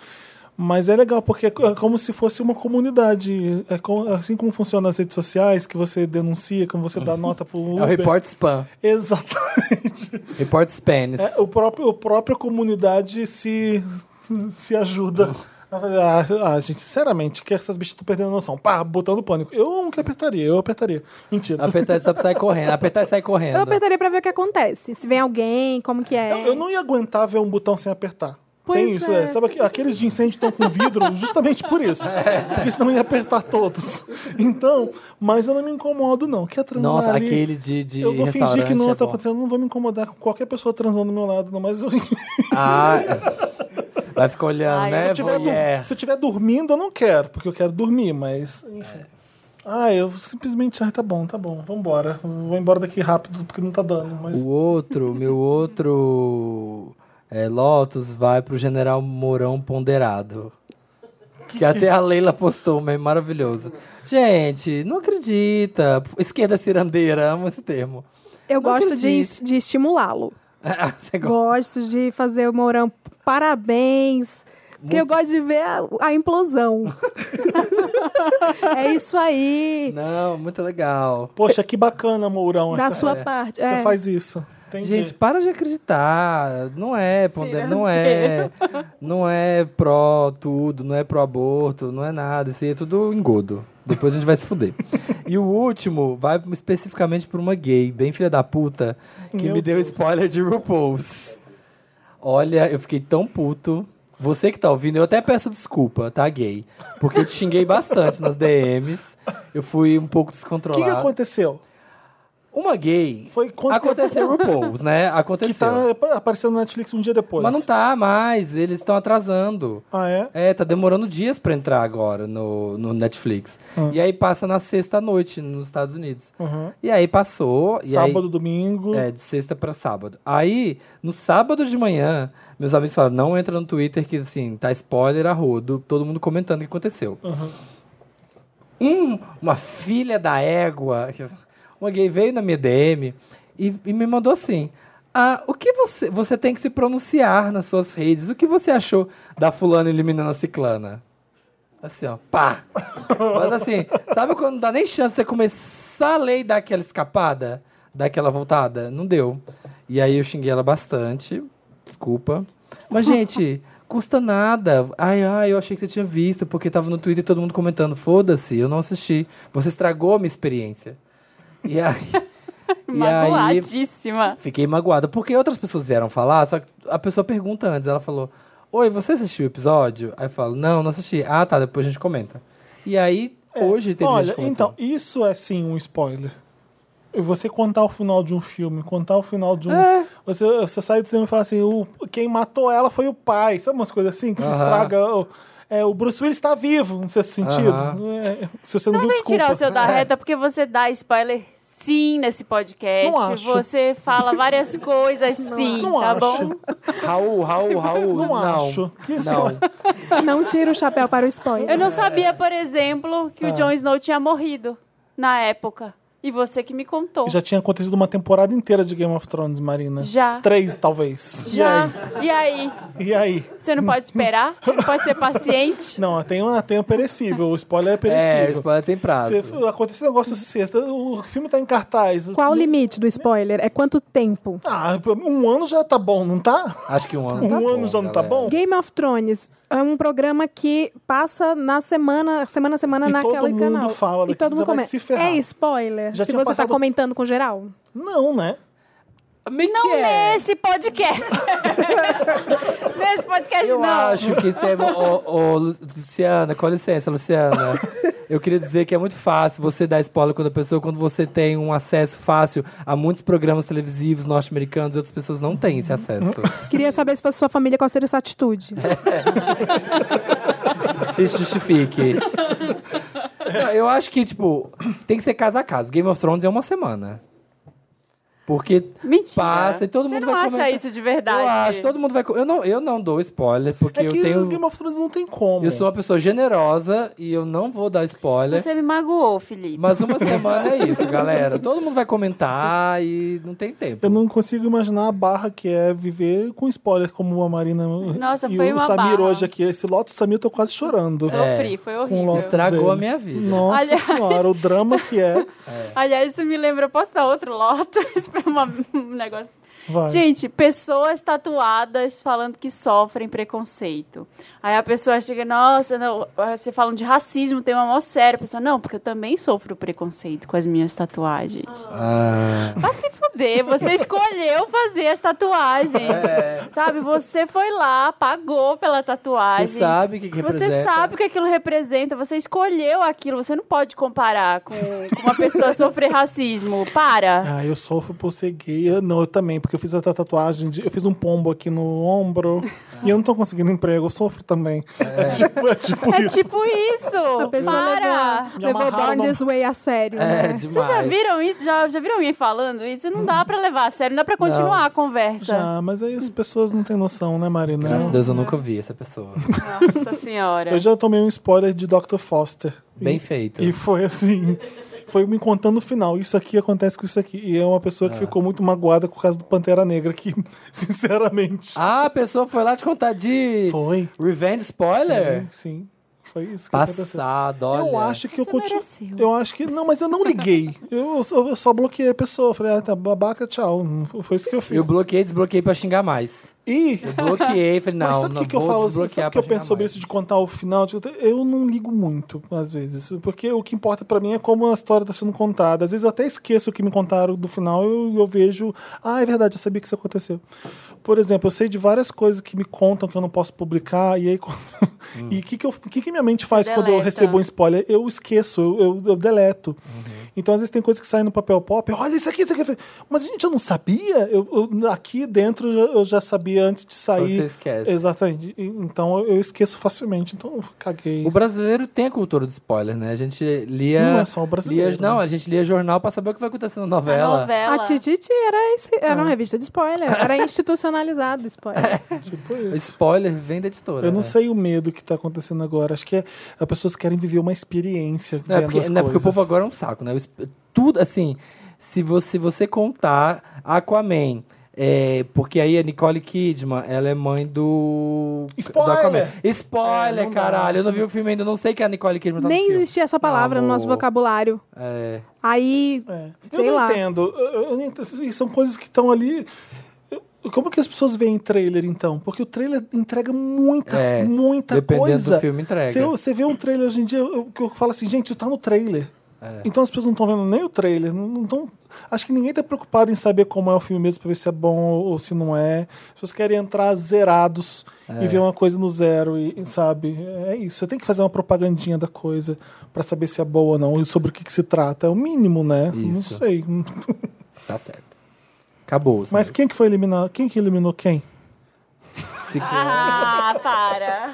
Speaker 1: mas é legal porque é co- é como se fosse uma comunidade, é co- assim como funciona as redes sociais, que você denuncia, como você dá nota pro
Speaker 3: É
Speaker 1: Uber.
Speaker 3: o report spam.
Speaker 1: Exatamente.
Speaker 3: Report spans.
Speaker 1: É, o próprio, o próprio comunidade se, se ajuda.
Speaker 3: Uhum.
Speaker 1: a fazer- Ah, ah, gente, sinceramente, que essas bichas estão perdendo a noção. Pá, botando pânico. Eu nunca apertaria, eu apertaria. Mentira.
Speaker 3: Apertar e sa- sai correndo. Apertar e sai correndo.
Speaker 4: Eu apertaria pra ver o que acontece. Se vem alguém, como que é.
Speaker 1: Eu, eu não ia aguentar ver um botão sem apertar.
Speaker 4: Pois
Speaker 1: Tem isso, é.
Speaker 4: é.
Speaker 1: Sabe aqu- aqueles de incêndio estão com vidro justamente por isso.
Speaker 4: É.
Speaker 1: Porque senão ia apertar todos. Então, mas eu não me incomodo, não. Quer transar
Speaker 3: Nossa,
Speaker 1: ali,
Speaker 3: aquele de, de
Speaker 1: Eu vou fingir que
Speaker 3: restaurante
Speaker 1: não
Speaker 3: é
Speaker 1: tá
Speaker 3: bom.
Speaker 1: acontecendo, não vou me incomodar com qualquer pessoa transando do meu lado, não. Mas eu,
Speaker 3: Ah, é. vai ficar olhando,
Speaker 2: Ai,
Speaker 3: né?
Speaker 1: Se eu, tiver,
Speaker 3: voyeur.
Speaker 1: se eu tiver dormindo, eu não quero, porque eu quero dormir, mas. Enfim.
Speaker 3: É.
Speaker 1: Ah, eu simplesmente. Ah, tá bom, tá bom, vambora. Vou embora daqui rápido, porque não tá dando. Mas
Speaker 3: O outro, o meu outro é, Lotus vai pro General Mourão Ponderado. Que até a Leila postou um meme maravilhoso. Gente, não acredita. Esquerda cirandeira, amo esse termo.
Speaker 4: Eu
Speaker 3: Não
Speaker 4: gosto de,
Speaker 3: acredito.
Speaker 4: es- de estimulá-lo.
Speaker 3: Você gosta?
Speaker 4: Gosto de fazer o Mourão parabéns. Porque eu gosto de ver a, a implosão. é isso aí.
Speaker 3: Não, muito legal.
Speaker 1: Poxa, que bacana, Mourão.
Speaker 4: da
Speaker 1: essa-
Speaker 4: sua parte.
Speaker 1: Você
Speaker 4: É.
Speaker 1: faz isso. Entendi.
Speaker 3: Gente, para de acreditar. Não é, ponder, não é. Não é pró tudo, não é pró aborto, não é nada. Isso aí é tudo engodo. Depois a gente vai se fuder. e o último vai especificamente pra uma gay, bem filha da puta, que
Speaker 1: Meu
Speaker 3: me deu
Speaker 1: Deus.
Speaker 3: spoiler de RuPaul's. Olha, eu fiquei tão puto. Você que tá ouvindo, eu até peço desculpa, tá, gay? Porque eu te xinguei bastante nas DMs. Eu fui um pouco
Speaker 1: o que, que
Speaker 3: descontrolado.
Speaker 1: aconteceu?
Speaker 3: Uma gay.
Speaker 1: Foi quanto
Speaker 3: aconteceu
Speaker 1: tempo?
Speaker 3: RuPaul's, né?
Speaker 1: Que
Speaker 3: Aconteceu.
Speaker 1: tá apa- aparecendo no Netflix um dia depois.
Speaker 3: Mas não tá mais, eles estão atrasando.
Speaker 1: Ah, é?
Speaker 3: É, tá demorando dias pra entrar agora no, no Netflix. E aí passa na sexta à noite nos Estados Unidos.
Speaker 1: Uhum.
Speaker 3: E aí passou. e aí-
Speaker 1: Sábado, domingo.
Speaker 3: é, de sexta pra sábado. Aí, no sábado de manhã, meus amigos falaram, não entra no Twitter que, assim, tá spoiler a rodo, todo mundo comentando o que aconteceu. Um, uma filha da égua, uma gay veio na minha DM e, e me mandou assim, ah, o que você, você tem que se pronunciar nas suas redes, o que você achou da fulana eliminando a ciclana? Assim, ó, pá! Mas assim, sabe quando não dá nem chance de você começar a ler e dar aquela escapada? Dar aquela voltada? Não deu. E aí eu xinguei ela bastante. Desculpa. Mas, gente, custa nada. Ai, ai, eu achei que você tinha visto, porque tava no Twitter todo mundo comentando. Foda-se, eu não assisti. Você estragou a minha experiência. E aí. e aí,
Speaker 2: Magoadíssima.
Speaker 3: Fiquei magoada, porque outras pessoas vieram falar, só que a pessoa pergunta antes, ela falou: Oi, você assistiu o episódio? Aí eu falo, não, não assisti. Ah, tá, depois a gente comenta. E aí, hoje teve
Speaker 1: É, Olha,
Speaker 3: gente
Speaker 1: então,
Speaker 3: comentando.
Speaker 1: isso é sim um spoiler. Você contar o final de um filme, contar o final de um.
Speaker 3: É.
Speaker 1: Você, você sai do cinema e fala assim: o, quem matou ela foi o pai. Sabe umas coisas assim que se
Speaker 3: Aham.
Speaker 1: estraga. o- é, o Bruce Willis está vivo, não sei se sentido.
Speaker 3: Aham.
Speaker 1: É, se você não,
Speaker 2: Não
Speaker 1: viu,
Speaker 2: vem
Speaker 1: desculpa.
Speaker 2: tirar o seu da
Speaker 3: É.
Speaker 2: reta, porque você dá spoiler sim nesse podcast.
Speaker 1: Não acho.
Speaker 2: Você fala várias coisas sim,
Speaker 1: não
Speaker 2: tá
Speaker 1: acho.
Speaker 2: bom?
Speaker 1: então,
Speaker 3: Raul, Raul, Raul,
Speaker 1: Não
Speaker 3: não.
Speaker 1: acho. Que
Speaker 3: não.
Speaker 1: spoiler. é
Speaker 4: Não tira o chapéu para o spoiler.
Speaker 3: É.
Speaker 2: Eu não sabia, por exemplo,
Speaker 3: Ah.
Speaker 2: que o Jon Snow tinha morrido na época. E você que me contou.
Speaker 1: Já tinha acontecido uma temporada inteira de Game of Thrones, Marina.
Speaker 2: Já.
Speaker 1: Três, talvez.
Speaker 2: Já. E aí?
Speaker 1: E aí?
Speaker 2: Você não pode esperar? Você não pode ser paciente?
Speaker 1: Não, tem, uma- tem o perecível. O spoiler é
Speaker 3: É,
Speaker 1: perecível.
Speaker 3: spoiler tem prazo.
Speaker 1: Você- aconteceu um negócio sexta, o filme tá em cartaz.
Speaker 4: Qual o limite do spoiler? É quanto tempo?
Speaker 1: Ah, um ano já tá bom, não tá?
Speaker 3: Acho que um ano
Speaker 1: Um
Speaker 3: tá
Speaker 1: ano
Speaker 3: bom,
Speaker 1: já não tá
Speaker 3: galera.
Speaker 1: bom?
Speaker 4: Game of Thrones é um programa que passa na semana, semana a semana
Speaker 1: E
Speaker 4: naquela
Speaker 1: todo mundo
Speaker 4: canal.
Speaker 1: fala
Speaker 4: e todo
Speaker 1: que
Speaker 4: mundo
Speaker 1: você vai
Speaker 4: comenta.
Speaker 1: se ferrar.
Speaker 4: É spoiler.
Speaker 1: Já
Speaker 4: se
Speaker 1: tinha
Speaker 4: você tá
Speaker 1: passado-
Speaker 4: comentando com geral.
Speaker 1: Não, né?
Speaker 3: Meio que
Speaker 2: Não
Speaker 3: é.
Speaker 2: nesse podcast. nesse podcast,
Speaker 3: Eu
Speaker 2: É, não.
Speaker 3: acho que tem. Ô, ô, Lu- Luciana, com licença, Luciana. Eu queria dizer que é muito fácil você dar spoiler quando a pessoa, quando você tem um acesso fácil a muitos programas televisivos norte-americanos e outras pessoas não têm esse acesso.
Speaker 4: Queria saber se fosse sua família, qual seria a sua atitude.
Speaker 3: Se justifique. Não, eu acho que, tipo, tem que ser caso a caso. Game of Thrones é uma semana. Porque
Speaker 2: Mentira.
Speaker 3: passa e todo
Speaker 2: Você
Speaker 3: mundo
Speaker 2: não
Speaker 3: vai
Speaker 2: acha
Speaker 3: comentar.
Speaker 2: isso de verdade?
Speaker 3: eu acho, todo mundo vai. co- Eu não, eu não dou spoiler, porque
Speaker 1: é
Speaker 3: eu
Speaker 1: que
Speaker 3: tenho.
Speaker 1: o Game of Thrones não tem como.
Speaker 3: Eu sou uma pessoa generosa e eu não vou dar spoiler.
Speaker 2: Você me magoou, Felipe.
Speaker 3: Mas uma semana é isso, galera. Todo mundo vai comentar e não tem tempo.
Speaker 1: Eu não consigo imaginar a barra que é viver com spoiler, como a Marina
Speaker 2: Nossa,
Speaker 1: e o
Speaker 2: foi uma
Speaker 1: Samir
Speaker 2: barra.
Speaker 1: hoje aqui. Esse lote do Samir eu tô quase
Speaker 3: É,
Speaker 1: chorando.
Speaker 2: Sofri, foi
Speaker 1: Com
Speaker 2: horrível.
Speaker 1: o
Speaker 3: Estragou
Speaker 1: dele.
Speaker 3: a minha vida.
Speaker 1: Nossa
Speaker 2: Aliás-
Speaker 1: senhora, o drama que é.
Speaker 2: Aliás, isso me lembra. Posso dar outro loto? Isso pra uma- um negócio.
Speaker 1: Vai.
Speaker 2: Gente, pessoas tatuadas falando que sofrem preconceito. Aí a pessoa chega, nossa, não, você falam de racismo, tem uma mó séria. A pessoa, não, porque eu também sofro preconceito com as minhas tatuagens.
Speaker 3: Ah.
Speaker 2: Vai se fuder, você escolheu fazer as tatuagens.
Speaker 3: É.
Speaker 2: Sabe, você foi lá, pagou pela tatuagem.
Speaker 3: Você sabe o que, que
Speaker 2: Você
Speaker 3: representa.
Speaker 2: sabe o que aquilo representa, você escolheu aquilo, você não pode comparar com com uma pessoa sofrer racismo. Para.
Speaker 1: Ah, eu sofro por ser gay. Eu- não, eu também, porque eu fiz essa tatuagem, de- eu fiz um pombo aqui no ombro e eu não tô conseguindo emprego, eu sofro também. É, tipo, é tipo
Speaker 2: É
Speaker 1: isso.
Speaker 2: tipo isso.
Speaker 4: A pessoa
Speaker 2: Para.
Speaker 4: levou-
Speaker 1: Me
Speaker 4: levou,
Speaker 1: amarraram
Speaker 4: Born
Speaker 1: no-
Speaker 4: This Way a sério.
Speaker 3: É,
Speaker 4: né?
Speaker 3: demais.
Speaker 2: Vocês já viram isso? Já, já viram alguém falando isso? Não dá pra levar a sério, não dá pra continuar a conversa.
Speaker 1: Já, Ah, mas aí as pessoas não têm noção, né, Marina?
Speaker 3: Graças a Deus eu nunca vi essa pessoa.
Speaker 2: Nossa senhora.
Speaker 1: Eu já tomei um spoiler de Dr. Foster.
Speaker 3: Bem
Speaker 1: E-
Speaker 3: feito.
Speaker 1: E foi assim. Foi me contando o final. Isso aqui acontece com isso aqui. E é uma pessoa
Speaker 3: Ah.
Speaker 1: que ficou muito magoada por causa do Pantera Negra, que, sinceramente.
Speaker 3: Ah, a pessoa foi lá te contar de
Speaker 1: Foi.
Speaker 3: Revenge Spoiler?
Speaker 1: Sim, sim. Foi isso que aconteceu.
Speaker 3: Passado, olha.
Speaker 1: Eu acho que eu
Speaker 2: Você
Speaker 1: continuo.
Speaker 2: mereceu.
Speaker 1: Eu acho que. Não, mas eu não liguei. eu, eu só, eu só bloqueei a pessoa. Falei, ah, tá babaca, tchau. Foi isso que eu fiz.
Speaker 3: Eu bloqueei, desbloqueei pra xingar mais.
Speaker 1: E.
Speaker 3: Bloqueei, falei, não,
Speaker 1: mas sabe o
Speaker 3: não
Speaker 1: que, que eu
Speaker 3: vou
Speaker 1: falo? assim? Sabe
Speaker 3: desbloquear
Speaker 1: o que eu
Speaker 3: pra xingar
Speaker 1: penso sobre
Speaker 3: mais.
Speaker 1: isso de contar o final? Tipo, Eu não ligo muito, às vezes. Porque o que importa pra mim é como a história tá sendo contada. Às vezes eu até esqueço o que me contaram do final e eu, eu vejo. Ah, é verdade, eu sabia que isso aconteceu. Por exemplo, eu sei de várias coisas que me contam que eu não posso publicar. E aí. quando-
Speaker 3: Hum.
Speaker 1: E o que, que, eu- o que, que minha mente faz quando eu
Speaker 2: deleta.
Speaker 3: Uhum.
Speaker 1: recebo um spoiler? Eu esqueço, eu, eu- eu deleto. Então, às vezes, tem coisas que saem no papel pop. Olha isso aqui, isso aqui. Mas, gente, eu não sabia. Eu, eu- aqui dentro eu já- eu já sabia antes de sair.
Speaker 3: você esquece.
Speaker 1: Exatamente. E- Então, eu, eu esqueço facilmente. Então, eu caguei.
Speaker 3: O brasileiro tem a cultura do spoiler, né? A gente lia.
Speaker 1: Não é só o brasileiro,
Speaker 3: lia- não,
Speaker 1: né?
Speaker 3: a gente lia jornal pra saber o que vai acontecer na
Speaker 2: A
Speaker 3: novela.
Speaker 2: novela.
Speaker 4: A Tititi era, esse- era uma revista de spoiler. Era institucionalizado o spoiler.
Speaker 1: Tipo
Speaker 3: O
Speaker 1: isso.
Speaker 3: Spoiler vem da editora.
Speaker 1: Eu não
Speaker 3: né?
Speaker 1: sei o medo que tá acontecendo agora. Acho que é, as pessoas querem viver uma experiência.
Speaker 3: Não, é
Speaker 1: vendo
Speaker 3: porque,
Speaker 1: as
Speaker 3: não é porque o
Speaker 1: coisas.
Speaker 3: povo agora é um saco, né? O esp- Tudo, assim, se você, se você contar Aquaman, é, porque aí a Nicole Kidman, ela é mãe do...
Speaker 1: Spoiler!
Speaker 3: do Aquaman. Spoiler,
Speaker 1: É, não dá.
Speaker 3: caralho! Eu não vi o filme ainda, não sei que a Nicole Kidman tá
Speaker 4: Nem
Speaker 3: no filme.
Speaker 4: existia essa palavra no nosso
Speaker 3: Amor.
Speaker 4: vocabulário.
Speaker 3: É,
Speaker 4: Aí,
Speaker 1: É.
Speaker 4: Sei
Speaker 1: eu não
Speaker 4: lá.
Speaker 1: entendo. Eu- eu- eu não entendo. E São coisas que estão ali. Eu- Como que as pessoas veem trailer, então? Porque o trailer entrega muita,
Speaker 3: É,
Speaker 1: muita
Speaker 3: dependendo
Speaker 1: coisa.
Speaker 3: do filme, entrega.
Speaker 1: Você, você vê um trailer hoje em dia, eu, que eu falo assim, gente, isso tá no trailer.
Speaker 3: É.
Speaker 1: Então as pessoas não estão vendo nem o trailer. Não, não tão- acho que ninguém tá preocupado em saber como é o filme mesmo, pra ver se é bom ou se não é. As pessoas querem entrar zerados
Speaker 3: É.
Speaker 1: e ver uma coisa no zero, e, e sabe? É isso. Você tem que fazer uma propagandinha da coisa pra saber se é boa ou não e sobre o que, que se trata. É o mínimo, né? Não
Speaker 3: Isso.
Speaker 1: sei.
Speaker 3: tá certo. Acabou. os
Speaker 1: Mas
Speaker 3: meus.
Speaker 1: quem que foi eliminado? Quem que eliminou quem?
Speaker 3: Ciclano,
Speaker 2: Ah, para.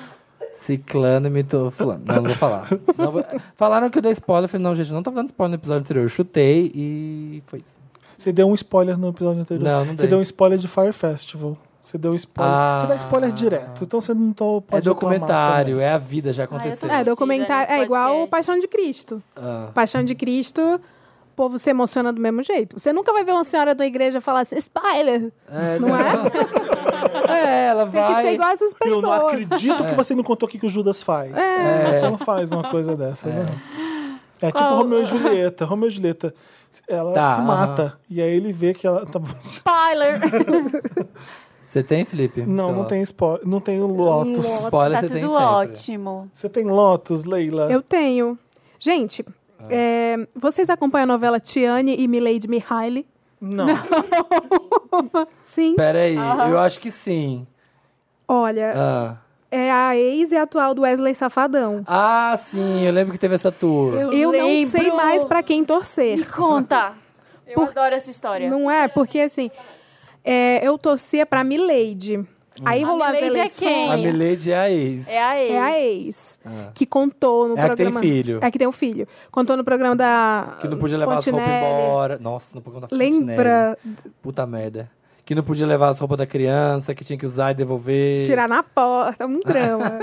Speaker 3: Ciclano imitou fulano. Não, não vou falar. Não vou- Falaram que eu dei spoiler. Eu falei, não, gente, eu não tava dando spoiler no episódio anterior. Eu chutei e foi isso.
Speaker 1: Você deu um spoiler no episódio anterior.
Speaker 3: Não, não
Speaker 1: você
Speaker 3: dei.
Speaker 1: deu um spoiler de Fire Festival. Você deu um spoiler.
Speaker 3: Ah.
Speaker 1: Você dá spoiler direto, então você não tô, pode
Speaker 3: é
Speaker 1: reclamar
Speaker 3: documentário,
Speaker 1: também.
Speaker 3: é a vida, já aconteceu.
Speaker 2: Perdida
Speaker 4: é, documentário. É
Speaker 2: né, nesse
Speaker 4: igual o
Speaker 2: podcast.
Speaker 4: Paixão de Cristo.
Speaker 3: Ah.
Speaker 4: Paixão de Cristo, o povo se emociona do mesmo jeito. Você nunca vai ver uma senhora da igreja falar assim, spoiler!
Speaker 3: É,
Speaker 4: Não é?
Speaker 3: É, ela
Speaker 4: Tem
Speaker 3: vai.
Speaker 4: que ser igual essas
Speaker 1: Eu
Speaker 4: pessoas.
Speaker 1: não acredito que você me contou o que, que o Judas faz.
Speaker 3: É.
Speaker 1: Você não faz uma coisa dessa, né? É tipo
Speaker 2: Qual-
Speaker 1: Romeu e Julieta. Romeu e Julieta, ela
Speaker 3: Tá,
Speaker 1: se
Speaker 3: aham.
Speaker 1: mata. E aí ele vê que ela. tá-
Speaker 2: Spoiler.
Speaker 3: Você tem, Felipe?
Speaker 1: Não,
Speaker 3: Sei
Speaker 1: não
Speaker 3: lá.
Speaker 1: tem spoiler. Não tem um Lotus.
Speaker 4: Lotus.
Speaker 3: Spoiler
Speaker 2: tá
Speaker 3: você tem
Speaker 2: tudo
Speaker 3: sempre.
Speaker 2: ótimo.
Speaker 1: Você tem Lotus, Leila?
Speaker 4: Eu tenho. Gente, é, vocês acompanham a novela Tiane e Milady Mihaly?
Speaker 1: Não.
Speaker 4: Sim.
Speaker 3: Pera aí, eu acho que sim.
Speaker 4: Olha,
Speaker 3: Ah.
Speaker 4: é a ex e atual do Wesley Safadão.
Speaker 3: Ah, sim, eu lembro que teve essa tour.
Speaker 4: Eu não sei
Speaker 2: lembro.
Speaker 4: mais pra quem torcer.
Speaker 2: Me conta. Eu
Speaker 4: Por-
Speaker 2: adoro essa história.
Speaker 4: Não é? Porque assim, é, eu torcia pra Milady.
Speaker 3: Hum.
Speaker 4: Aí
Speaker 2: A
Speaker 4: rolou as
Speaker 2: Milady é
Speaker 4: eleições.
Speaker 2: quem?
Speaker 3: A Milady é a ex.
Speaker 2: É a ex.
Speaker 4: É a ex. Que contou no
Speaker 3: É a que tem
Speaker 4: programa.
Speaker 3: filho.
Speaker 4: É que tem um filho. Contou no programa da.
Speaker 3: Que não podia levar as roupas
Speaker 4: Fontenelle.
Speaker 3: embora. Nossa, não podia contar
Speaker 4: Lembra
Speaker 3: Puta merda. Que não podia levar as roupas da criança, que tinha que usar e devolver.
Speaker 4: tirar na porta, um drama.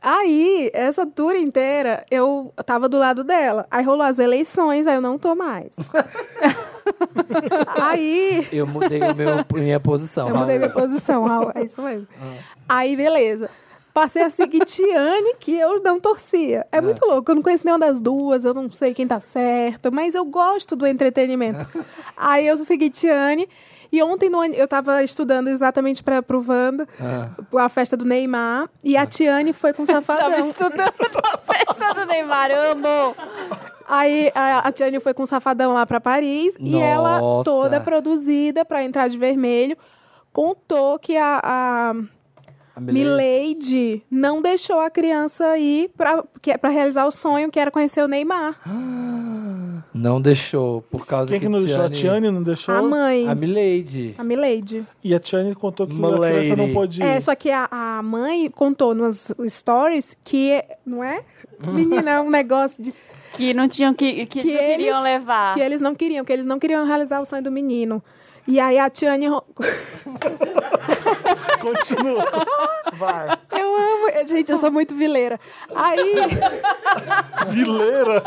Speaker 4: aí, essa tour inteira, eu tava do lado dela. Aí rolou as eleições, aí eu não tô mais. aí.
Speaker 3: Eu mudei o meu, minha posição.
Speaker 4: Eu mudei minha
Speaker 3: Raul.
Speaker 4: posição, Raul. É isso mesmo.
Speaker 2: Ah.
Speaker 4: Aí, beleza. Passei a seguir Tiane, que eu não torcia.
Speaker 2: Ah.
Speaker 4: É muito louco, eu não conheço nenhuma das duas, eu não sei quem tá certo, mas eu gosto do entretenimento.
Speaker 2: Ah.
Speaker 4: Aí eu segui Tiane, e ontem no an- eu tava estudando exatamente pra, pro Wanda, a festa do Neymar, e a Tiane foi com o Safadão.
Speaker 2: Ah. Tava estudando a festa do Neymar, amo.
Speaker 4: Aí a, a Tiane foi com o Safadão lá pra Paris e ela
Speaker 3: Nossa.
Speaker 4: toda produzida pra entrar de vermelho. Contou que a, a
Speaker 3: A Milady.
Speaker 4: Milady não deixou a criança ir pra, que- pra realizar o sonho que era conhecer o Neymar.
Speaker 3: Não deixou, por causa
Speaker 1: Quem é que não deixou? A Tiane não deixou?
Speaker 4: A mãe.
Speaker 3: A Milady.
Speaker 4: A Milady.
Speaker 1: E a Tiane contou que a
Speaker 3: Milady.
Speaker 1: criança não podia.
Speaker 4: É, só que a, a mãe contou nos stories que. Não é? Menina, é um negócio de.
Speaker 2: Que não tinham que. Que,
Speaker 4: Que
Speaker 2: eles não queriam
Speaker 4: eles-
Speaker 2: levar.
Speaker 4: Que eles não queriam, que eles não queriam realizar o sonho do menino. E aí a Tiane. ro-
Speaker 1: Continua. Vai.
Speaker 4: Eu amo. eu- Gente, eu sou muito vileira. Aí.
Speaker 1: Vileira.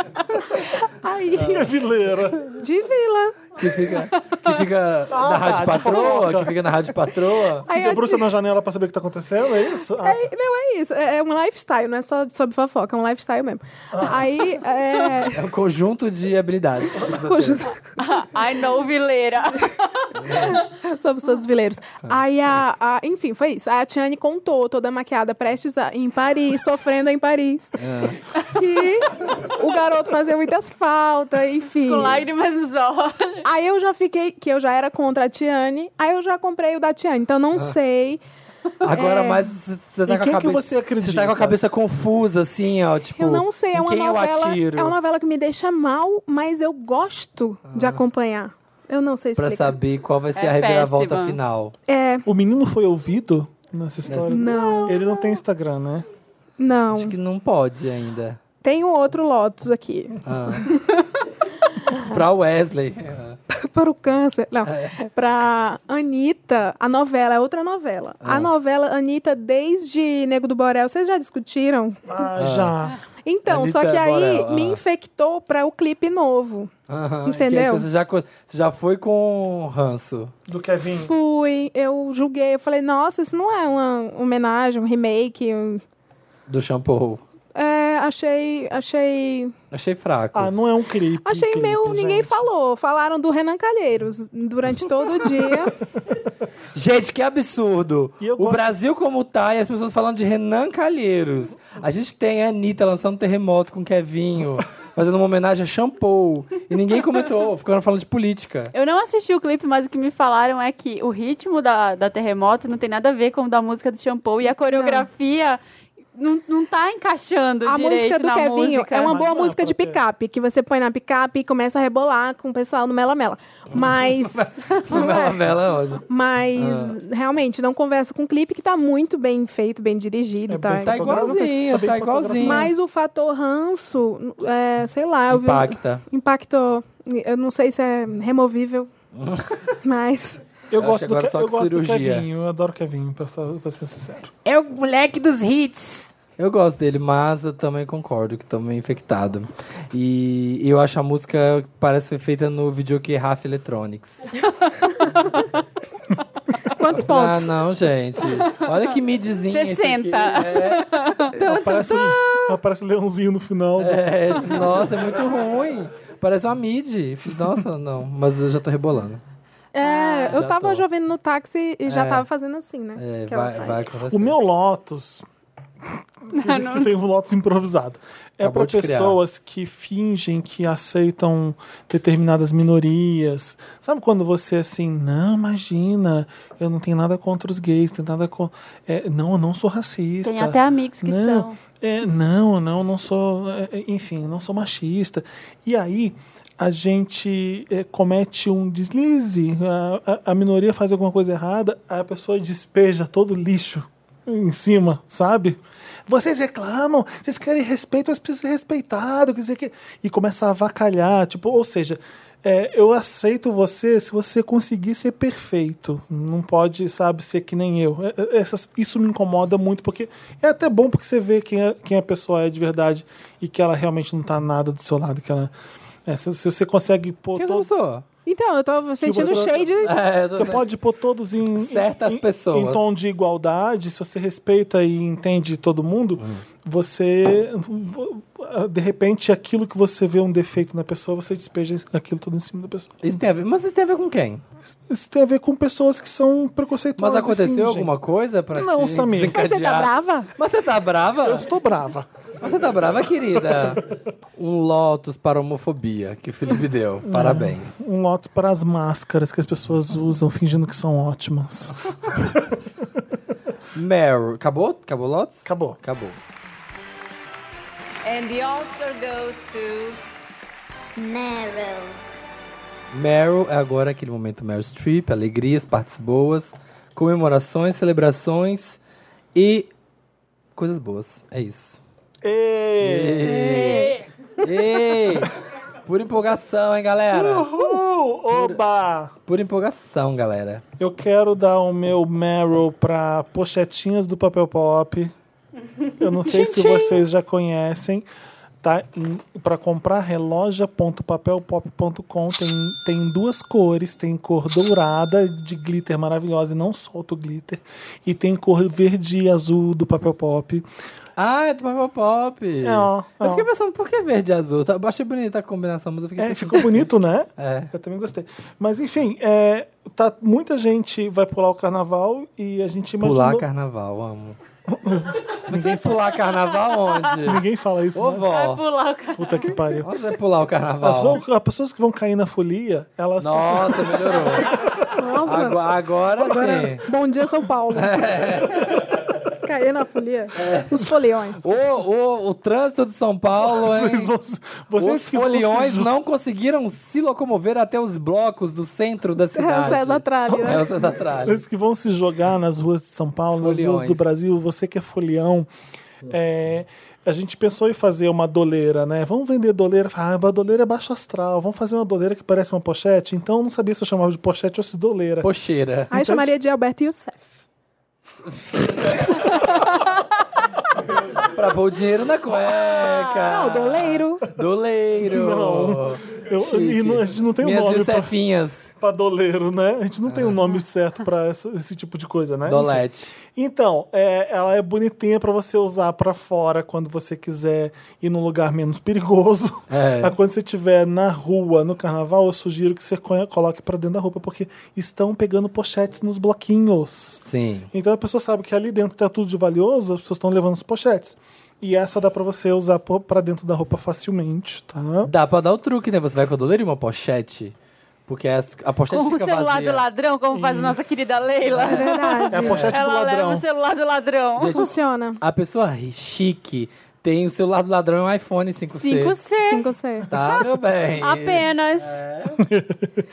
Speaker 4: Aí.
Speaker 1: É vileira.
Speaker 4: De vila.
Speaker 3: Que fica, que fica na Rádio
Speaker 1: tá, de
Speaker 3: Patroa,
Speaker 1: fofoca.
Speaker 3: que fica na Rádio Patroa.
Speaker 4: Aí
Speaker 1: Fica
Speaker 4: eu
Speaker 1: bruxa
Speaker 4: te-
Speaker 1: na janela pra saber o que tá acontecendo, é isso? Ah,
Speaker 4: É, não, é isso. É, é um lifestyle, não é só sobre fofoca, é um lifestyle mesmo.
Speaker 3: Ah.
Speaker 4: Aí. É...
Speaker 3: É um conjunto de habilidades.
Speaker 4: Um
Speaker 2: Ai, não, vileira.
Speaker 4: Somos
Speaker 3: Ah.
Speaker 4: todos vileiros. Aí a, a- Enfim, foi isso. Aí a Tiane contou, toda maquiada, prestes a, em Paris, sofrendo em Paris.
Speaker 3: Ah.
Speaker 4: Que o garoto fazia muitas faltas, enfim.
Speaker 2: Com lágrimas nos olhos.
Speaker 3: Ah.
Speaker 4: Aí eu já fiquei, que eu já era contra a Tiane, aí eu já comprei o da Tiane. Então não sei
Speaker 3: Agora, mas você tá
Speaker 1: Em
Speaker 3: com
Speaker 1: quem é
Speaker 3: a
Speaker 1: que
Speaker 3: cabeça-
Speaker 1: você acredita?
Speaker 3: Você tá com a cabeça confusa, assim, ó, tipo...
Speaker 4: Eu não sei,
Speaker 3: em
Speaker 4: é uma
Speaker 3: quem eu
Speaker 4: novela.
Speaker 3: atiro?
Speaker 4: É uma novela que me deixa mal, mas eu gosto de acompanhar. Eu não sei
Speaker 3: Ah. Pra
Speaker 4: explicar.
Speaker 3: saber qual vai ser
Speaker 2: É
Speaker 3: a reviravolta
Speaker 2: péssima.
Speaker 3: final.
Speaker 4: É,
Speaker 1: O menino foi ouvido nessa história?
Speaker 4: Não.
Speaker 1: Ele não tem Instagram, né?
Speaker 4: não.
Speaker 3: Acho que não pode ainda.
Speaker 4: Tem um outro Lotus aqui.
Speaker 3: Ah. pra Wesley.
Speaker 4: para o câncer. Não. Pra Anitta, a novela é outra novela. A novela Anitta, desde Nego do Borel, vocês já discutiram?
Speaker 1: Ah, já.
Speaker 4: Então,
Speaker 3: Anitta
Speaker 4: só que aí
Speaker 3: Borel,
Speaker 4: me
Speaker 3: ah.
Speaker 4: infectou para o clipe novo.
Speaker 3: Aham, que
Speaker 4: Entendeu?
Speaker 3: aí Você já, co- você já foi com ranço.
Speaker 1: Do Kevin.
Speaker 4: Fui, eu julguei, eu falei, nossa, isso não é uma homenagem, um remake. um-
Speaker 3: Do shampoo.
Speaker 4: É, achei, achei,
Speaker 3: Achei fraco.
Speaker 1: Ah, não é um clipe.
Speaker 4: achei
Speaker 1: clipe,
Speaker 4: meio, ninguém
Speaker 1: gente.
Speaker 4: falou. Falaram do Renan Calheiros durante todo o dia.
Speaker 3: Gente, que absurdo!
Speaker 1: E eu
Speaker 3: O
Speaker 1: gosto-
Speaker 3: Brasil como tá e as pessoas falando de Renan Calheiros. A gente tem a Anitta lançando um terremoto com Kevinho, fazendo uma homenagem a shampoo. E ninguém comentou, ficaram falando de política.
Speaker 2: Eu não assisti o clipe, mas o que me falaram é que o ritmo da, da Terremoto não tem nada a ver com o da música do Shampoo e a coreografia não, não tá encaixando
Speaker 4: A
Speaker 2: direito
Speaker 4: música do
Speaker 2: na
Speaker 4: Kevinho
Speaker 2: música.
Speaker 4: é uma
Speaker 1: Mas
Speaker 4: boa
Speaker 1: não é
Speaker 4: música de
Speaker 1: porque-
Speaker 4: picape, que você põe na picape e começa a rebolar com o pessoal no Mela Mela. Mas. não
Speaker 3: Mela,
Speaker 4: é.
Speaker 3: mela, olha.
Speaker 4: Mas
Speaker 3: Ah.
Speaker 4: realmente não conversa com o clipe que tá muito bem feito, bem
Speaker 1: É bem
Speaker 4: dirigido, tá?
Speaker 1: fotográfico,
Speaker 3: Tá igualzinho,
Speaker 1: bem
Speaker 3: tá
Speaker 1: fotografado.
Speaker 3: igualzinho.
Speaker 4: Mas o fator ranço, é, sei lá, eu
Speaker 3: Impacta.
Speaker 4: vi. Impactou. Eu não sei se é removível, mas.
Speaker 1: Eu
Speaker 3: Acho
Speaker 1: gosto,
Speaker 3: que
Speaker 1: do,
Speaker 3: agora
Speaker 1: Ke-
Speaker 3: só
Speaker 1: eu
Speaker 3: com
Speaker 1: gosto do
Speaker 3: cirurgia.
Speaker 1: Kevin, eu adoro o Kevin, pra, ser- pra ser sincero.
Speaker 3: É o moleque dos hits. Eu gosto dele, mas eu também concordo que tô meio infectado. E eu acho a música parece que foi feita no videokê Raf Electronics.
Speaker 4: Quantos
Speaker 3: Ah,
Speaker 4: pontos?
Speaker 3: não, gente. Olha que midzinha. esse aqui.
Speaker 2: 60.
Speaker 3: É,
Speaker 1: Aparece, um- aparece um leãozinho no final. do-
Speaker 3: É, tipo, nossa, é muito ruim. Parece uma mid. Nossa, não. Mas eu já tô rebolando.
Speaker 4: É, eu
Speaker 3: Ah, já
Speaker 4: tava
Speaker 3: tô.
Speaker 4: já vendo no táxi e já
Speaker 3: É.
Speaker 4: tava fazendo assim, né?
Speaker 3: É,
Speaker 4: que ela
Speaker 3: vai,
Speaker 4: faz.
Speaker 3: vai acontecer.
Speaker 1: O meu Lotus. que tem um Lotus improvisado. É para
Speaker 3: Acabou de criar.
Speaker 1: pessoas que fingem que aceitam determinadas minorias. Sabe quando você assim, não, imagina, eu não tenho nada contra os gays, tenho nada contra. não, eu não sou racista.
Speaker 2: Tem até amigos que
Speaker 1: não,
Speaker 2: são.
Speaker 1: É, não, não, não sou. é, é, enfim, não sou machista. E aí a gente é, comete um deslize, a, a- a minoria faz alguma coisa errada, a pessoa despeja todo o lixo em cima, sabe? Vocês reclamam, vocês querem respeito, mas precisa ser respeitado, quer dizer que. E começa a avacalhar, tipo, ou seja. é, eu aceito você se você conseguir ser perfeito. Não pode, sabe, ser que nem eu. É, é, essas- isso me incomoda muito, porque é até bom porque você vê quem, é- quem a pessoa é de verdade e que ela realmente não tá nada do seu lado. Que ela, é, se, se você consegue pôr
Speaker 3: Quem eu não
Speaker 1: todos.
Speaker 3: sou?
Speaker 4: Então, eu tô sentindo
Speaker 1: você-
Speaker 4: o shade.
Speaker 3: É, eu tô-
Speaker 1: Você pode pôr todos em, em-
Speaker 3: Certas
Speaker 1: em-
Speaker 3: pessoas.
Speaker 1: em tom de igualdade, se você respeita e entende todo mundo, você de repente aquilo que você vê um defeito na pessoa, você despeja aquilo tudo em cima da pessoa.
Speaker 3: Isso tem a ver... Mas isso tem a ver com quem?
Speaker 1: Isso tem a ver com pessoas que são
Speaker 3: Mas
Speaker 1: preconceituosas. e
Speaker 3: aconteceu
Speaker 1: fingem.
Speaker 3: alguma coisa pra
Speaker 1: Não,
Speaker 3: te
Speaker 1: Samir.
Speaker 4: Mas você tá
Speaker 3: desencadear?
Speaker 4: brava?
Speaker 3: Mas você tá brava?
Speaker 1: Eu estou brava.
Speaker 3: Mas Você tá brava, querida? Um Lotus para a homofobia que o Felipe deu. Parabéns.
Speaker 1: Um lote para as máscaras que as pessoas usam fingindo que são ótimas.
Speaker 3: Meryl. Acabou? Acabou o Lotus?
Speaker 1: Acabou.
Speaker 3: Acabou.
Speaker 5: And the Oscar goes to.
Speaker 6: Meryl.
Speaker 3: Meryl é agora aquele momento Meryl Streep, alegrias, partes boas, comemorações, celebrações e coisas boas. É isso.
Speaker 1: Ei!
Speaker 3: Ei! Ei! Por empolgação, hein, galera?
Speaker 1: Uhul! Oba!
Speaker 3: Por empolgação, galera.
Speaker 1: Eu quero dar o meu Meryl para pochetinhas do papel pop. Eu não sei se vocês já conhecem. Tá? Para comprar reloja.papelpop.com tem, tem duas cores. Tem cor dourada de glitter maravilhosa e não solta o glitter. E tem cor verde e azul do papel pop.
Speaker 3: Ah, é do Pop Pop.
Speaker 1: É, ó,
Speaker 3: Eu
Speaker 1: ó.
Speaker 3: fiquei pensando, por que verde e azul? Tá- Eu achei bonita a combinação, mas eu fiquei
Speaker 1: É,
Speaker 3: pensando-
Speaker 1: ficou bonito, né?
Speaker 3: É.
Speaker 1: Eu também gostei. Mas enfim, é, tá, muita gente vai pular o carnaval e a gente imagina.
Speaker 3: Pular carnaval, amo. Você vai pular carnaval onde?
Speaker 1: Ninguém fala isso,
Speaker 3: Ô,
Speaker 1: né?
Speaker 2: Vai
Speaker 3: vó.
Speaker 2: pular o cara.
Speaker 1: Puta que pariu.
Speaker 3: Onde você vai pular o
Speaker 1: As
Speaker 3: carnaval?
Speaker 1: pessoas, as pessoas que vão cair na folia, elas.
Speaker 3: Nossa, melhorou.
Speaker 4: Nossa.
Speaker 3: Agora, agora
Speaker 4: Agora,
Speaker 3: sim. É.
Speaker 4: bom dia, São Paulo. Cair na folia. Os foliões.
Speaker 3: O, o, o trânsito de São Paulo, hein?
Speaker 1: Vocês, vão, vocês
Speaker 3: os
Speaker 1: que vão se
Speaker 3: foliões
Speaker 1: ju-
Speaker 3: não conseguiram se locomover até os blocos do centro da cidade.
Speaker 4: É César Tralli, né?
Speaker 3: É o César Tralli.
Speaker 1: Vocês que vão se jogar nas ruas de São Paulo, nas
Speaker 3: Foliões.
Speaker 1: ruas do Brasil, você que é folião. é, a gente pensou em fazer uma doleira, né? Vamos vender doleira. Ah, a doleira é baixo astral. Vamos fazer uma doleira que parece uma pochete. Então eu não sabia se eu chamava de pochete ou se doleira.
Speaker 3: Pocheira.
Speaker 4: Aí eu chamaria de Alberto Youssef.
Speaker 3: Pra pôr o dinheiro na cueca.
Speaker 4: Ah, Não, doleiro.
Speaker 3: Doleiro.
Speaker 1: Não. Eu- e não- a gente não tem um
Speaker 3: Minhas
Speaker 1: nome pra,
Speaker 3: Josefinhas.
Speaker 1: pra doleiro, né? A gente não tem um nome certo pra essa- esse tipo de coisa, né?
Speaker 3: É. Dolete.
Speaker 1: Então, é, ela é bonitinha pra você usar pra fora quando você quiser ir num lugar menos perigoso.
Speaker 3: É.
Speaker 1: Mas Quando você estiver na rua, no carnaval, eu sugiro que você co- coloque pra dentro da roupa, porque estão pegando pochetes nos bloquinhos.
Speaker 3: Sim.
Speaker 1: Então a pessoa sabe que ali dentro tá tudo de valioso, as pessoas estão levando os pochetes. E essa dá pra você usar po- pra dentro da roupa facilmente, tá?
Speaker 3: Dá pra dar o truque, né? Você vai com a doleira e uma pochete. Porque as- a pochete
Speaker 2: Com o
Speaker 3: fica
Speaker 2: celular
Speaker 3: vazia.
Speaker 2: do ladrão, como faz a nossa querida Leila.
Speaker 4: É verdade.
Speaker 1: É a pochete do
Speaker 2: Ela leva
Speaker 1: ladrão.
Speaker 2: o celular do ladrão.
Speaker 3: tipo Gente,
Speaker 4: Funciona.
Speaker 3: A pessoa ri- chique tem o celular do ladrão e um iPhone 5C.
Speaker 2: 5C.
Speaker 4: 5C.
Speaker 3: Tá, meu bem.
Speaker 2: Apenas.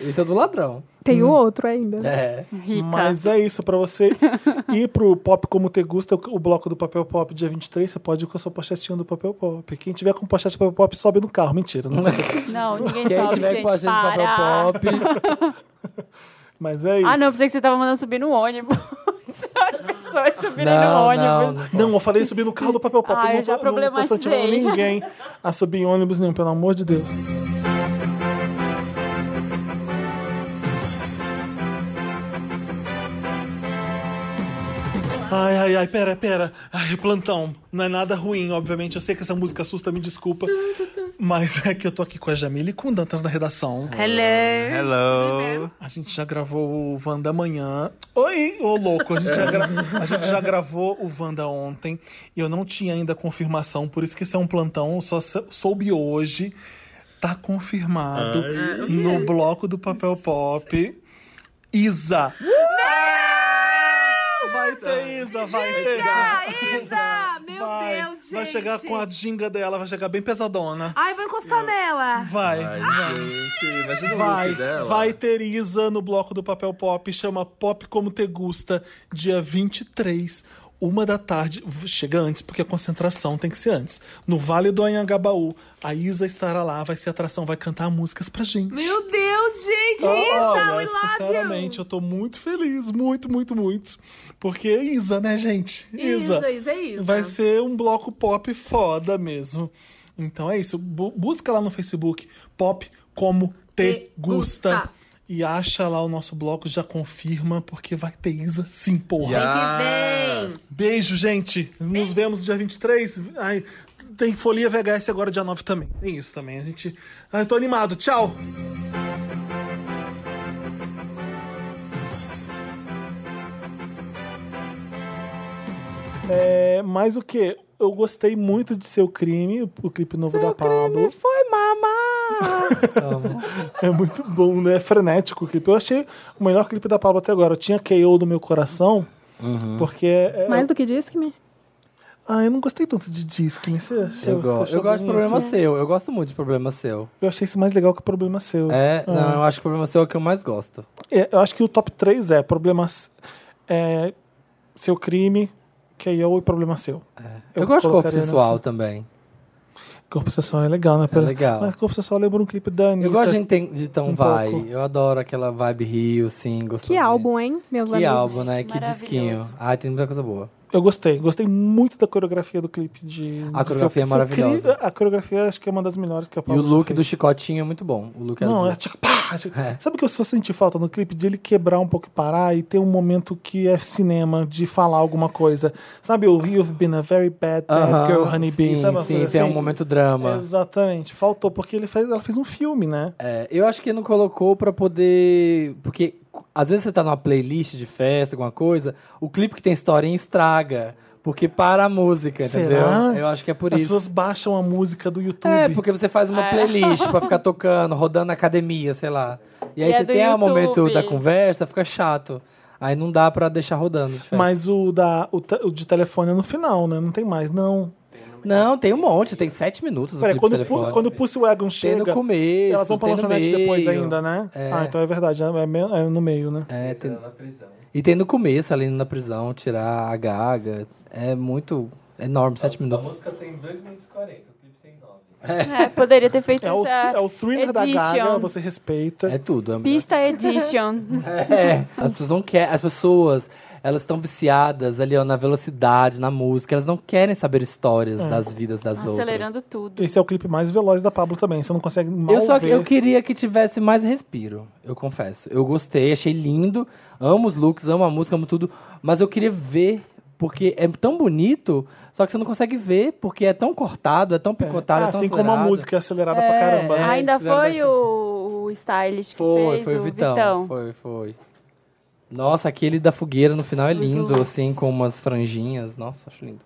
Speaker 3: Esse é do ladrão.
Speaker 4: Tem o outro ainda.
Speaker 3: É.
Speaker 2: Rica.
Speaker 1: Mas é isso, pra você ir pro Pop Como Te Gusta, o o bloco do Papel Pop dia 23, você pode ir com a sua pochetinha do Papel Pop. Quem tiver com pochete do Papel Pop, sobe no carro. Mentira, né?
Speaker 2: É.
Speaker 1: não
Speaker 2: Não, ninguém
Speaker 3: Quem
Speaker 2: sobe,
Speaker 3: tiver
Speaker 2: gente.
Speaker 3: com a gente
Speaker 2: para.
Speaker 3: papel pop,
Speaker 1: Mas é isso.
Speaker 2: Ah, não, pensei que você tava mandando subir no ônibus. As pessoas subirem no
Speaker 3: Não,
Speaker 2: ônibus.
Speaker 3: não,
Speaker 1: Não, eu falei subir no carro do papel pop.
Speaker 2: Ah,
Speaker 1: eu não
Speaker 2: eu já
Speaker 1: tô- não tô
Speaker 2: problematizei.
Speaker 1: incentivando ninguém a subir em ônibus nenhum, pelo amor de Deus. Ai, ai, ai, pera, pera. Ai, plantão. Não é nada ruim, obviamente. Eu sei que essa música assusta, me desculpa.
Speaker 2: tá,
Speaker 1: Mas é que eu tô aqui com a Jamile e com o Dantas na redação.
Speaker 7: Hello.
Speaker 1: A gente já gravou o Wanda amanhã. Oi, ô louco, a gente, já gra- a gente já gravou o Wanda ontem. E eu não tinha ainda confirmação, por isso que isso é um plantão. Eu só sou- soube hoje. Tá confirmado
Speaker 8: Ah,
Speaker 1: no bloco do Papel Pop. Isa. Vai ter Isa, vai ter.
Speaker 8: Isa! Meu
Speaker 1: Vai,
Speaker 8: Deus, gente!
Speaker 1: vai chegar com a dinga dela, vai chegar bem pesadona.
Speaker 8: Ai, vou encostar nela!
Speaker 1: Vai.
Speaker 7: Ai, gente, imagina o
Speaker 1: Vai,
Speaker 7: look dela.
Speaker 1: vai ter Isa no bloco do Papel Pop, chama Pop Como Te Gusta, dia 23, uma da tarde. V- Chega antes, porque a concentração tem que ser antes. No Vale do Anhangabaú, a Isa estará lá, vai ser atração, vai cantar músicas pra gente.
Speaker 8: Meu Deus, gente! Isa,
Speaker 1: Olha,
Speaker 8: we love
Speaker 1: sinceramente,
Speaker 8: you!
Speaker 1: eu tô muito feliz, muito, muito, muito. Porque é Isa, né, gente?
Speaker 8: Isa, Isa, é Isa.
Speaker 1: Vai ser um bloco pop foda mesmo. Então é isso. Bu- busca lá no Facebook Pop Como Te
Speaker 8: Te
Speaker 1: gusta.
Speaker 8: Gusta.
Speaker 1: E acha lá o nosso bloco, já confirma, porque vai ter Isa sim, porra.
Speaker 7: Yeah.
Speaker 8: Vem que vem!
Speaker 1: Beijo, gente. Nos vemos no dia 23. Ai, tem Folia VHS agora dia 9 também. Tem isso também. A gente. Ai, tô animado. Tchau! É, mas o que? Eu gostei muito de Seu Crime, o clipe novo da Pablo.
Speaker 4: Foi mamar.
Speaker 1: É muito bom, né? É frenético o clipe. Eu achei o melhor clipe da Pablo até agora. Eu tinha KO no meu coração,
Speaker 3: Uhum.
Speaker 1: porque é,
Speaker 4: Mais do que disse que me.
Speaker 1: Ah, eu não gostei tanto de Disque, você achou?
Speaker 3: eu,
Speaker 1: você
Speaker 3: gosto.
Speaker 1: achou
Speaker 3: eu gosto
Speaker 1: bonito?
Speaker 3: de problema seu. Eu gosto muito de problema seu.
Speaker 1: Eu achei isso mais legal que o problema seu.
Speaker 3: É, não, eu acho que o problema seu é o que eu mais gosto.
Speaker 1: É, Eu acho que o top 3 é problema s- é, seu crime, KO e problema seu.
Speaker 3: É. Eu, gosto de corpo
Speaker 1: colocaria
Speaker 3: sensual
Speaker 1: nessa.
Speaker 3: também.
Speaker 1: Corpo sensual é legal, né? Pera-
Speaker 3: legal.
Speaker 1: Mas corpo sensual lembra um clipe da Anitta.
Speaker 3: Eu gosto de, enten- de tão
Speaker 1: um
Speaker 3: vai.
Speaker 1: pouco.
Speaker 3: Eu adoro aquela vibe Rio, assim,
Speaker 4: Que
Speaker 3: gostosinha.
Speaker 4: álbum, hein, meus
Speaker 3: Que
Speaker 4: amigos?
Speaker 3: álbum, né? Que disquinho.
Speaker 2: Maravilhoso.
Speaker 3: Ah, tem muita coisa boa.
Speaker 1: Eu gostei. Gostei muito da coreografia do clipe de.
Speaker 3: A
Speaker 1: de
Speaker 3: coreografia é maravilhosa.
Speaker 1: cri- A coreografia acho que é uma das melhores que a
Speaker 3: E o
Speaker 1: Paula já
Speaker 3: look
Speaker 1: fez.
Speaker 3: do chicotinho é muito bom. O look
Speaker 1: Não,
Speaker 3: azul.
Speaker 1: é tipo, pá, tipo- Sabe o que eu só senti falta no clipe? De ele quebrar um pouco e parar e ter um momento que é cinema, de falar alguma coisa. Sabe, o You've Been a Very Bad, Bad
Speaker 3: Aham,
Speaker 1: Girl, é Honey Bee.
Speaker 3: sim,
Speaker 1: Sabe uma
Speaker 3: sim,
Speaker 1: coisa
Speaker 3: tem
Speaker 1: assim?
Speaker 3: um momento drama.
Speaker 1: Exatamente, faltou, porque ele fez, ela fez um filme, né?
Speaker 3: É, eu acho que não colocou pra poder. Porque cu- às vezes você tá numa playlist de festa, alguma coisa, o clipe que tem historinha estraga. Porque para a música, entendeu?
Speaker 1: Será?
Speaker 3: Eu acho que é por
Speaker 1: As
Speaker 3: isso.
Speaker 1: pessoas baixam a música do YouTube. Ah.
Speaker 3: É, porque você faz uma
Speaker 2: É.
Speaker 3: playlist pra ficar tocando, rodando na academia, sei lá. E aí
Speaker 2: E é
Speaker 3: você
Speaker 2: do
Speaker 3: tem o momento
Speaker 2: YouTube.
Speaker 3: da conversa, fica chato. Aí não dá pra deixar rodando. de fato.
Speaker 1: Mas o, da, o, te- o de telefone é no final, né? Não tem mais, não.
Speaker 7: Né?
Speaker 3: Não, tem um monte, tem sete minutos do
Speaker 1: Peraí,
Speaker 3: clipe
Speaker 1: quando,
Speaker 3: de telefone.
Speaker 1: pu- quando o Pussy Wagon
Speaker 3: Tem
Speaker 1: chega,
Speaker 3: no começo,
Speaker 1: elas vão pra
Speaker 3: tem no
Speaker 1: lanchonete
Speaker 3: meio.
Speaker 1: depois ainda, né?
Speaker 3: É.
Speaker 1: Ah, então é verdade, é, é me- é no meio, né?
Speaker 3: É, tem...
Speaker 7: Na prisão.
Speaker 3: E tem no começo, ali na prisão, tirar a gaga. É muito enorme, sete
Speaker 7: A
Speaker 3: minutos.
Speaker 7: música tem 2 minutos e 40, o clipe tem 9.
Speaker 2: É, poderia ter feito
Speaker 1: É o,
Speaker 2: essa
Speaker 1: é o thriller da
Speaker 2: Edition.
Speaker 1: Gaga, você respeita.
Speaker 3: É tudo. é-
Speaker 2: pista edition.
Speaker 3: É, as pessoas não querem. As pessoas, elas estão viciadas ali ó, na velocidade, na música. Elas não querem saber histórias
Speaker 1: É.
Speaker 3: das vidas das
Speaker 2: acelerando tudo.
Speaker 1: Esse é o clipe mais veloz da Pablo também, você não consegue mal
Speaker 3: outras. Eu só
Speaker 1: ver.
Speaker 3: eu queria que tivesse mais respiro, eu confesso. Eu gostei, achei lindo. Amo os looks, amo a música, amo tudo. Mas eu queria ver, porque é tão bonito, só que você não consegue ver, porque é tão cortado, é tão picotado, é,
Speaker 1: Ah,
Speaker 3: tão
Speaker 1: assim como a
Speaker 3: acelerado.
Speaker 1: música é acelerada
Speaker 3: É,
Speaker 1: pra caramba. né?
Speaker 3: é.
Speaker 2: Ainda
Speaker 3: eles fizeram
Speaker 2: foi
Speaker 3: dessa-
Speaker 2: o, o stylist que
Speaker 3: Foi,
Speaker 2: fez,
Speaker 3: foi o Vitão, Foi, foi. Nossa, aquele da fogueira no final é
Speaker 2: Os
Speaker 3: lindo,
Speaker 2: looks.
Speaker 3: assim, com umas franjinhas. Nossa, acho lindo.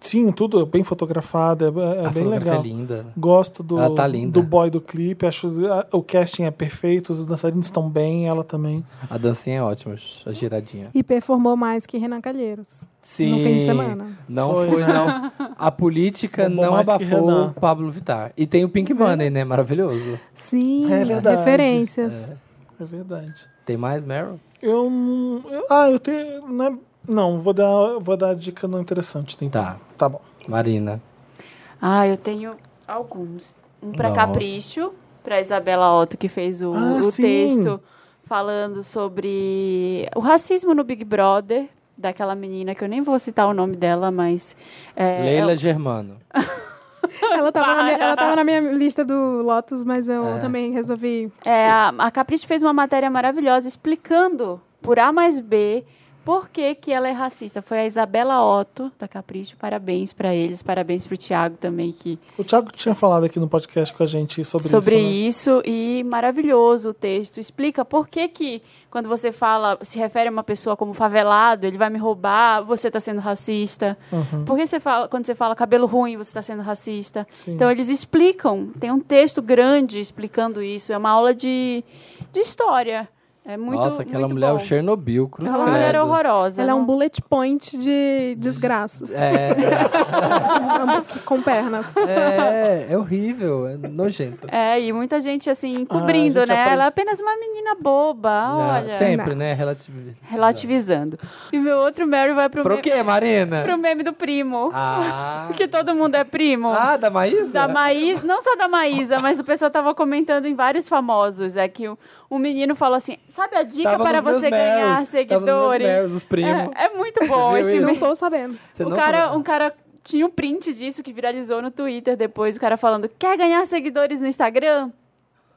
Speaker 1: Sim, tudo bem fotografado, é, é
Speaker 3: a
Speaker 1: bem
Speaker 3: fotografia
Speaker 1: legal.
Speaker 3: é linda. né?
Speaker 1: Gosto do,
Speaker 3: Ela tá linda.
Speaker 1: do boy do clipe, acho a- o casting é perfeito, os dançarinos estão bem, ela também.
Speaker 3: A dancinha é ótima, a giradinha.
Speaker 4: E performou mais que Renan Calheiros.
Speaker 3: Sim.
Speaker 4: No fim de semana.
Speaker 3: Não
Speaker 1: Foi,
Speaker 3: foi,
Speaker 1: né?
Speaker 3: não. A política
Speaker 1: Bombou
Speaker 3: não
Speaker 1: mais que
Speaker 3: abafou
Speaker 1: Renan. Uhum.
Speaker 3: o Pablo Vittar. E tem o Pink Money, né? Maravilhoso.
Speaker 4: Sim,
Speaker 1: É verdade.
Speaker 4: referências.
Speaker 1: É verdade.
Speaker 3: Tem mais, Meryl?
Speaker 1: Eu, não- eu- Ah, eu tenho. Não, é- não, vou dar, vou dar a dica não interessante. Tem,
Speaker 3: Tá.
Speaker 1: Tá bom.
Speaker 3: Marina.
Speaker 2: Ah, eu tenho alguns. Um pra
Speaker 3: Nossa.
Speaker 2: Capricho, pra Isabela Otto, que fez o,
Speaker 1: Ah,
Speaker 2: o
Speaker 1: sim.
Speaker 2: texto falando sobre o racismo no Big Brother, daquela menina que eu nem vou citar o nome dela, mas. é,
Speaker 3: Leila
Speaker 2: é-
Speaker 3: Germano.
Speaker 4: Ela, tava na minha,
Speaker 2: Para.
Speaker 4: ela tava na minha lista do Lotus, mas eu também resolvi.
Speaker 2: é, a, a Capricho fez uma matéria maravilhosa explicando por A mais B. Por que, que ela é racista? Foi a Isabela Otto, da Capricho. Parabéns pra eles, parabéns pro Tiago também, que
Speaker 1: O Thiago tinha falado aqui no podcast com a gente sobre,
Speaker 2: sobre
Speaker 1: isso. né?
Speaker 2: isso, e maravilhoso o texto. Explica por que que quando você fala, se refere a uma pessoa como favelado, ele vai me roubar, você está sendo racista. Por que você fala, quando você fala cabelo ruim, você está sendo racista?
Speaker 1: Sim.
Speaker 2: Então eles explicam, tem um texto grande explicando isso, é uma aula de, de história. É muito
Speaker 3: Nossa, aquela
Speaker 2: muito
Speaker 3: mulher é
Speaker 2: bom.
Speaker 3: o Chernobyl, cruz
Speaker 2: Aquela mulher é
Speaker 3: credo.
Speaker 2: horrorosa.
Speaker 4: Ela é um
Speaker 2: não-
Speaker 4: bullet point de desgraças.
Speaker 3: É,
Speaker 4: Com pernas.
Speaker 3: é, é horrível, é nojento.
Speaker 2: É, e muita gente assim
Speaker 1: Ah, a
Speaker 2: encobrindo,
Speaker 1: gente
Speaker 2: né? Ela é
Speaker 1: aprende-
Speaker 2: apenas uma menina boba, olha.
Speaker 3: Sempre, né? Relativo.
Speaker 2: Relativizando. E meu outro Mary vai pro,
Speaker 3: Pro
Speaker 2: me-
Speaker 3: quê, Marina?
Speaker 2: pro meme do primo.
Speaker 3: Ah.
Speaker 2: Que todo mundo é primo.
Speaker 3: Ah, da Maísa?
Speaker 2: Da Maísa, não só da Maísa, mas o pessoal tava comentando em vários famosos. É que um, um menino falou assim: sabe a dica
Speaker 3: Tava
Speaker 2: para
Speaker 3: nos meus
Speaker 2: você ganhar
Speaker 3: Meryls, Tava nos meus
Speaker 2: seguidores?
Speaker 3: Meryls, os primos.
Speaker 2: É, é muito bom
Speaker 3: Você viu
Speaker 2: esse
Speaker 3: isso?
Speaker 4: Não
Speaker 2: meme.
Speaker 4: tô sabendo.
Speaker 3: Você
Speaker 2: O
Speaker 3: não
Speaker 2: cara,
Speaker 3: falou.
Speaker 2: um cara tinha um print disso que viralizou no Twitter depois, o cara falando: quer ganhar seguidores no Instagram?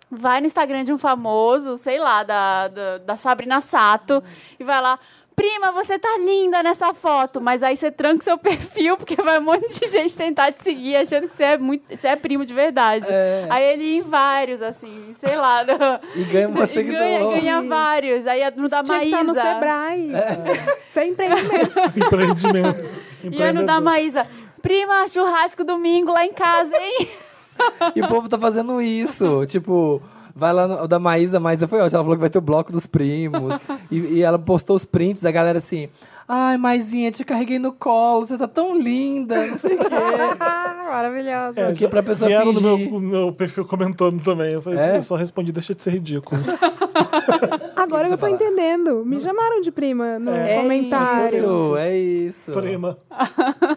Speaker 2: Vai no Instagram de um famoso, sei lá, da, da, da Sabrina Sato, e vai lá. Prima, você tá linda nessa foto, mas aí você tranca o seu perfil, porque vai um monte de gente tentar te seguir, achando que você é, muito, você é primo de verdade.
Speaker 3: É.
Speaker 2: Aí ele ia em vários, assim, sei lá. do-
Speaker 3: E ganha uma
Speaker 2: e ganha,
Speaker 3: seguidora.
Speaker 2: ganha vários. Aí é no da
Speaker 4: Tinha que
Speaker 2: Maísa.
Speaker 4: estar no
Speaker 1: é.
Speaker 4: Sebrae. Sempre aí mesmo.
Speaker 1: Empreendimento. um
Speaker 2: E ano da
Speaker 1: Empreendedor.
Speaker 2: Maísa. Prima, churrasco domingo lá em casa, hein?
Speaker 3: E o povo tá fazendo isso. Tipo, vai lá no, o da Maísa, a Maísa foi ótima. Ela falou que vai ter o bloco dos primos. e, e ela postou os prints da galera assim. Ai, Maisinha, te carreguei no colo, você tá tão linda, não sei o quê.
Speaker 4: Maravilhosa.
Speaker 1: É,
Speaker 3: Porque pra pessoa
Speaker 1: Vieram no
Speaker 3: fingir-
Speaker 1: meu, meu perfil comentando também. Eu, falei,
Speaker 3: É?
Speaker 1: eu só respondi, deixa de ser ridículo.
Speaker 4: Agora
Speaker 3: que
Speaker 4: eu tô
Speaker 3: você fala?
Speaker 4: entendendo. Me chamaram de prima no
Speaker 1: É
Speaker 4: comentário.
Speaker 3: isso, é isso.
Speaker 1: Prima.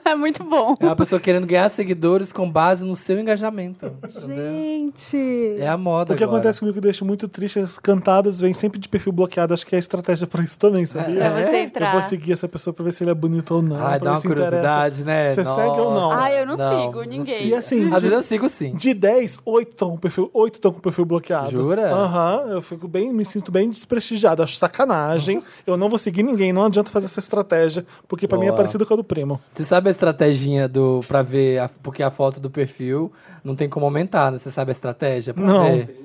Speaker 2: É muito bom.
Speaker 3: É uma pessoa querendo ganhar seguidores com base no seu engajamento. entendeu?
Speaker 4: Gente.
Speaker 3: É a moda
Speaker 1: O que
Speaker 3: agora.
Speaker 1: acontece comigo que deixa muito triste, as cantadas vêm sempre de perfil bloqueado. Acho que é a estratégia pra isso também, sabia?
Speaker 2: Pra você entrar.
Speaker 1: Eu vou seguir essa pessoa pra ver se ele é bonito ou não.
Speaker 3: É,
Speaker 1: pra
Speaker 3: Ai, dá
Speaker 1: ver
Speaker 3: uma
Speaker 1: se interessa.
Speaker 3: curiosidade, né?
Speaker 1: Você segue ou não?
Speaker 2: Ah, eu não sigo ninguém.
Speaker 3: sigo.
Speaker 1: E assim,
Speaker 3: Às
Speaker 1: de-
Speaker 3: vezes eu sigo sim.
Speaker 1: De 10, 8 estão com o perfil, 8 estão com o perfil bloqueado.
Speaker 3: Jura?
Speaker 1: Aham, eu fico bem, me sinto bem desprestigiado, acho sacanagem. eu não vou seguir ninguém, não adianta fazer essa estratégia, porque pra mim é
Speaker 3: Boa.
Speaker 1: parecido com a do primo.
Speaker 3: Você sabe a estratégia do pra ver, a- porque a foto do perfil não tem como aumentar, né? Você sabe a estratégia pra
Speaker 1: Não.
Speaker 3: ver?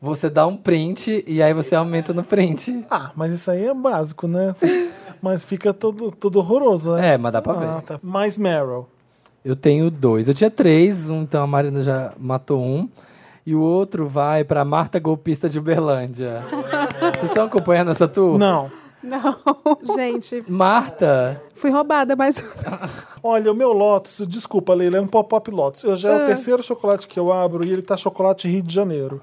Speaker 3: você dá um print e aí você aumenta no print.
Speaker 1: Ah, mas isso aí é básico, né? mas fica todo, todo horroroso, né?
Speaker 3: É, mas dá pra ver.
Speaker 1: Ah, tá. Mais Meryl.
Speaker 3: Eu tenho dois. Eu tinha três, um, então a Marina já matou um. E o outro vai pra Marta Golpista de Uberlândia. Vocês estão acompanhando essa turma?
Speaker 1: Não.
Speaker 4: Gente,
Speaker 3: Marta,
Speaker 4: fui roubada, mas
Speaker 1: Olha, o meu Lotus, desculpa, Leila, é um pop-up Lotus. Eu
Speaker 3: Ah.
Speaker 1: já é o terceiro chocolate que eu abro e ele tá chocolate Rio de Janeiro.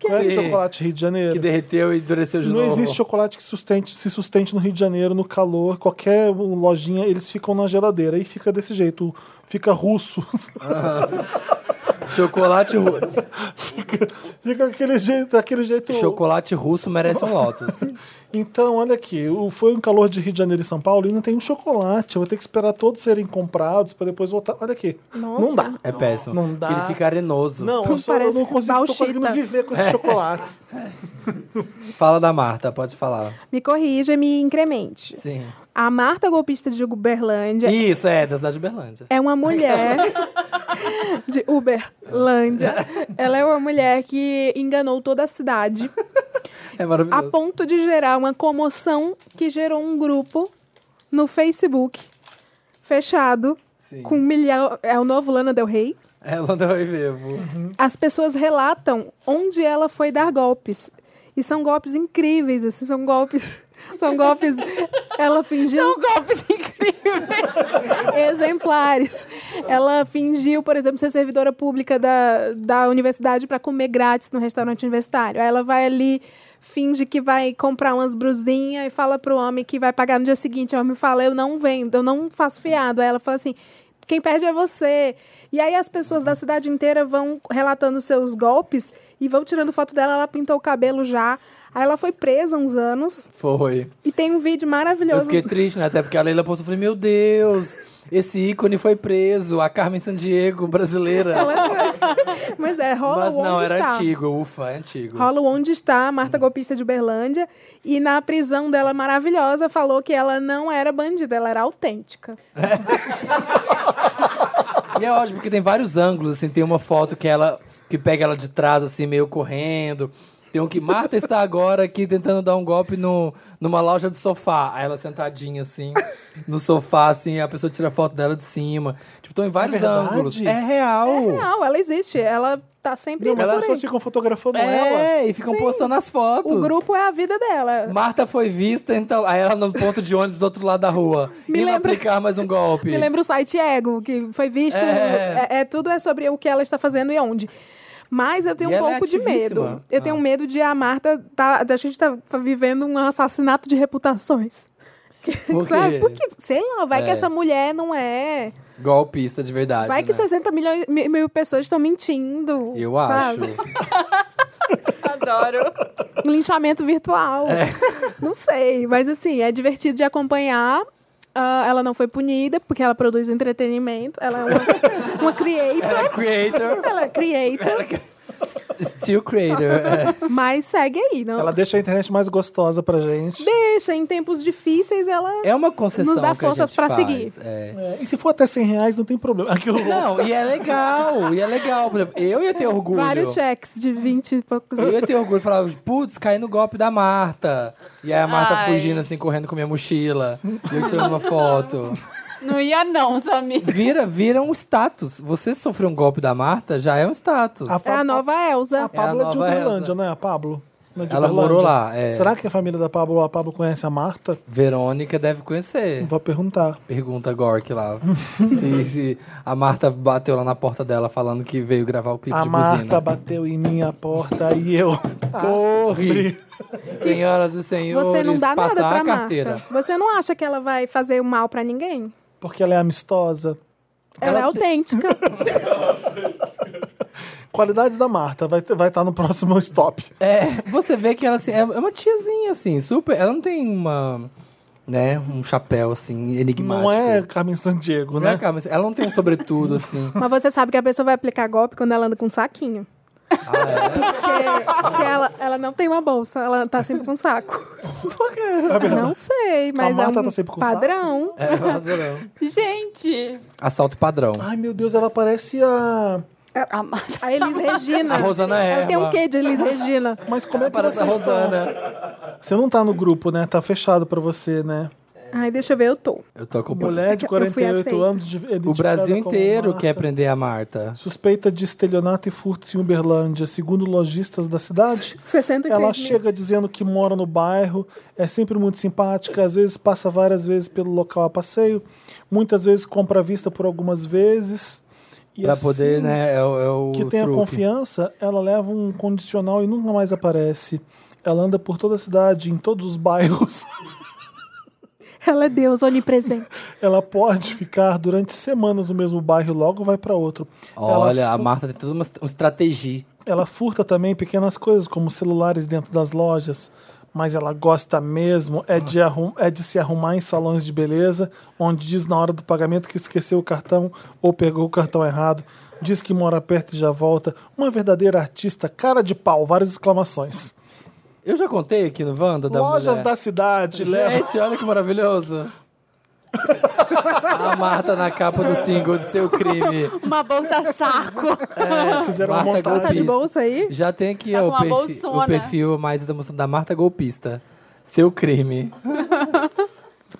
Speaker 1: Conhece
Speaker 3: Sim.
Speaker 1: chocolate Rio de Janeiro?
Speaker 3: que derreteu e endureceu de
Speaker 1: Não
Speaker 3: novo.
Speaker 1: existe chocolate que sustente- se sustente no Rio de Janeiro, no calor, qualquer lojinha, eles ficam na geladeira e fica desse jeito, fica russo,
Speaker 3: Chocolate, ru-
Speaker 1: fica aquele jeito, daquele jeito.
Speaker 3: chocolate russo merece um Lotus.
Speaker 1: Então, olha aqui, o- foi um calor de Rio de Janeiro e São Paulo e não tem um chocolate. Eu vou ter que esperar todos serem comprados pra depois voltar. Olha aqui, não dá.
Speaker 3: É péssimo.
Speaker 1: Não dá.
Speaker 3: Que ele fica arenoso.
Speaker 1: Não, eu, só, eu
Speaker 4: Parece
Speaker 1: não consigo, tô
Speaker 4: bauxita.
Speaker 1: conseguindo viver com
Speaker 3: É.
Speaker 1: esses chocolates.
Speaker 3: Fala da Marta, pode falar.
Speaker 4: me corrija e me incremente.
Speaker 3: Sim.
Speaker 4: A Marta Golpista de Uberlândia
Speaker 3: Isso, é, da cidade de Uberlândia.
Speaker 4: é uma mulher de Uberlândia. Ela é uma mulher que enganou toda a cidade
Speaker 3: É
Speaker 4: a
Speaker 3: maravilhoso.
Speaker 4: ponto de gerar uma comoção que gerou um grupo no Facebook fechado
Speaker 3: Sim.
Speaker 4: com um milhão. É o novo Lana Del Rey.
Speaker 3: É Landa Rui Vivo.
Speaker 4: As pessoas relatam onde ela foi dar golpes. E são golpes incríveis, assim, são golpes. São golpes. Ela fingiu.
Speaker 2: São golpes incríveis.
Speaker 4: exemplares. Ela fingiu, por exemplo, ser servidora pública da, da universidade para comer grátis no restaurante universitário. Aí ela vai ali, finge que vai comprar umas brusinhas e fala pro homem que vai pagar no dia seguinte. O homem fala: Eu não vendo, eu não faço fiado. Aí ela fala assim. Quem perde é você. E aí as pessoas da cidade inteira vão relatando seus golpes e vão tirando foto dela. Ela pintou o cabelo já. Aí ela foi presa uns anos.
Speaker 3: Foi.
Speaker 4: E tem um vídeo
Speaker 3: Eu
Speaker 4: maravilhoso.
Speaker 3: fiquei triste, né? Até porque a Leila postou, eu falei, meu Deus, esse ícone foi preso, a Carmen Sandiego brasileira.
Speaker 4: Mas é, rola
Speaker 3: Mas
Speaker 4: é onde
Speaker 3: não, era
Speaker 4: está.
Speaker 3: antigo, ufa, é antigo.
Speaker 4: Rola o onde está a Marta Golpista de Uberlândia. E na prisão dela maravilhosa, falou que ela não era bandida, ela era autêntica.
Speaker 3: E é ótimo, porque tem vários ângulos, assim, tem uma foto que ela, que pega ela de trás, assim, meio correndo. Tem um que Marta está agora aqui tentando dar um golpe no, numa loja de sofá. Aí ela sentadinha, assim, no sofá, assim, a pessoa tira a foto dela de cima. Tipo, estão em vários
Speaker 1: verdade?
Speaker 3: ângulos. É real.
Speaker 4: Não, ela existe, ela tá sempre.
Speaker 1: Não, mas
Speaker 4: indo
Speaker 1: as
Speaker 4: por
Speaker 1: pessoas
Speaker 4: aí.
Speaker 1: ficam fotografando ela.
Speaker 3: É, e ficam postando as fotos.
Speaker 4: O grupo é a vida dela.
Speaker 3: Marta foi vista, então. Aí ela no ponto de ônibus do outro lado da rua.
Speaker 4: Me
Speaker 3: Me indo
Speaker 4: lembra-
Speaker 3: aplicar mais um golpe.
Speaker 4: Me lembra o site Ego, que foi visto.
Speaker 3: É.
Speaker 4: É... é- tudo é sobre o que ela está fazendo e onde. Mas eu tenho
Speaker 3: E
Speaker 4: um
Speaker 3: ela é
Speaker 4: pouco de medo.
Speaker 3: ativíssima.
Speaker 4: Eu tenho
Speaker 3: Ah.
Speaker 4: medo de a Marta. Tá, da gente tá vivendo um assassinato de reputações.
Speaker 3: Por quê?
Speaker 4: Sabe? Porque, sei lá, vai que
Speaker 3: É.
Speaker 4: essa mulher não é.
Speaker 3: Golpista de verdade.
Speaker 4: Vai que
Speaker 3: né?
Speaker 4: 60 milhões, mi- mil pessoas estão mentindo.
Speaker 3: Eu
Speaker 4: sabe?
Speaker 3: acho.
Speaker 2: Adoro.
Speaker 4: Linchamento virtual.
Speaker 3: É.
Speaker 4: Não sei, mas assim, é divertido de acompanhar. Ah, ela não foi punida, porque ela produz entretenimento. Ela é uma, uma creator.
Speaker 3: Ela é creator.
Speaker 4: Ela é creator,
Speaker 3: Still creator. é.
Speaker 4: mas segue aí. Não
Speaker 1: Ela deixa a internet mais gostosa pra gente.
Speaker 4: deixa, em tempos difíceis ela...
Speaker 3: É uma concessão
Speaker 4: Nos dá
Speaker 3: que a
Speaker 4: força
Speaker 3: gente
Speaker 4: pra
Speaker 3: faz,
Speaker 4: seguir.
Speaker 3: é.
Speaker 1: É, e se for até 100 reais, não tem problema. Aqui eu
Speaker 3: Não, e é legal, e é legal. Por exemplo, Eu ia ter orgulho.
Speaker 4: Vários cheques de 20 e poucos.
Speaker 3: Eu ia ter orgulho, falava, putz, caí no golpe da Marta. E aí a Marta
Speaker 2: Ai.
Speaker 3: fugindo, assim, correndo com minha mochila. E eu tirando uma foto.
Speaker 2: Não ia não, Samir.
Speaker 3: Vira, vira um status. Você sofreu um golpe da Marta, já é um status.
Speaker 1: A
Speaker 4: É a nova Elsa.
Speaker 1: A Pablo é,
Speaker 3: a
Speaker 1: de
Speaker 3: nova
Speaker 1: Uberlândia,
Speaker 3: Elsa.
Speaker 1: né? A Pablo. não é de
Speaker 3: Ela
Speaker 1: Uberlândia?
Speaker 3: morou lá, é.
Speaker 1: Será que a família da Pablo, a Pablo conhece a Marta?
Speaker 3: Verônica deve conhecer.
Speaker 1: Vou perguntar.
Speaker 3: Pergunta a Gork lá. se, se a Marta bateu lá na porta dela falando que veio gravar o clipe
Speaker 1: a
Speaker 3: de né?
Speaker 1: Marta
Speaker 3: buzina.
Speaker 1: bateu em minha porta e eu.
Speaker 3: Corre! Senhoras e senhores,
Speaker 4: Você não dá nada
Speaker 3: passar
Speaker 4: pra
Speaker 3: a carteira.
Speaker 4: Marta. Você não acha que ela vai fazer mal pra ninguém?
Speaker 1: Porque ela é amistosa.
Speaker 4: Ela,
Speaker 3: Ela-
Speaker 4: é autêntica.
Speaker 1: Qualidades da Marta, vai estar vai tá no próximo stop.
Speaker 3: É, você vê que ela assim, é uma tiazinha, assim, super. Ela não tem uma. né, um chapéu assim, enigmático.
Speaker 1: Não é Carmen Sandiego,
Speaker 3: Não é,
Speaker 1: né?
Speaker 3: Carmen? Ela não tem um sobretudo, assim.
Speaker 4: Mas você sabe que a pessoa vai aplicar golpe quando ela anda com um saquinho. Porque se ela, ela não tem uma bolsa, ela tá sempre com um saco. Não sei, mas é
Speaker 1: É Marta
Speaker 4: um
Speaker 1: tá sempre com
Speaker 4: padrão.
Speaker 3: É, padrão.
Speaker 2: Gente,
Speaker 3: Assalto padrão.
Speaker 1: Ai, meu Deus, ela parece a.
Speaker 2: Amada.
Speaker 4: A Elis Regina.
Speaker 3: A Rosana
Speaker 4: Ah, Ela
Speaker 3: é.
Speaker 4: tem um quê de Elis Regina?
Speaker 1: Mas como é que
Speaker 3: Parece
Speaker 1: você
Speaker 3: a
Speaker 1: está?
Speaker 3: Rosana.
Speaker 1: Você não tá no grupo, né? Tá fechado pra você, né?
Speaker 4: Ai, deixa eu ver, eu tô.
Speaker 3: Eu tô acompanhando.
Speaker 1: Mulher de
Speaker 4: Eu fui
Speaker 1: 48
Speaker 4: aceita.
Speaker 1: anos de
Speaker 3: O Brasil inteiro quer
Speaker 1: quer
Speaker 3: prender a Marta.
Speaker 1: Suspeita de estelionato e furtos em Uberlândia, segundo lojistas da cidade.
Speaker 4: 66
Speaker 1: Ela
Speaker 4: mil.
Speaker 1: chega dizendo que mora no bairro, é sempre muito simpática, às vezes passa várias vezes pelo local a passeio, muitas vezes compra à vista por algumas vezes. E
Speaker 3: Pra
Speaker 1: assim
Speaker 3: poder, né? É, o- é o
Speaker 1: Que tenha
Speaker 3: truque.
Speaker 1: confiança, ela leva um condicional e nunca mais aparece. Ela anda por toda a cidade, em todos os bairros.
Speaker 4: Ela é Deus onipresente.
Speaker 1: Ela pode ficar durante semanas no mesmo bairro e logo vai para outro. Ela
Speaker 3: Olha, a Marta tem toda uma, uma estratégia.
Speaker 1: Ela furta também pequenas coisas, como celulares dentro das lojas. Mas ela gosta mesmo é de, arrum- é de se arrumar em salões de beleza, onde diz na hora do pagamento que esqueceu o cartão ou pegou o cartão errado. Diz que mora perto e já volta. Uma verdadeira artista, cara de pau, várias exclamações.
Speaker 3: Eu já contei aqui no Wanda da
Speaker 1: Lojas
Speaker 3: mulher.
Speaker 1: da cidade, leva.
Speaker 3: Gente, olha que maravilhoso. a Marta na capa do single de Seu Crime.
Speaker 2: Uma bolsa saco.
Speaker 1: Fizeram uma
Speaker 3: Marta
Speaker 1: montagem.
Speaker 4: Tá de
Speaker 3: Golpista.
Speaker 4: bolsa aí?
Speaker 3: Já tem aqui
Speaker 2: Tá com
Speaker 3: ó, o,
Speaker 2: uma
Speaker 3: perfi-
Speaker 2: bolsona.
Speaker 3: o perfil a mais da música da Marta Golpista. Seu Crime.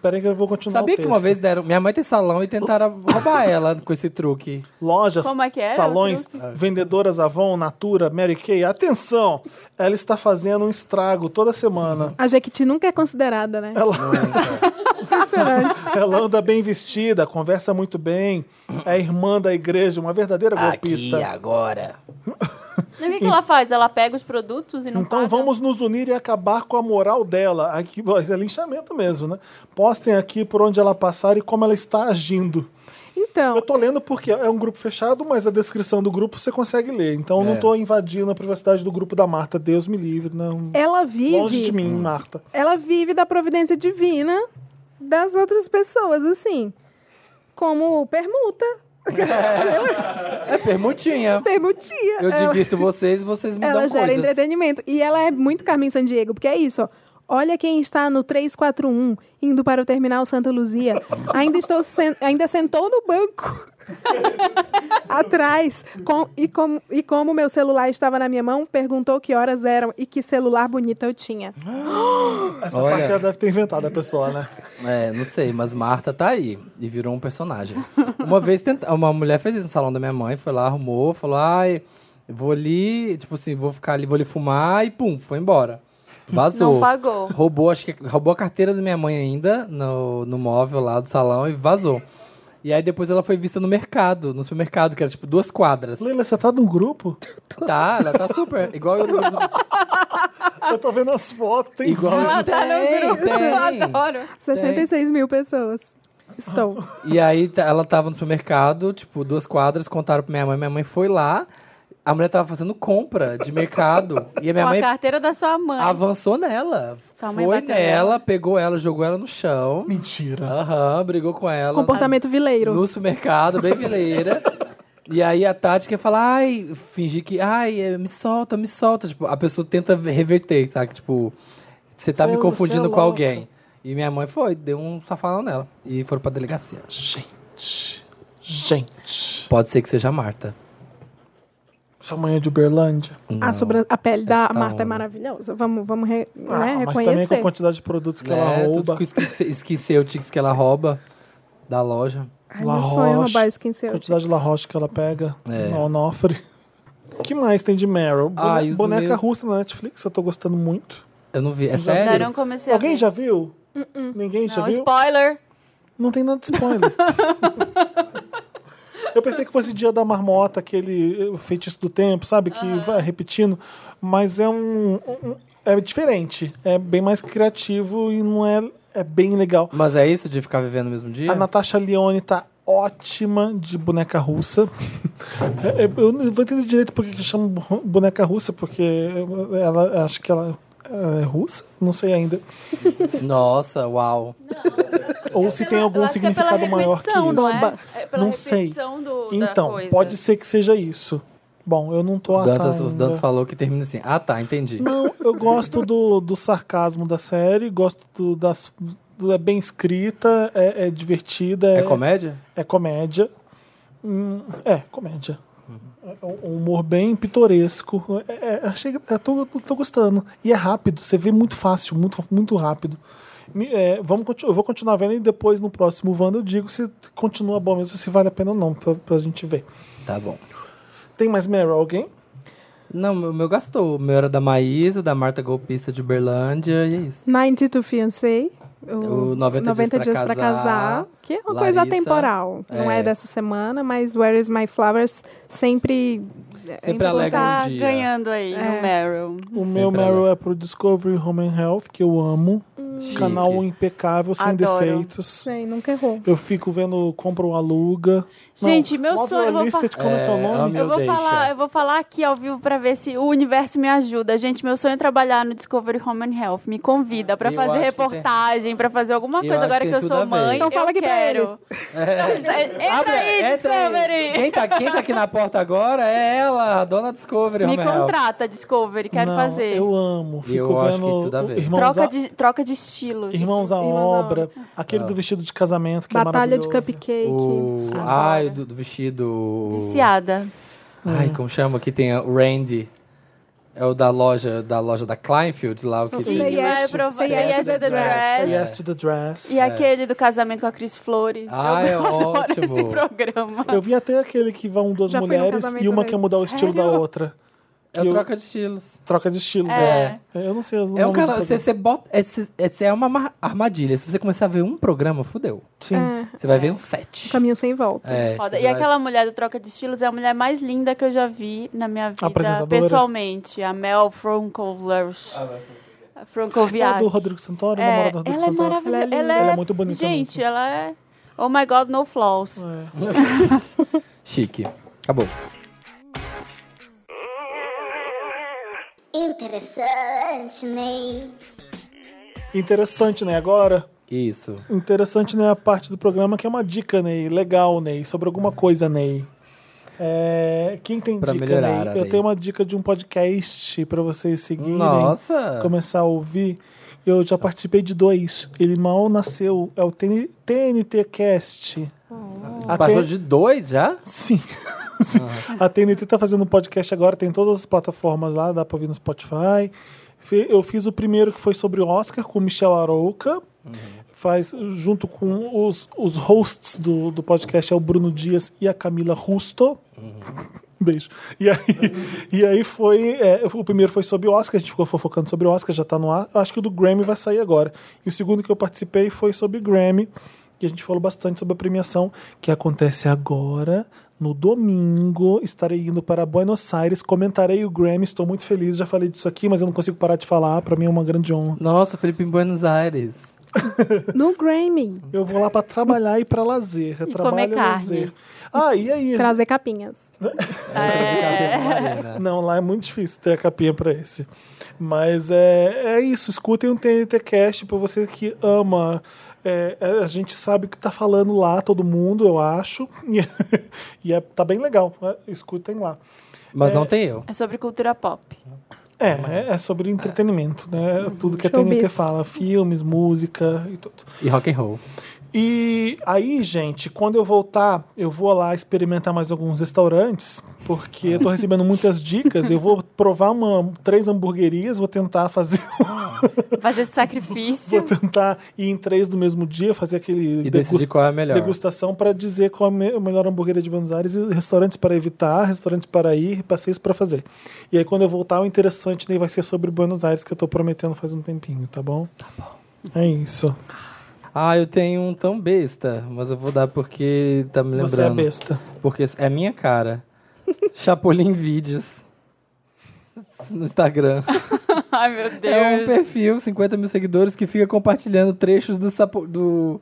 Speaker 1: Peraí que eu vou continuar
Speaker 3: Sabia
Speaker 1: o
Speaker 3: que
Speaker 1: texto.
Speaker 3: uma vez deram... Minha mãe tem salão e tentaram roubar ela com esse truque.
Speaker 1: Lojas,
Speaker 2: Como é que era o
Speaker 1: salões,
Speaker 3: Ah.
Speaker 2: truque?
Speaker 1: vendedoras Avon, Natura, Mary Kay. Atenção! Ela está fazendo um estrago toda semana.
Speaker 4: A Jequiti nunca é considerada, né?
Speaker 1: Ela...
Speaker 4: Impressionante.
Speaker 1: Ela anda bem vestida, conversa muito bem, é irmã da igreja, uma verdadeira golpista.
Speaker 3: agora.
Speaker 2: E é o que, que ela faz? Ela pega os produtos e não
Speaker 1: Então
Speaker 2: paga?
Speaker 1: vamos nos unir e acabar com a moral dela. Aqui, ó, isso é linchamento mesmo, né? Postem aqui por onde ela passar e como ela está agindo. Eu
Speaker 4: Então,
Speaker 1: tô lendo porque é um grupo fechado, mas a descrição do grupo você consegue ler. Então eu
Speaker 3: É.
Speaker 1: não tô invadindo a privacidade do grupo da Marta. Deus me livre, não.
Speaker 4: ela
Speaker 1: Longe de
Speaker 4: vive.
Speaker 3: Hum.
Speaker 1: mim, Marta.
Speaker 4: Ela vive da providência divina das outras pessoas, assim. Como permuta.
Speaker 3: É permutinha.
Speaker 4: Permutia.
Speaker 3: Eu
Speaker 4: Ela-
Speaker 3: divirto vocês e vocês me
Speaker 4: Ela
Speaker 3: dão
Speaker 4: gera
Speaker 3: coisas.
Speaker 4: entretenimento. E ela é muito Carmen Sandiego, porque é isso, ó. Olha quem está no 341, indo para o terminal Santa Luzia. Ainda, estou sen- ainda sentou no banco. Atrás. Com- e, com- e como meu celular estava na minha mão, perguntou que horas eram e que celular bonito eu tinha.
Speaker 1: Essa
Speaker 3: Olha.
Speaker 1: parte ela deve ter inventado a pessoa, né?
Speaker 3: É, não sei, mas Marta tá aí e virou um personagem. Uma vez tenta... uma mulher fez isso no salão da minha mãe, foi lá, arrumou, falou: ai, eu vou ali, tipo assim, vou ficar ali, vou ali fumar e pum, foi embora. Vazou.
Speaker 2: Não pagou.
Speaker 3: Roubou, acho que roubou a carteira da minha mãe ainda no, no móvel lá do salão e vazou. E aí depois ela foi vista no mercado, no supermercado, que era tipo duas quadras.
Speaker 1: Leila, você tá num grupo?
Speaker 3: Tá, ela tá super. Igual eu.
Speaker 1: Eu tô vendo as fotos, tem
Speaker 3: Igual
Speaker 2: Ela tá no grupo. Eu
Speaker 3: tem, tem.
Speaker 2: adoro.
Speaker 4: 66 mil pessoas. Estão.
Speaker 3: E aí t- ela tava no supermercado, tipo, duas quadras, contaram pra minha mãe, minha mãe foi lá, a mulher tava fazendo compra de mercado. e a minha
Speaker 2: Com
Speaker 3: mãe
Speaker 2: a carteira da sua mãe.
Speaker 1: Ah,
Speaker 3: avançou nela.
Speaker 2: Sua mãe
Speaker 3: Foi
Speaker 2: bateu
Speaker 3: nela,
Speaker 2: nela.
Speaker 3: pegou ela, jogou ela no chão.
Speaker 1: Mentira.
Speaker 3: Aham, brigou com ela.
Speaker 4: Comportamento vileiro.
Speaker 3: No supermercado, bem vileira. E aí a tática é falar, ai, fingir que, ai, eh, me solta, me solta. Tipo, a pessoa tenta reverter, tá? Que, Tipo, você tá
Speaker 1: Cê-
Speaker 3: me
Speaker 1: cê é
Speaker 3: confundindo com
Speaker 1: louca.
Speaker 3: alguém. E minha mãe foi, deu um safadão nela. E foram pra delegacia.
Speaker 1: Gente. Gente.
Speaker 3: Pode ser que seja a Marta.
Speaker 1: Sua mãe é de Uberlândia.
Speaker 4: Ah, sobre a pele da
Speaker 3: Essa tá
Speaker 4: Marta é
Speaker 3: onda.
Speaker 4: maravilhosa. Vamos, vamos re- né,
Speaker 1: Ah, mas também com a
Speaker 4: reconhecer.
Speaker 1: quantidade de produtos que
Speaker 3: né?
Speaker 1: ela
Speaker 3: Tudo
Speaker 1: rouba.
Speaker 3: com esquice- esquicêutics é que ela rouba da loja.
Speaker 4: Ai, meu sonho é
Speaker 1: Laroche.
Speaker 4: roubar isso quem
Speaker 1: A quantidade de La Roche que ela pega
Speaker 3: É.
Speaker 1: no Onofre. O que mais tem de Meryl?
Speaker 3: Ah,
Speaker 1: Bone-
Speaker 3: e os
Speaker 1: boneca
Speaker 3: meus-
Speaker 1: russa na Netflix, eu tô gostando muito.
Speaker 3: Eu não vi. É
Speaker 2: Ainda
Speaker 3: sério?
Speaker 2: não comecei a
Speaker 1: Alguém
Speaker 2: ver.
Speaker 1: já viu? Ninguém já
Speaker 2: Não,
Speaker 1: viu?
Speaker 2: spoiler.
Speaker 1: Não tem nada de spoiler. eu pensei que fosse Dia da Marmota, aquele eh, feitiço do tempo, sabe? Que vai repetindo. Mas é um, um- É diferente. É bem mais criativo e não é. É bem legal.
Speaker 3: Mas é isso de ficar vivendo no mesmo dia?
Speaker 1: A Natasha Leone tá ótima de boneca russa. É, é, Eu não vou entender direito porque que chama bo- boneca russa, porque ela acho que ela é russa, não sei ainda.
Speaker 3: Nossa, uau.
Speaker 1: Ou se tem algum
Speaker 2: Eu acho que é pela
Speaker 1: significado maior que isso.
Speaker 2: repetição, Não, é? É pela
Speaker 1: Não sei.
Speaker 2: repetição do- da
Speaker 1: Então,
Speaker 2: coisa.
Speaker 1: pode ser que seja isso. Bom, eu não tô
Speaker 3: Os Dantas,
Speaker 1: atrás
Speaker 3: os
Speaker 1: ainda.
Speaker 3: Dantas falou que termina assim. Ah, tá, entendi.
Speaker 1: Não, eu gosto do, do sarcasmo da série, gosto do- das. do- é bem escrita, é, é divertida.
Speaker 3: É comédia?
Speaker 1: É comédia. Hum, é, comédia. É um humor bem pitoresco. É, é, achei, é, tô, tô- tô gostando. E é rápido, você vê muito fácil, muito, muito rápido. Me- é, vamos continuar, eu vou continuar vendo e depois no próximo Wanda eu digo se continua bom mesmo, se vale a pena ou não, pra, pra gente ver.
Speaker 3: Tá bom.
Speaker 1: Tem mais Meryl alguém?
Speaker 3: Não, o meu gastou. O meu era da Maísa, da Marta Golpista de Uberlândia, e é isso.
Speaker 4: 90 to Fiancé.
Speaker 3: O 90 dias pra
Speaker 4: pra
Speaker 3: Casar,
Speaker 4: Que é uma
Speaker 3: Larissa.
Speaker 4: coisa atemporal. Não é
Speaker 3: É.
Speaker 4: dessa semana, mas Where is My Flowers sempre.
Speaker 3: Sempre alegra
Speaker 2: Tá
Speaker 3: um dia.
Speaker 2: ganhando aí
Speaker 1: É.
Speaker 2: no Meryl.
Speaker 1: O meu
Speaker 3: Sempre
Speaker 1: Meryl é pro Discovery Home and Health, que eu amo. Hum.
Speaker 3: Chique.
Speaker 1: Canal impecável, sem
Speaker 2: Adoro.
Speaker 1: defeitos.
Speaker 4: Sim, nunca errou.
Speaker 1: Eu fico vendo, compro ou aluga.
Speaker 2: Gente, meu
Speaker 1: Love
Speaker 2: sonho- eu
Speaker 1: Your
Speaker 2: vou
Speaker 1: Listed,
Speaker 2: fa-
Speaker 1: como é que é o
Speaker 3: É,
Speaker 1: nome?
Speaker 3: amo
Speaker 2: Eu vou,
Speaker 3: Deixa.
Speaker 2: falar, eu vou falar aqui ao vivo pra ver se o universo me ajuda. Gente, meu sonho é trabalhar no Discovery Home and Health. Me convida pra
Speaker 3: Eu
Speaker 2: fazer
Speaker 3: acho que
Speaker 2: reportagem, pra fazer alguma
Speaker 3: Eu
Speaker 2: coisa
Speaker 3: acho
Speaker 2: agora
Speaker 3: que
Speaker 2: que,
Speaker 3: tem
Speaker 2: eu
Speaker 3: tudo a
Speaker 2: sou
Speaker 3: ver.
Speaker 2: mãe.
Speaker 4: Então fala
Speaker 2: eu
Speaker 4: aqui pra
Speaker 2: quero.
Speaker 1: um.
Speaker 2: é, Entra
Speaker 3: Abre,
Speaker 2: aí,
Speaker 3: entra aí.
Speaker 2: Discovery!
Speaker 3: É. Quem tá, quem tá aqui na porta agora é ela, a dona Discovery.
Speaker 2: Me
Speaker 3: Home Health.
Speaker 2: contrata, Discovery. Quero
Speaker 1: Não,
Speaker 2: fazer.
Speaker 1: Eu amo. Fico
Speaker 3: Eu acho
Speaker 1: vendo
Speaker 3: que tudo a ver.
Speaker 1: Irmãos
Speaker 2: Troca,
Speaker 1: à-
Speaker 2: de, troca de estilos.
Speaker 1: Irmãos à
Speaker 4: Irmãos à
Speaker 1: obra, aquele
Speaker 3: Ah.
Speaker 1: do vestido de casamento que
Speaker 4: Batalha
Speaker 1: é
Speaker 4: de
Speaker 1: maravilhoso.
Speaker 4: Cupcake.
Speaker 3: O...
Speaker 2: Adoro.
Speaker 3: Ai, do, do vestido.
Speaker 2: Viciada.
Speaker 3: Ai, como chama? Que tem o Randy. É o da loja da loja da Kleinfield lá. O que
Speaker 4: Sim.
Speaker 3: tem-
Speaker 4: Sei.
Speaker 2: Que vai
Speaker 4: yes,
Speaker 2: provar-
Speaker 4: say
Speaker 2: Say
Speaker 4: yes
Speaker 2: yes
Speaker 4: to
Speaker 2: to the
Speaker 4: the dress.
Speaker 2: dress.
Speaker 1: Yes to the Dress.
Speaker 2: E aquele do casamento com a Cris Flores.
Speaker 3: Ah,
Speaker 2: eu
Speaker 3: é
Speaker 2: adoro esse
Speaker 3: ótimo.
Speaker 2: programa.
Speaker 1: Eu vi até aquele que vão duas
Speaker 4: Já fui no
Speaker 1: mulheres
Speaker 4: casamento
Speaker 1: e uma
Speaker 4: desse.
Speaker 1: quer mudar o estilo da
Speaker 2: Sério?
Speaker 1: outra.
Speaker 3: É
Speaker 1: Que
Speaker 3: o
Speaker 1: eu-
Speaker 3: troca de estilos.
Speaker 1: Troca de estilos,
Speaker 2: É.
Speaker 1: é. Eu não sei os
Speaker 3: É
Speaker 1: nomes do
Speaker 3: um canal. Você,
Speaker 1: programa.
Speaker 3: você bota. É, se- é, se- é uma mar- armadilha. Se você começar a ver um programa, fudeu.
Speaker 1: Sim.
Speaker 4: É,
Speaker 3: Você vai ver um sete.
Speaker 4: caminho sem volta.
Speaker 3: É,
Speaker 2: Foda.
Speaker 3: você
Speaker 2: E
Speaker 3: vai-
Speaker 2: aquela mulher do Troca de Estilos é a mulher mais linda que eu já vi na minha vida
Speaker 1: Apresentadora.
Speaker 2: pessoalmente. A Mel Francoviage.
Speaker 1: É a do
Speaker 2: Francoviage.
Speaker 1: Rodrigo Santoro,
Speaker 2: É,
Speaker 1: namorada do Rodrigo
Speaker 2: ela é
Speaker 1: Santoro.
Speaker 2: maravilhosa.
Speaker 4: Ela é
Speaker 2: Ela
Speaker 4: linda.
Speaker 2: é,
Speaker 1: Ela é muito bonita
Speaker 2: Gente,
Speaker 1: mesmo.
Speaker 2: ela é... Oh my God, no flaws. É,
Speaker 3: um Chique. Acabou.
Speaker 6: Interessante, Ney.
Speaker 2: é
Speaker 1: Interessante, né? Agora,
Speaker 3: Isso.
Speaker 1: interessante, né? A parte do programa que é uma dica, Ney. Legal, Ney. Sobre alguma coisa, Ney. É, Quem tem
Speaker 3: Pra
Speaker 1: dica,
Speaker 3: melhorar,
Speaker 1: Ney?
Speaker 3: Ney.
Speaker 1: Eu tenho uma dica de um podcast pra vocês seguirem.
Speaker 3: Nossa.
Speaker 1: começar a ouvir, eu já participei de dois. Ele mal nasceu. É o TN TNT Cast.
Speaker 2: Hum.
Speaker 1: A
Speaker 3: Passou
Speaker 1: T-
Speaker 3: de dois já?
Speaker 1: Sim. Sim. A TNT tá fazendo um podcast agora, tem todas as plataformas lá, dá pra ouvir no Spotify. Fe- Eu fiz o primeiro que foi sobre o Oscar com o Michel Arouca. Faz junto com os, os hosts do, do podcast, é o Bruno Dias e a Camila Rusto. Beijo. E aí, e aí foi. é, o primeiro foi sobre o Oscar, a gente ficou fofocando sobre o Oscar, já tá no ar. Eu acho que o do Grammy vai sair agora. E o segundo que eu participei foi sobre Grammy. E a gente falou bastante sobre a premiação que acontece agora, no domingo. Estarei indo para Buenos Aires, comentarei o Grammy, estou muito feliz. Já falei disso aqui, mas eu não consigo parar de falar. Pra mim é uma grande honra.
Speaker 3: Nossa, Felipe em Buenos Aires.
Speaker 4: No Grammy,
Speaker 1: Eu vou lá pra trabalhar e pra lazer.
Speaker 2: comer
Speaker 1: Trabalho e
Speaker 2: carne.
Speaker 1: lazer. Ah, e aí?
Speaker 4: trazer capinhas.
Speaker 3: É.
Speaker 1: Não, lá é muito difícil ter a capinha pra esse. Mas é, é isso, escutem um TNT Cast pra você que ama. É, é, a gente sabe o que tá falando lá, todo mundo, eu acho. E, e é- tá bem legal. né? Escutem lá.
Speaker 3: Mas não tem eu.
Speaker 2: É sobre cultura pop.
Speaker 1: É, é, é sobre entretenimento, né? Tudo que a
Speaker 4: Showbiz.
Speaker 1: TNT fala, filmes, música e tudo.
Speaker 3: E rock and roll.
Speaker 1: E aí, gente, quando eu voltar, eu vou lá experimentar mais alguns restaurantes, porque eu tô recebendo muitas dicas. Eu vou provar uma, três hamburguerias, vou tentar fazer,
Speaker 2: Fazer esse
Speaker 1: vou
Speaker 2: sacrifício.
Speaker 1: tentar ir em três do mesmo dia, fazer aquele
Speaker 3: E decidir qual é a melhor.
Speaker 1: degustação para dizer qual é a me- a melhor hamburgueria de Buenos Aires, e restaurantes para evitar, restaurantes para ir, passeios para fazer. E aí, quando eu voltar, o interessante né, vai ser sobre Buenos Aires, que eu tô prometendo faz um tempinho, tá bom? Tá bom. É isso.
Speaker 3: Ah, eu tenho um tão besta, mas eu vou dar porque tá me lembrando.
Speaker 1: Você é besta.
Speaker 3: Porque é minha cara. Chapolin Vídeos. No Instagram.
Speaker 2: Ai, meu Deus.
Speaker 3: É um perfil, 50 mil seguidores, que fica compartilhando trechos do, sapo, do,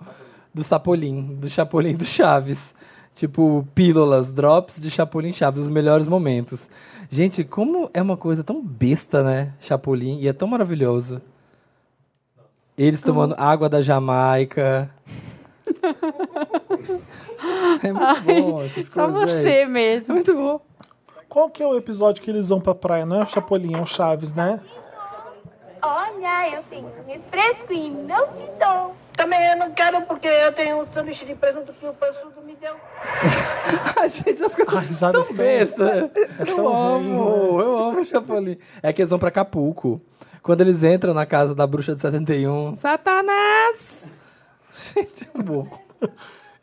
Speaker 3: do Sapolim, do Chapolin do Chaves. Tipo, pílulas, drops de Chapolin Chaves, os melhores momentos. Gente, como é uma coisa tão besta, né? Chapolin, e é tão maravilhoso. Eles
Speaker 2: Hum.
Speaker 3: tomando água da Jamaica. é muito bom essas
Speaker 2: Só
Speaker 3: coisas,
Speaker 2: você
Speaker 3: gente.
Speaker 2: mesmo.
Speaker 3: Muito bom.
Speaker 1: Qual que é o episódio que eles vão pra praia? Não é o Chapolin, é o Chaves, né?
Speaker 9: Olha, eu tenho um refresco e não te dou. também eu não quero porque eu tenho um sanduíche de presunto que o presunto me deu.
Speaker 3: Ai, gente, as coisas
Speaker 1: A risada
Speaker 3: tão
Speaker 1: é tão-
Speaker 3: besta. eu
Speaker 1: tão né?
Speaker 3: amo, eu amo o Chapolin. É que eles vão pra Acapulco. Quando eles entram na casa da bruxa de 71...
Speaker 4: Satanás!
Speaker 3: Gente, é amor.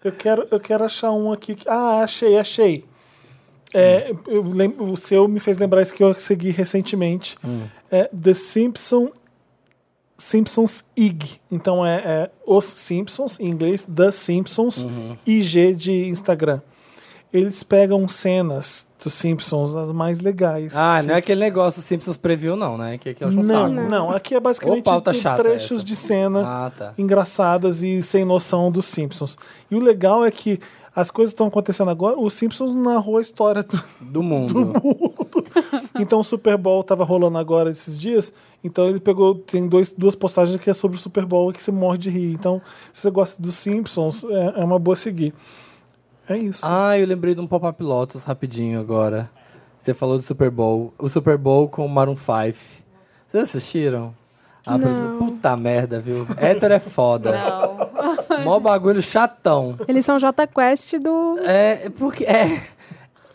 Speaker 1: Eu quero, eu quero achar um aqui. que- Ah, achei, achei. É, eu lem- o seu me fez lembrar isso que eu segui recentemente. É The Simpsons Simpsons IG. Então é, é Os Simpsons, em inglês, The Simpsons IG de Instagram. Eles pegam cenas dos Simpsons, as mais legais.
Speaker 3: Ah,
Speaker 1: Sim-
Speaker 3: não é aquele negócio Simpsons Preview, não, né? Que, que eu acho um
Speaker 1: não,
Speaker 3: saco.
Speaker 1: não, aqui é basicamente
Speaker 3: Ô, pauta
Speaker 1: tipo,
Speaker 3: chata
Speaker 1: trechos
Speaker 3: essa.
Speaker 1: de cena
Speaker 3: Ah, tá.
Speaker 1: engraçadas e sem noção dos Simpsons. E o legal é que as coisas estão acontecendo agora, os Simpsons narrou a história. do-
Speaker 3: Do mundo.
Speaker 1: Então o Super Bowl tava rolando agora esses dias, então ele pegou, tem dois, duas postagens que é sobre o Super Bowl que você morre de rir. Então, se você gosta dos Simpsons, é, é uma boa seguir. É isso.
Speaker 3: Ah, eu lembrei de um pop-up Lotus rapidinho agora. Você falou do Super Bowl. O Super Bowl com o Maroon 5. Vocês assistiram? Ah, pres- Puta merda, viu? Hétero é foda.
Speaker 2: Não.
Speaker 3: Mó bagulho chatão.
Speaker 4: Eles são J Quest do.
Speaker 3: É, porque é,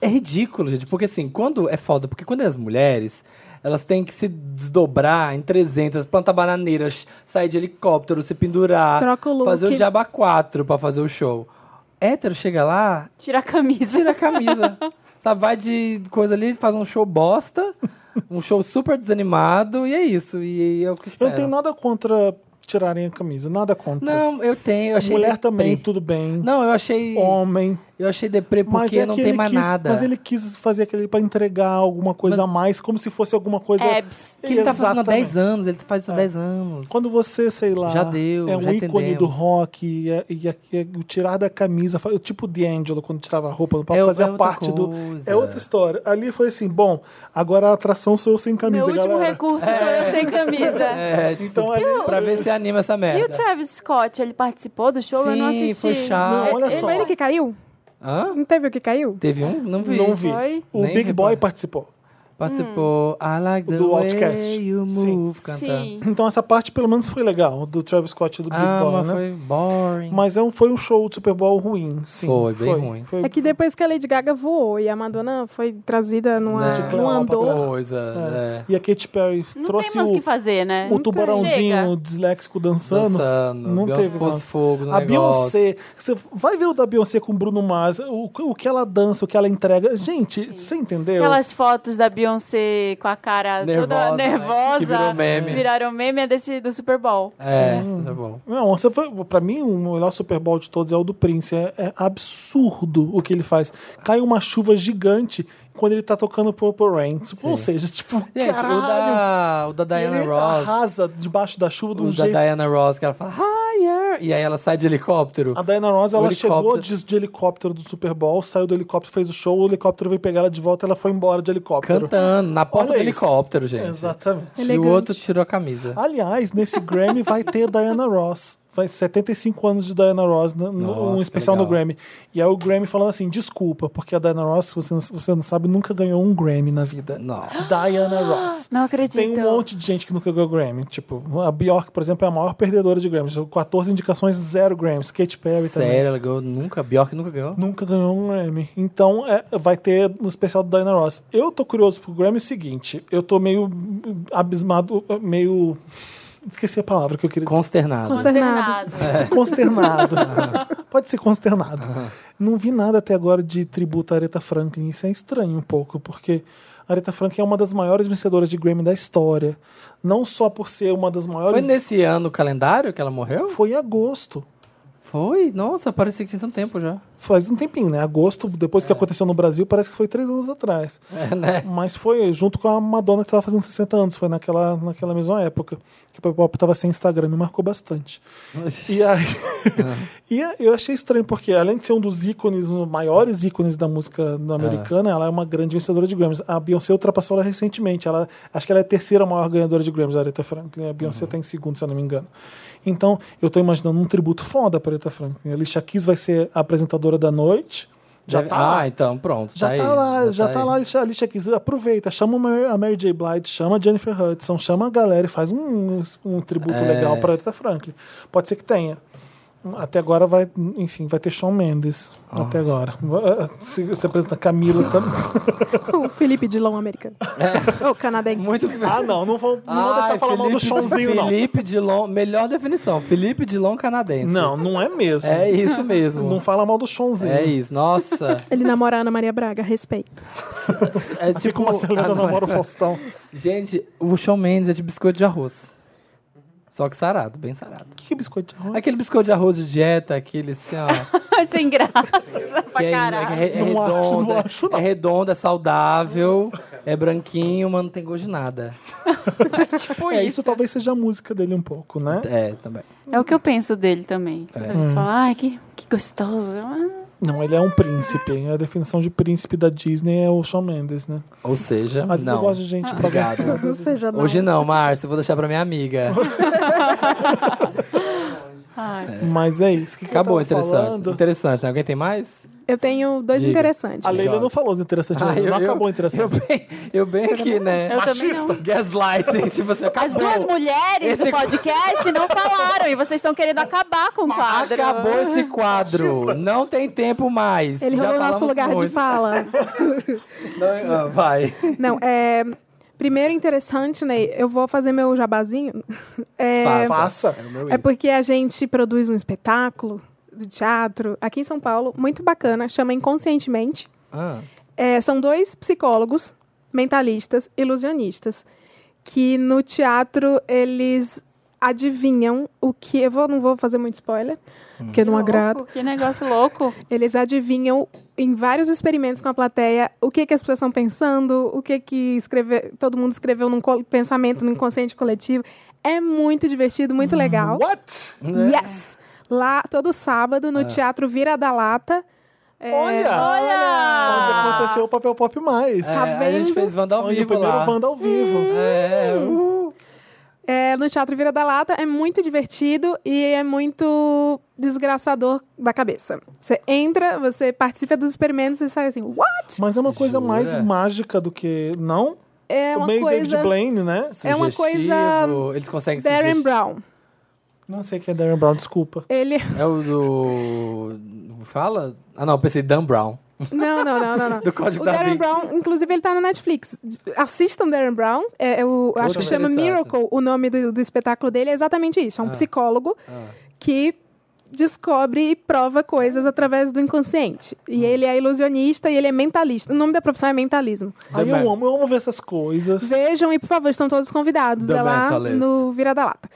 Speaker 3: é ridículo, gente. Porque assim, quando é foda, porque quando é as mulheres, elas têm que se desdobrar em 300, plantar bananeiras, sair de helicóptero, se pendurar,
Speaker 4: Troca o look.
Speaker 3: Ah, fazer o Jabá 4 pra fazer o show. Hétero chega lá,
Speaker 2: Tira a camisa.
Speaker 3: tira a camisa. Sabe, vai de coisa ali, faz um show bosta, um show super desanimado, e é isso. E é o que
Speaker 1: eu
Speaker 3: espero.
Speaker 1: não tenho nada contra tirarem a camisa, nada contra.
Speaker 3: Não, eu tenho. Eu achei
Speaker 1: Mulher
Speaker 3: deprê.
Speaker 1: também, tudo bem.
Speaker 3: Não, eu achei.
Speaker 1: Homem.
Speaker 3: Eu achei deprê porque
Speaker 1: é
Speaker 3: não
Speaker 1: que
Speaker 3: tem
Speaker 1: ele
Speaker 3: mais
Speaker 1: quis-
Speaker 3: nada.
Speaker 1: Mas ele quis fazer aquele pra entregar alguma coisa a mais, como se fosse alguma coisa.
Speaker 2: Abs.
Speaker 3: Que ele tá fazendo há
Speaker 1: Exatamente. É.
Speaker 3: 10 anos, ele faz isso há 10 anos.
Speaker 1: Quando você, sei lá,
Speaker 3: Já deu,
Speaker 1: é um
Speaker 3: já
Speaker 1: ícone
Speaker 3: entendemos.
Speaker 1: do rock e, é- e é- e é o tirar da camisa, fa- tipo o D'Angelo quando tirava a roupa no palco,
Speaker 3: É o- é
Speaker 1: fazia
Speaker 3: outra
Speaker 1: parte do.
Speaker 3: coisa.
Speaker 1: É outra história. Ali foi assim: bom, agora a atração sou eu sem camisa,
Speaker 2: Meu último
Speaker 1: galera.
Speaker 2: recurso sou eu sem camisa.
Speaker 3: É, tipo,
Speaker 1: Então ali.
Speaker 3: pra ver se anima essa
Speaker 2: E o
Speaker 3: merda.
Speaker 2: Travis Scott, ele participou do show? eu não
Speaker 3: Sim,
Speaker 2: assisti.
Speaker 3: foi chato.
Speaker 1: Não, olha
Speaker 4: Não
Speaker 1: só.
Speaker 4: Foi ele que caiu?
Speaker 3: Hã?
Speaker 4: Não teve o que caiu?
Speaker 3: Teve um? Não vi.
Speaker 1: Não vi.
Speaker 2: Foi?
Speaker 1: O
Speaker 3: Nem
Speaker 1: Big Boy
Speaker 3: reparei.
Speaker 1: participou.
Speaker 3: Participou I Like the
Speaker 1: Do
Speaker 3: Way
Speaker 1: Outcast.
Speaker 3: You
Speaker 1: Sim.
Speaker 3: Move cantando.
Speaker 2: Sim.
Speaker 1: Então essa parte pelo menos foi legal, do Travis Scott e do Big
Speaker 3: Ah,
Speaker 1: Boy,
Speaker 3: mas
Speaker 1: né?
Speaker 3: foi boring.
Speaker 1: Mas é um, foi um show de Super Bowl ruim, sim.
Speaker 3: Foi, bem ruim.
Speaker 1: Foi
Speaker 4: É que depois que a Lady Gaga voou e a Madonna foi trazida numa,
Speaker 3: Né?
Speaker 4: num andor.
Speaker 3: Coisa,
Speaker 1: É.
Speaker 3: né?
Speaker 1: E a Katy Perry
Speaker 2: Não
Speaker 1: trouxe
Speaker 2: tem mais o
Speaker 1: o,
Speaker 2: que fazer, né?
Speaker 1: o tubarãozinho
Speaker 2: Chega.
Speaker 1: disléxico dançando.
Speaker 3: Dançando,
Speaker 1: não
Speaker 3: Beyoncé
Speaker 1: teve,
Speaker 3: pôs
Speaker 1: não.
Speaker 3: fogo no
Speaker 1: A
Speaker 3: negócio.
Speaker 1: Beyoncé, você vai ver o da Beyoncé com o Bruno Mars, o, o que ela dança, o que ela entrega. Gente, você entendeu?
Speaker 2: Aquelas fotos da Beyoncé com a cara
Speaker 3: Nervosa,
Speaker 2: toda
Speaker 3: né?
Speaker 2: nervosa.
Speaker 3: Que virou meme.
Speaker 2: Viraram meme é desse, do Super Bowl.
Speaker 3: É, tá bom.
Speaker 1: Não, você foi, pra mim, o melhor Super Bowl de todos é o do Prince. É, é absurdo o que ele faz. Cai uma chuva gigante quando ele tá tocando Purple Rain. Ou seja, tipo,
Speaker 3: Gente,
Speaker 1: caralho.
Speaker 3: o da, o da Diana
Speaker 1: ele
Speaker 3: Ross.
Speaker 1: arrasa debaixo da chuva de um
Speaker 3: o da
Speaker 1: jeito.
Speaker 3: Diana Ross, que ela fala higher, e aí ela sai de helicóptero.
Speaker 1: A Diana Ross,
Speaker 3: O
Speaker 1: ela
Speaker 3: helicóptero.
Speaker 1: chegou de, de helicóptero do Super Bowl, saiu do helicóptero, fez o show, o helicóptero veio pegar ela de volta, ela foi embora de helicóptero.
Speaker 3: Cantando, na porta
Speaker 1: Olha
Speaker 3: do
Speaker 1: isso.
Speaker 3: helicóptero, gente.
Speaker 1: Exatamente.
Speaker 3: E o
Speaker 4: Elegante.
Speaker 3: outro tirou a camisa.
Speaker 1: Aliás, nesse Grammy vai ter Diana Ross. Vai 75 anos de Diana Ross, no, no-
Speaker 3: Nossa,
Speaker 1: um
Speaker 3: que
Speaker 1: especial no
Speaker 3: legal.
Speaker 1: Grammy. E aí o Grammy falando assim: desculpa, porque a Diana Ross, você, não- você não sabe, nunca ganhou um Grammy na vida.
Speaker 3: Não.
Speaker 1: Diana Ross.
Speaker 2: Não acredito.
Speaker 1: Tem um monte de gente que nunca ganhou Grammy. Tipo, a Bjork, por exemplo, é a maior perdedora de Grammys. 14 indicações, zero Grammys. Katy Perry também.
Speaker 3: Sério, ela ganhou nunca, Bjork nunca ganhou.
Speaker 1: Nunca ganhou um Grammy. Então é, vai ter no especial do Diana Ross. Eu tô curioso pro Grammy o seguinte: eu tô meio abismado, meio. Esqueci a palavra que eu queria dizer.
Speaker 3: Consternado.
Speaker 2: Consternado.
Speaker 3: é.
Speaker 1: Consternado. Pode ser consternado. Não vi nada até agora de tributo à Aretha Franklin. Isso é estranho um pouco, porque a Aretha Franklin é uma das maiores vencedoras de Grammy da história. Não só por ser uma das
Speaker 3: Foi
Speaker 1: maiores.
Speaker 3: nesse ano o calendário que ela morreu?
Speaker 1: Foi em agosto.
Speaker 3: Foi? Nossa, parecia que tinha tanto tempo já.
Speaker 1: Faz um tempinho, né? Agosto, depois que aconteceu no Brasil, parece que foi três anos atrás.
Speaker 3: É, né?
Speaker 1: Mas foi junto com a Madonna que tava fazendo 60 anos, foi naquela, naquela mesma época. Que o Pop tava sem Instagram, me marcou bastante. E aí. e a- eu achei estranho, porque além de ser um dos ícones, um dos maiores ícones da música no americana, ela é uma grande vencedora de Grammys. A Beyoncé ultrapassou ela recentemente. Ela, acho que ela é a terceira maior ganhadora de Grammys, a Aretha Franklin. A Beyoncé
Speaker 3: Uhum.
Speaker 1: está em segundo, se eu não me engano. Então, eu tô imaginando um tributo foda pra Aretha Franklin. A Alicia Keys vai ser a apresentadora da noite. Já
Speaker 3: Deve-
Speaker 1: tá
Speaker 3: ah,
Speaker 1: lá.
Speaker 3: então, pronto.
Speaker 1: Já tá,
Speaker 3: aí,
Speaker 1: lá, já tá,
Speaker 3: aí.
Speaker 1: lá a lixa- a lixa aqui. Aproveita, chama uma Mary- a Mary J. Blige, chama a Jennifer Hudson, chama a galera e faz um, um tributo
Speaker 3: É.
Speaker 1: legal pra Aretha Franklin. Pode ser que tenha. Até agora vai, enfim, vai ter Shawn Mendes. Até agora. eh, Se, se apresenta Camila também.
Speaker 4: O Felipe Dilon americano. Ou canadense.
Speaker 3: É, Muito
Speaker 1: Ah, não, não vou, não vou deixar
Speaker 3: Ai,
Speaker 1: falar mal do
Speaker 3: Felipe-
Speaker 1: Shawnzinho, não.
Speaker 3: Felipe Dilon, melhor definição. Felipe Dilon canadense.
Speaker 1: Não, não é mesmo.
Speaker 3: É isso mesmo.
Speaker 1: Não fala mal do Shawnzinho.
Speaker 3: É isso, nossa.
Speaker 4: Ele namora a Ana Maria Braga, respeito.
Speaker 3: É
Speaker 1: Assim
Speaker 3: tipo
Speaker 1: como a Selena
Speaker 3: ah, não,
Speaker 1: namora o
Speaker 3: é.
Speaker 1: Faustão.
Speaker 3: Gente, o Shawn Mendes é de biscoito de arroz. Só que sarado, bem sarado.
Speaker 1: Que biscoito de arroz?
Speaker 3: Aquele biscoito de arroz de dieta, aquele assim, ó.
Speaker 2: Sem graça
Speaker 3: que
Speaker 2: pra
Speaker 3: é,
Speaker 2: caralho.
Speaker 3: é, é
Speaker 1: Não acho, não
Speaker 3: redondo, é-
Speaker 1: acho, não.
Speaker 3: é redondo, é saudável, é branquinho, mas não tem gosto de nada.
Speaker 2: Tipo
Speaker 1: É,
Speaker 2: isso.
Speaker 1: isso
Speaker 3: tá-
Speaker 1: talvez seja a música dele um pouco, né?
Speaker 3: É, também.
Speaker 2: É o que eu penso dele também.
Speaker 3: É.
Speaker 2: Quando eles falam, ai, que, que gostoso. Ah,
Speaker 1: Não, ele é um príncipe. A definição de príncipe da Disney é o Shawn Mendes, né?
Speaker 3: Ou seja,
Speaker 1: Mas eu
Speaker 3: não.
Speaker 1: gosto de
Speaker 4: Ah.
Speaker 1: gente bagunçada.
Speaker 4: Ou seja, não.
Speaker 3: Hoje não, Márcio, vou deixar pra minha amiga.
Speaker 2: ai.
Speaker 1: Mas é isso. O Que que eu
Speaker 3: Acabou,
Speaker 1: tava
Speaker 3: interessante.
Speaker 1: falando?
Speaker 3: Interessante, né? Alguém tem mais?
Speaker 4: Eu tenho dois
Speaker 3: Diga.
Speaker 4: interessantes.
Speaker 1: A Leila não falou os interessantes, né?
Speaker 3: Ah, eu-
Speaker 1: não
Speaker 3: eu-
Speaker 1: acabou o
Speaker 3: Eu
Speaker 1: interessante.
Speaker 3: bem, eu bem aqui, né?
Speaker 2: Eu também não.
Speaker 3: Gaslight, tipo assim, acabou.
Speaker 2: As duas mulheres
Speaker 3: Esse-
Speaker 2: do podcast não falaram e vocês estão querendo acabar com o quadro.
Speaker 3: Acabou esse quadro. Não tem tempo mais.
Speaker 4: Ele
Speaker 3: Já
Speaker 4: roubou o nosso
Speaker 3: falamos
Speaker 4: lugar de
Speaker 3: muito.
Speaker 4: fala.
Speaker 3: Não, ah, vai.
Speaker 4: Não, é. Primeiro interessante, Ney, eu vou fazer meu jabazinho. É,
Speaker 1: Faça.
Speaker 3: É o meu
Speaker 4: é
Speaker 3: isso.
Speaker 4: porque a gente produz um espetáculo do teatro aqui em São Paulo, muito bacana, chama Inconscientemente.
Speaker 3: Ah,
Speaker 4: É, são dois psicólogos, mentalistas, ilusionistas, que no teatro eles adivinham o que. Eu vou, não vou fazer muito spoiler,
Speaker 3: Hum.
Speaker 4: porque não agrada.
Speaker 2: Que negócio louco.
Speaker 4: Eles adivinham em vários experimentos com a plateia o que, que as pessoas estão pensando, o que, que escreve, todo mundo escreveu num col- pensamento no inconsciente coletivo. É muito divertido, muito legal.
Speaker 1: Uhum. What? Ah.
Speaker 4: Yes! Lá todo sábado no Teatro Vira da Lata. É.
Speaker 1: Olha! Onde
Speaker 2: Olha!
Speaker 1: aconteceu o papel pop mais.
Speaker 3: é, a gente
Speaker 4: Tá vendo?
Speaker 3: fez Wanda ao
Speaker 1: Onde o
Speaker 3: vivo
Speaker 1: primeiro
Speaker 3: lá.
Speaker 1: Wanda ao vivo.
Speaker 4: Hum.
Speaker 3: É, uh,
Speaker 4: É, no Teatro Vira da Lata é muito divertido e é muito desgraçador da cabeça. Você entra, você participa dos experimentos e sai assim, what?
Speaker 1: Mas é uma coisa
Speaker 3: Jura?
Speaker 1: mais mágica do que. Não?
Speaker 4: É
Speaker 1: o
Speaker 4: uma
Speaker 1: meio
Speaker 4: coisa
Speaker 1: David Blaine, né?
Speaker 4: É uma coisa-
Speaker 3: sugestivo. Eles conseguem
Speaker 4: Darren
Speaker 3: sugesti-
Speaker 4: Brown.
Speaker 1: Não sei quem é Darren Brown, desculpa.
Speaker 4: Ele
Speaker 3: É o do. Fala? Ah, não, pensei Dan Brown.
Speaker 4: Não, não, não, não, não.
Speaker 3: Do Código
Speaker 4: o
Speaker 3: da
Speaker 4: Darren
Speaker 3: Vinci.
Speaker 4: Brown, inclusive, ele tá na Netflix. Assistam Darren Brown. É, é o, acho
Speaker 3: Outro
Speaker 4: que chama
Speaker 3: interessante.
Speaker 4: Miracle. O nome do, do espetáculo dele é exatamente isso. É
Speaker 3: Ah.
Speaker 4: um psicólogo que descobre e prova coisas através do inconsciente. E
Speaker 3: Ah.
Speaker 4: ele é ilusionista e ele é mentalista. O nome da profissão é mentalismo.
Speaker 1: Aí
Speaker 3: Man.
Speaker 1: eu amo, eu amo ver essas coisas.
Speaker 4: Vejam e, por favor, estão todos convidados.
Speaker 3: The
Speaker 4: é lá
Speaker 3: Mentalist.
Speaker 4: no Virada Lata.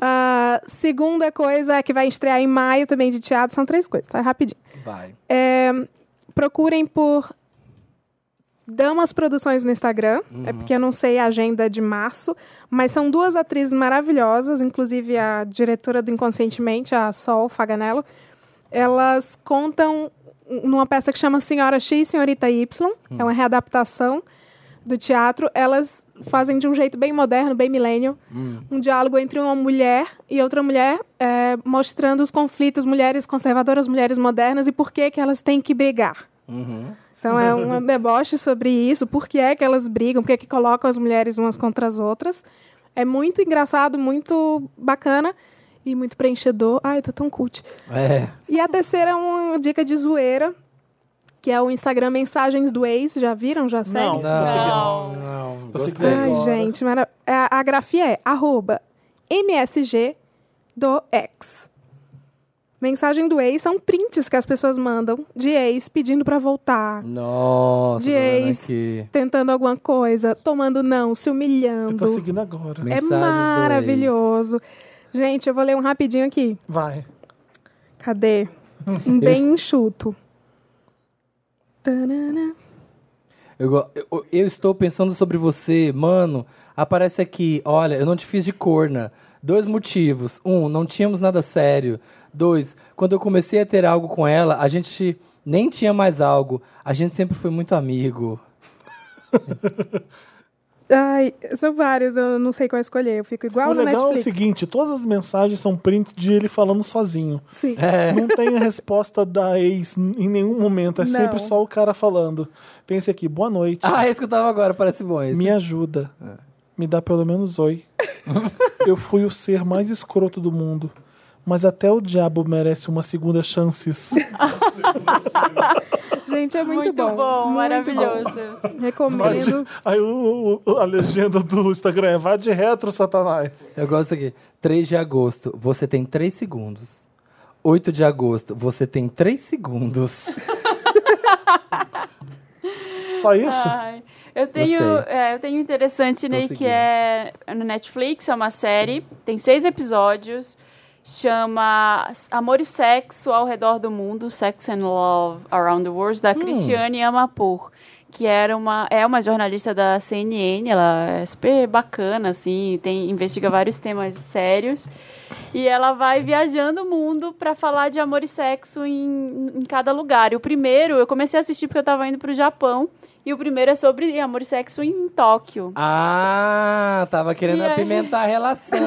Speaker 4: Ah, segunda coisa é que vai estrear em maio também de teatro. São três coisas, tá? Rapidinho.
Speaker 3: Vai.
Speaker 4: É, procurem por Damas Produções no Instagram. É porque eu não sei a agenda de março. Mas são duas atrizes maravilhosas, inclusive a diretora do Inconscientemente, a Sol Faganello. Elas contam um, numa peça que chama Senhora X e Senhorita Y. É uma readaptação do teatro. Elas fazem de um jeito bem moderno, bem millennial, um diálogo entre uma mulher e outra mulher, é, mostrando os conflitos mulheres conservadoras, mulheres modernas e por que, que elas têm que brigar. Então é um deboche sobre isso, por que é que elas brigam, por que é que colocam as mulheres umas contra as outras. É muito engraçado, muito bacana e muito preenchedor. Ai, tô tão cult.
Speaker 3: É.
Speaker 4: E a terceira é uma dica de zoeira, que é o Instagram Mensagens do Ex. Já viram? Já
Speaker 1: Não,
Speaker 4: seguem?
Speaker 3: Não, não.
Speaker 1: Tô seguindo.
Speaker 3: gostei.
Speaker 4: Ai,
Speaker 1: Agora.
Speaker 4: gente, mara... a, a grafia é arroba MSG do ex. Mensagem do ex são prints que as pessoas mandam de ex pedindo pra voltar,
Speaker 3: Nossa, tô vendo
Speaker 4: Jace.
Speaker 3: aqui.
Speaker 4: tentando alguma coisa, tomando não, se
Speaker 1: Eu tô
Speaker 4: humilhando.
Speaker 1: seguindo agora.
Speaker 4: É
Speaker 3: Mensagens do ex.
Speaker 4: maravilhoso. Gente, eu vou ler um rapidinho aqui.
Speaker 1: Vai.
Speaker 4: Cadê? Um bem enxuto. Tanana.
Speaker 3: Eu, go- eu- eu estou pensando sobre você, mano. Aparece aqui, olha, eu não te fiz de corna. Dois motivos. Um, não tínhamos nada sério. Dois, quando eu comecei a ter algo com ela, a gente nem tinha mais algo. A gente sempre foi muito amigo.
Speaker 4: Ai, são vários, eu não sei qual escolher. Eu fico igual
Speaker 1: o
Speaker 4: no
Speaker 1: legal é o
Speaker 4: Netflix.
Speaker 1: seguinte: todas as mensagens são prints de ele falando sozinho.
Speaker 4: Sim.
Speaker 1: Não tem a resposta da ex n- em nenhum momento. É
Speaker 4: Não.
Speaker 1: sempre só o cara falando. Tem esse aqui, boa noite.
Speaker 3: Ah, esse que eu tava agora, parece bom esse. é.
Speaker 1: Me ajuda. Me dá pelo menos oi. eu fui o ser mais escroto do mundo. mas até o diabo merece uma segunda chance.
Speaker 4: Gente, é muito,
Speaker 2: Muito bom,
Speaker 4: Muito
Speaker 2: maravilhoso.
Speaker 4: bom. Recomendo.
Speaker 1: Aí o- o- a legenda do Instagram é vá de retro, Satanás.
Speaker 3: Eu gosto aqui. 3 de agosto, você tem 3 segundos. 8 de agosto, você tem 3 segundos.
Speaker 1: Só isso?
Speaker 2: Ai, eu tenho,
Speaker 3: Gostei.
Speaker 2: é, eu tenho interessante, Ney,
Speaker 3: seguindo.
Speaker 2: que é no Netflix, é uma série, tem seis episódios, chama Amor e Sexo ao Redor do Mundo, Sex and Love Around the World, da Cristiane Amapour, que era uma, é uma jornalista da CNN, ela é super bacana, assim, tem, investiga vários temas sérios. E ela vai viajando o mundo pra falar de amor e sexo em, em cada lugar. E o primeiro, eu comecei a assistir porque eu tava indo pro Japão. E o primeiro é sobre amor e sexo em Tóquio.
Speaker 3: Ah, tava querendo
Speaker 2: E aí?
Speaker 3: apimentar a relação.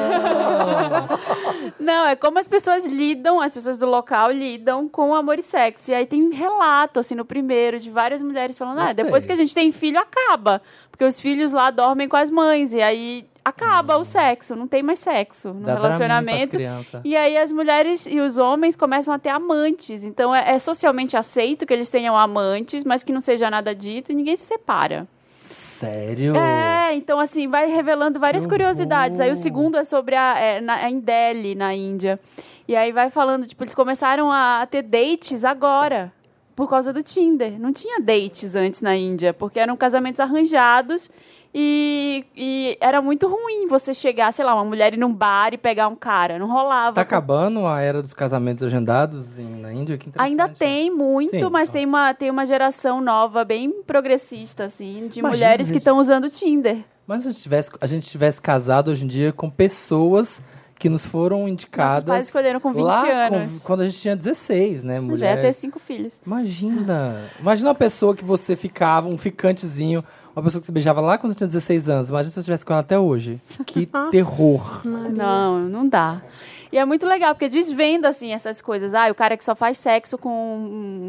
Speaker 2: Não, é como as pessoas lidam, as pessoas do local lidam com amor e sexo. E aí tem relato, assim, no primeiro, de várias mulheres falando: ah,
Speaker 3: Gostei.
Speaker 2: depois que a gente tem filho, acaba. Porque os filhos lá dormem com as mães. E aí acaba o sexo, não tem mais sexo no
Speaker 3: Dá
Speaker 2: relacionamento.
Speaker 3: Criança.
Speaker 2: E aí as mulheres e os homens começam a ter amantes. Então é, é socialmente aceito que eles tenham amantes, mas que não seja nada dito e ninguém se separa.
Speaker 3: Sério?
Speaker 2: É, então assim, vai revelando várias
Speaker 3: Que
Speaker 2: curiosidades. Aí o
Speaker 3: horror.
Speaker 2: segundo é sobre a é, na, é em Delhi, na Índia. E aí vai falando, tipo, eles começaram a ter dates agora. Por causa do Tinder. Não tinha dates antes na Índia, porque eram casamentos arranjados e, e era muito ruim você chegar, sei lá, uma mulher ir num bar e pegar um cara. Não rolava.
Speaker 3: Tá acabando a era dos casamentos agendados em- na Índia? Que interessante. né?
Speaker 2: Ainda tem muito,
Speaker 3: Sim.
Speaker 2: mas tem uma, tem uma geração nova, bem progressista, assim, de
Speaker 3: Imagina,
Speaker 2: mulheres que
Speaker 3: gente.
Speaker 2: estão usando o Tinder.
Speaker 3: Mas se a gente, tivesse, a gente tivesse casado hoje em dia com pessoas que nos foram indicadas.
Speaker 2: Nossos pais escolheram com 20
Speaker 3: lá com-
Speaker 2: anos.
Speaker 3: quando a gente tinha 16, né, mulher?
Speaker 2: Já é ia ter cinco filhos.
Speaker 3: Imagina. Imagina uma pessoa que você ficava, um ficantezinho, uma pessoa que você beijava lá quando você tinha 16 anos. Imagina se eu estivesse com ela até hoje. Que terror.
Speaker 2: Não, não dá. E é muito legal, porque desvenda, assim, essas coisas. Ah, o cara que só faz sexo com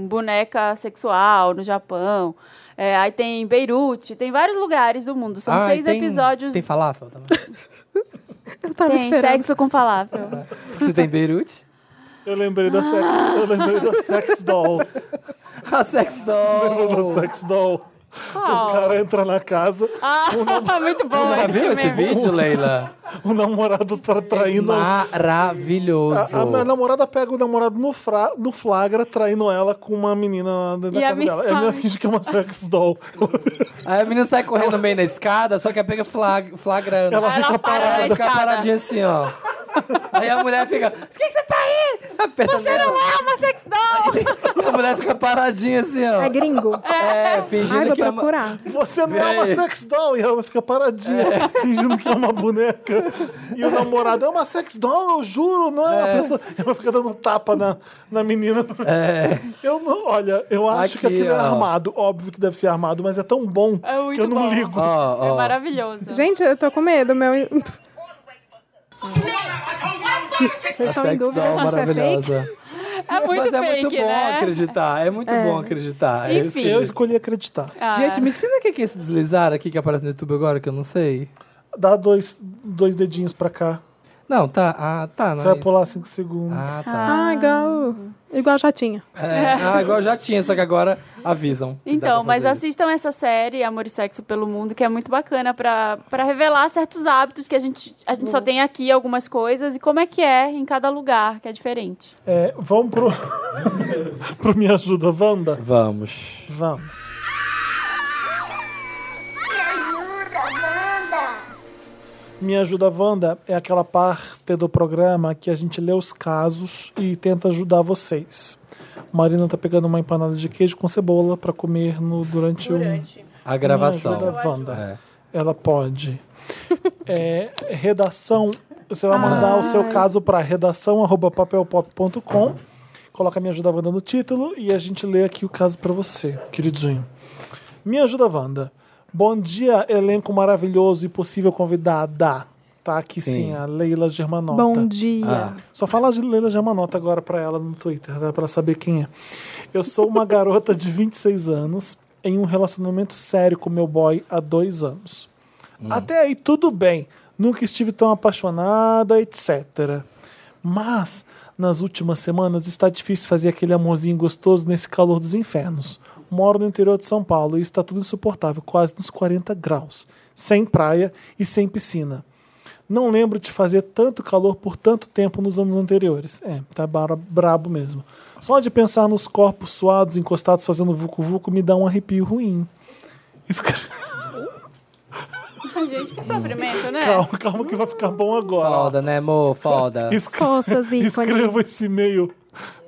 Speaker 2: um boneca sexual no Japão. É, aí tem Beirute, tem vários lugares do mundo. São
Speaker 3: Ah, e
Speaker 2: seis
Speaker 3: tem-
Speaker 2: episódios.
Speaker 3: Tem
Speaker 2: Tem,
Speaker 3: falafel também.
Speaker 4: Eu tava esperando.
Speaker 2: sexo com falafel.
Speaker 3: você tem Beirute?
Speaker 1: Eu lembrei da sex, eu lembrei da sex doll.
Speaker 3: A sex
Speaker 1: Lembrei da
Speaker 3: doll.
Speaker 1: sex doll. O
Speaker 2: Qual?
Speaker 1: cara entra na casa,
Speaker 2: Ah, muito bom.
Speaker 3: Você já
Speaker 2: esse
Speaker 3: viu esse
Speaker 2: meme.
Speaker 3: vídeo, Leila?
Speaker 1: o namorado
Speaker 3: é
Speaker 1: tá traindo. A,
Speaker 3: Maravilhoso.
Speaker 1: a- a namorada pega o namorado no, fra, no flagra, traindo ela com uma menina dentro da
Speaker 2: E a
Speaker 1: casa
Speaker 2: minha-
Speaker 1: dela. E a menina finge que é uma sex doll.
Speaker 3: Aí a menina sai correndo no meio da escada, só que a pega flag, flagrando.
Speaker 1: Ela
Speaker 2: Ela
Speaker 1: fica
Speaker 2: para na
Speaker 1: parada.
Speaker 3: fica
Speaker 2: escada.
Speaker 3: paradinha assim, ó. Aí a mulher fica, o que, que você tá aí? Aperta
Speaker 2: Você não é uma sex doll!
Speaker 3: A mulher fica paradinha assim, ó.
Speaker 4: É gringo.
Speaker 3: É, fingindo
Speaker 4: Ai, vou
Speaker 3: que é uma-
Speaker 4: procurar.
Speaker 1: Você não é uma
Speaker 3: Véi.
Speaker 1: sex doll! E ela fica paradinha, fingindo que é uma boneca. E o namorado é uma sex doll, eu juro, não é, uma pessoa. Ela fica dando tapa na, na menina.
Speaker 3: É.
Speaker 1: Eu não, olha, eu acho que
Speaker 3: Aqui,
Speaker 1: aquilo é
Speaker 3: ó.
Speaker 1: armado. Óbvio que deve ser armado, mas é tão bom
Speaker 2: É muito
Speaker 1: que eu não
Speaker 2: bom.
Speaker 1: ligo.
Speaker 3: Ó,
Speaker 2: É
Speaker 3: ó.
Speaker 2: maravilhoso.
Speaker 4: Gente, eu tô com medo. Meu... Vocês estão em
Speaker 3: Sex
Speaker 4: dúvida
Speaker 3: doll
Speaker 4: se isso é fake?
Speaker 3: maravilhosa.
Speaker 2: é muito
Speaker 3: Mas é
Speaker 2: fake,
Speaker 3: muito bom
Speaker 2: né?
Speaker 3: acreditar. É muito bom acreditar. É isso
Speaker 2: Enfim.
Speaker 3: que-
Speaker 1: Eu escolhi acreditar.
Speaker 2: Ah,
Speaker 3: Gente, me ensina o que é esse deslizar aqui que aparece no YouTube agora, que eu não sei.
Speaker 1: Dá dois, dois dedinhos pra cá.
Speaker 3: Não, tá. Ah, tá. Não
Speaker 1: Você
Speaker 3: é
Speaker 1: vai
Speaker 3: isso.
Speaker 1: pular cinco segundos.
Speaker 3: Ah, tá.
Speaker 4: Ah, igual, igual já tinha.
Speaker 3: É, ah, igual já tinha, só que agora avisam. que dá
Speaker 2: Então,
Speaker 3: pra
Speaker 2: mas
Speaker 3: fazer isso.
Speaker 2: assistam essa série, Amor e Sexo pelo Mundo, que é muito bacana pra pra revelar certos hábitos que a gente, a gente só tem aqui, algumas coisas, e como é que é em cada lugar, que é diferente.
Speaker 1: É, vamos pro... pro Me Ajuda, Wanda?
Speaker 3: Vamos.
Speaker 1: Vamos.
Speaker 6: Me ajuda, Wanda!
Speaker 1: Me Ajuda Wanda é aquela parte do programa que a gente lê os casos e tenta ajudar vocês. Marina tá pegando uma empanada de queijo com cebola pra comer no, durante, o.
Speaker 3: A
Speaker 1: Me
Speaker 3: gravação.
Speaker 1: Ajuda Wanda.
Speaker 3: É.
Speaker 1: Ela pode. É, redação. Você vai mandar o seu caso para redação@papelpop.com. Coloca Me Ajuda Wanda no título e a gente lê aqui o caso para você, queridinho. Me Ajuda Wanda. Bom dia, elenco maravilhoso e possível convidada. Tá aqui sim,
Speaker 3: Sim.
Speaker 1: a Leila Germanota.
Speaker 4: Bom dia.
Speaker 3: Ah.
Speaker 1: Só fala de Leila Germanota agora pra ela no Twitter, tá? pra ela saber quem é. Eu sou uma garota de 26 anos em um relacionamento sério com meu boy há dois anos. Até aí tudo bem. Nunca estive tão apaixonada, etc. Mas, nas últimas semanas, está difícil fazer aquele amorzinho gostoso nesse calor dos infernos. Moro no interior de São Paulo e está tudo insuportável, quase nos 40 graus. Sem praia e sem piscina. Não lembro de fazer tanto calor por tanto tempo nos anos anteriores. É, tá bara- brabo mesmo. Só de pensar nos corpos suados, encostados, fazendo vucu-vucu, me dá um arrepio ruim. Escre-
Speaker 2: Ai, gente, que sofrimento, né?
Speaker 1: Calma, calma que vai ficar bom agora.
Speaker 3: Foda, né, amor? Foda.
Speaker 1: Escre-
Speaker 4: Forças, ícone.
Speaker 1: Escreva esse e-mail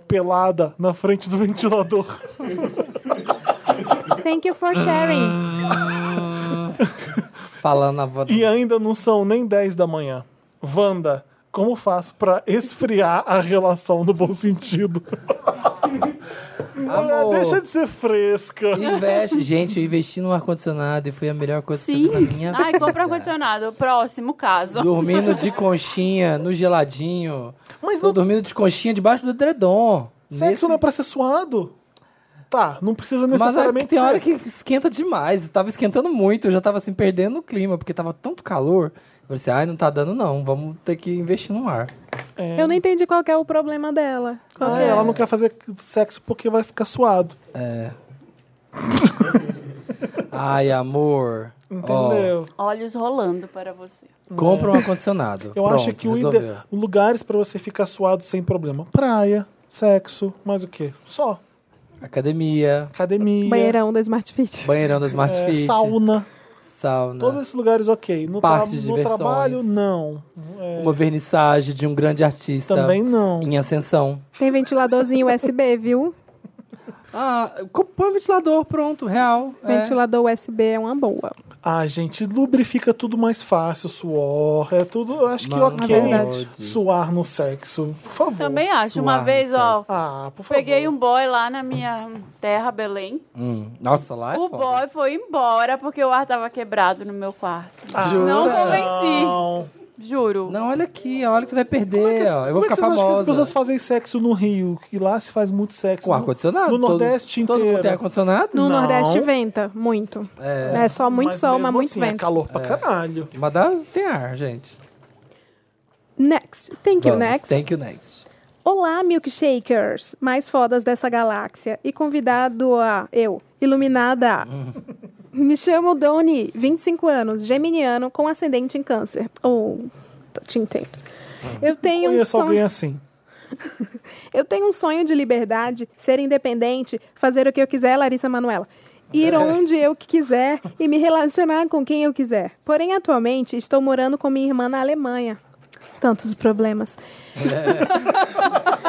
Speaker 1: pelada na frente do ventilador.
Speaker 4: Thank you for sharing.
Speaker 3: Falando na voz.
Speaker 1: E ainda não são nem 10 da manhã. Wanda, como faço pra esfriar a relação no bom sentido? Mulher,
Speaker 3: Amor.
Speaker 1: deixa de ser fresca.
Speaker 3: Investe, gente, eu investi num ar-condicionado e foi a melhor coisa que eu fiz na
Speaker 2: Sim.
Speaker 3: minha
Speaker 2: Ai,
Speaker 3: vida.
Speaker 2: compra um condicionado. Próximo caso.
Speaker 3: Dormindo de conchinha, no geladinho.
Speaker 1: Mas
Speaker 3: Tô
Speaker 1: não-
Speaker 3: dormindo de conchinha debaixo do edredom.
Speaker 1: Sexo
Speaker 3: Nesse-
Speaker 1: não é pra ser suado? Tá, não precisa
Speaker 3: Mas é que
Speaker 1: necessariamente
Speaker 3: tem
Speaker 1: ser.
Speaker 3: hora que esquenta demais. Tava esquentando muito, eu já tava assim, perdendo o clima, porque tava tanto calor. Eu falei assim, ai, não tá dando não, vamos ter que investir no ar.
Speaker 4: Eu não entendi qual que é o problema dela. Qual
Speaker 1: Ah,
Speaker 4: que é?
Speaker 1: Ela não quer fazer sexo porque vai ficar suado.
Speaker 3: Ai, amor. Ó,
Speaker 1: Entendeu? É.
Speaker 2: Olhos rolando para você.
Speaker 3: compra um ar-condicionado.
Speaker 1: Eu
Speaker 3: Pronto,
Speaker 1: acho que o
Speaker 3: resolveu.
Speaker 1: ide... lugares pra você ficar suado sem problema. Praia, sexo, mais o quê? Só.
Speaker 3: Academia,
Speaker 1: Academia,
Speaker 4: Banheirão da Smart Fit.
Speaker 3: banheirão da Smart
Speaker 1: é,
Speaker 3: Fit,
Speaker 1: sauna.
Speaker 3: sauna,
Speaker 1: Todos esses lugares, ok. No, tra-
Speaker 3: Né. Parques de
Speaker 1: no
Speaker 3: diversões.
Speaker 1: trabalho, não. É,
Speaker 3: uma vernissage de um grande artista
Speaker 1: Também não.
Speaker 3: em ascensão.
Speaker 4: Tem ventiladorzinho USB, viu?
Speaker 3: Ah, co- põe um ventilador, pronto, real. é.
Speaker 4: Ventilador USB é uma boa.
Speaker 1: Ah, gente, lubrifica tudo mais fácil, suor. É tudo. Eu acho que
Speaker 3: Mano,
Speaker 1: ok
Speaker 4: é
Speaker 3: verdade.
Speaker 1: suar no sexo. Por favor.
Speaker 2: Também acho.
Speaker 3: suar
Speaker 2: Uma
Speaker 3: no
Speaker 2: vez, ó,
Speaker 1: Ah, por favor.
Speaker 2: peguei um boy lá na minha terra, Belém.
Speaker 3: Hum, Nossa, lá é
Speaker 2: o
Speaker 3: foda.
Speaker 2: boy foi embora porque o ar tava quebrado no meu quarto.
Speaker 1: Ah,
Speaker 2: Não
Speaker 3: Jura?
Speaker 2: convenci,
Speaker 1: não.
Speaker 2: juro.
Speaker 3: Não, olha aqui, olha que você vai perder, ó. Eu vou
Speaker 1: Como é que
Speaker 3: ficar
Speaker 1: vocês acham que as
Speaker 3: famosa.
Speaker 1: pessoas fazem sexo no Rio? Que lá se faz muito sexo.
Speaker 3: Com
Speaker 1: No-
Speaker 3: ar-condicionado.
Speaker 1: No
Speaker 3: todo-
Speaker 1: Nordeste
Speaker 3: Todo mundo
Speaker 1: inteiro.
Speaker 3: tem ar-condicionado?
Speaker 4: No
Speaker 1: Não.
Speaker 4: Nordeste venta muito. É, só muito
Speaker 1: Mas
Speaker 4: sol, mas
Speaker 1: mesmo
Speaker 4: muito
Speaker 1: assim, É
Speaker 4: vento.
Speaker 1: calor pra caralho.
Speaker 3: Mas dá, tem ar, gente.
Speaker 4: Next. Thank you,
Speaker 3: Vamos,
Speaker 4: next.
Speaker 3: Thank you, next.
Speaker 4: Olá, milkshakers, mais fodas dessa galáxia. E convidado a eu, iluminada. a. Me chamo Doni, 25 anos, geminiano, com ascendente em câncer. Oh, Ou, te entendo. Eu tenho um
Speaker 1: Conheço
Speaker 4: sonho.
Speaker 1: alguém assim.
Speaker 4: Eu tenho um sonho de liberdade, ser independente, fazer o que eu quiser, Larissa Manuela. Ir onde eu que quiser e me relacionar com quem eu quiser. Porém, atualmente, estou morando com minha irmã na Alemanha. Tantos problemas.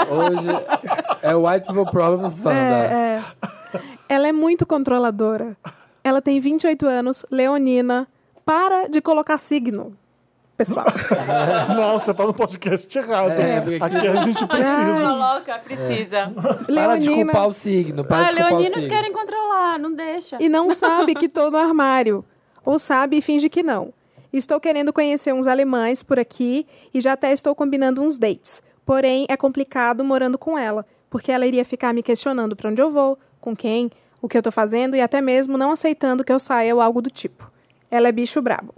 Speaker 3: Hoje é o White People Problems Wanda.
Speaker 4: É, é. Ela é muito controladora. Ela tem 28 anos, leonina. Para de colocar signo, pessoal.
Speaker 1: Não, você tá no podcast errado.
Speaker 3: É, porque
Speaker 1: Aqui a
Speaker 4: Ah.
Speaker 1: gente
Speaker 2: Precisa.
Speaker 1: precisa.
Speaker 2: Coloca,
Speaker 3: É.
Speaker 2: precisa.
Speaker 3: Para de
Speaker 4: Leonina.
Speaker 3: culpar o signo, para
Speaker 2: Ah,
Speaker 3: de culpar o signo.
Speaker 2: leoninos querem controlar, não deixa.
Speaker 4: E não sabe que tô no armário. Ou sabe e finge que não. Estou querendo conhecer uns alemães por aqui e já até estou combinando uns dates. Porém, é complicado morando com ela, porque ela iria ficar me questionando para onde eu vou, com quem, o que eu tô fazendo e até mesmo não aceitando que eu saia ou algo do tipo. Ela é bicho brabo.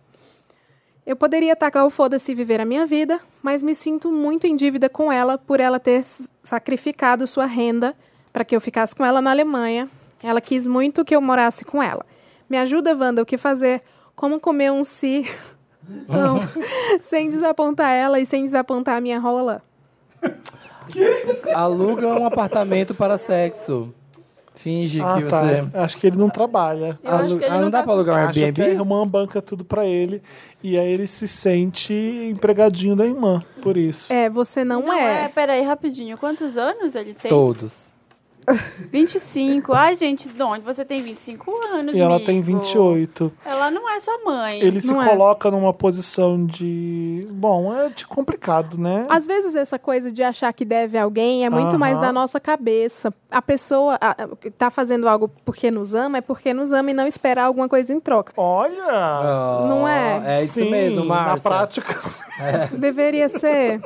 Speaker 4: Eu poderia tacar o foda-se e viver a minha vida, mas me sinto muito em dívida com ela por ela ter s- sacrificado sua renda para que eu ficasse com ela na Alemanha. Ela quis muito que eu morasse com ela. Me ajuda, Wanda, o que fazer? Como comer um si Não. sem desapontar ela e sem desapontar a minha rola?
Speaker 3: Aluga um apartamento para sexo. Finge
Speaker 1: Ah,
Speaker 3: que você...
Speaker 1: tá. Acho que ele não trabalha.
Speaker 2: Eu acho
Speaker 3: Alu-
Speaker 2: que ele
Speaker 3: Ah, não
Speaker 2: não
Speaker 3: dá
Speaker 2: tá-
Speaker 3: pra alugar um
Speaker 1: Acho que a
Speaker 3: Airbnb?
Speaker 1: irmã banca tudo pra ele. E aí ele se sente empregadinho da irmã, por isso.
Speaker 4: É, você não,
Speaker 2: Não é,
Speaker 4: é.
Speaker 2: peraí, rapidinho. Quantos anos ele tem?
Speaker 3: Todos.
Speaker 2: 25. Ai, gente, Donde? Você tem 25 anos,
Speaker 1: E ela
Speaker 2: amigo.
Speaker 1: tem 28.
Speaker 2: Ela não é sua mãe.
Speaker 1: Ele se
Speaker 4: Não é.
Speaker 1: coloca numa posição de. Bom, é de complicado, né?
Speaker 4: Às vezes essa coisa de achar que deve a alguém é muito
Speaker 1: Aham.
Speaker 4: mais da nossa cabeça. A pessoa está fazendo algo porque nos ama, é porque nos ama e não espera alguma coisa em troca.
Speaker 1: Olha!
Speaker 4: Não é?
Speaker 3: É isso
Speaker 1: Sim,
Speaker 3: mesmo, Márcia.
Speaker 1: Na prática, sim.
Speaker 4: Deveria ser.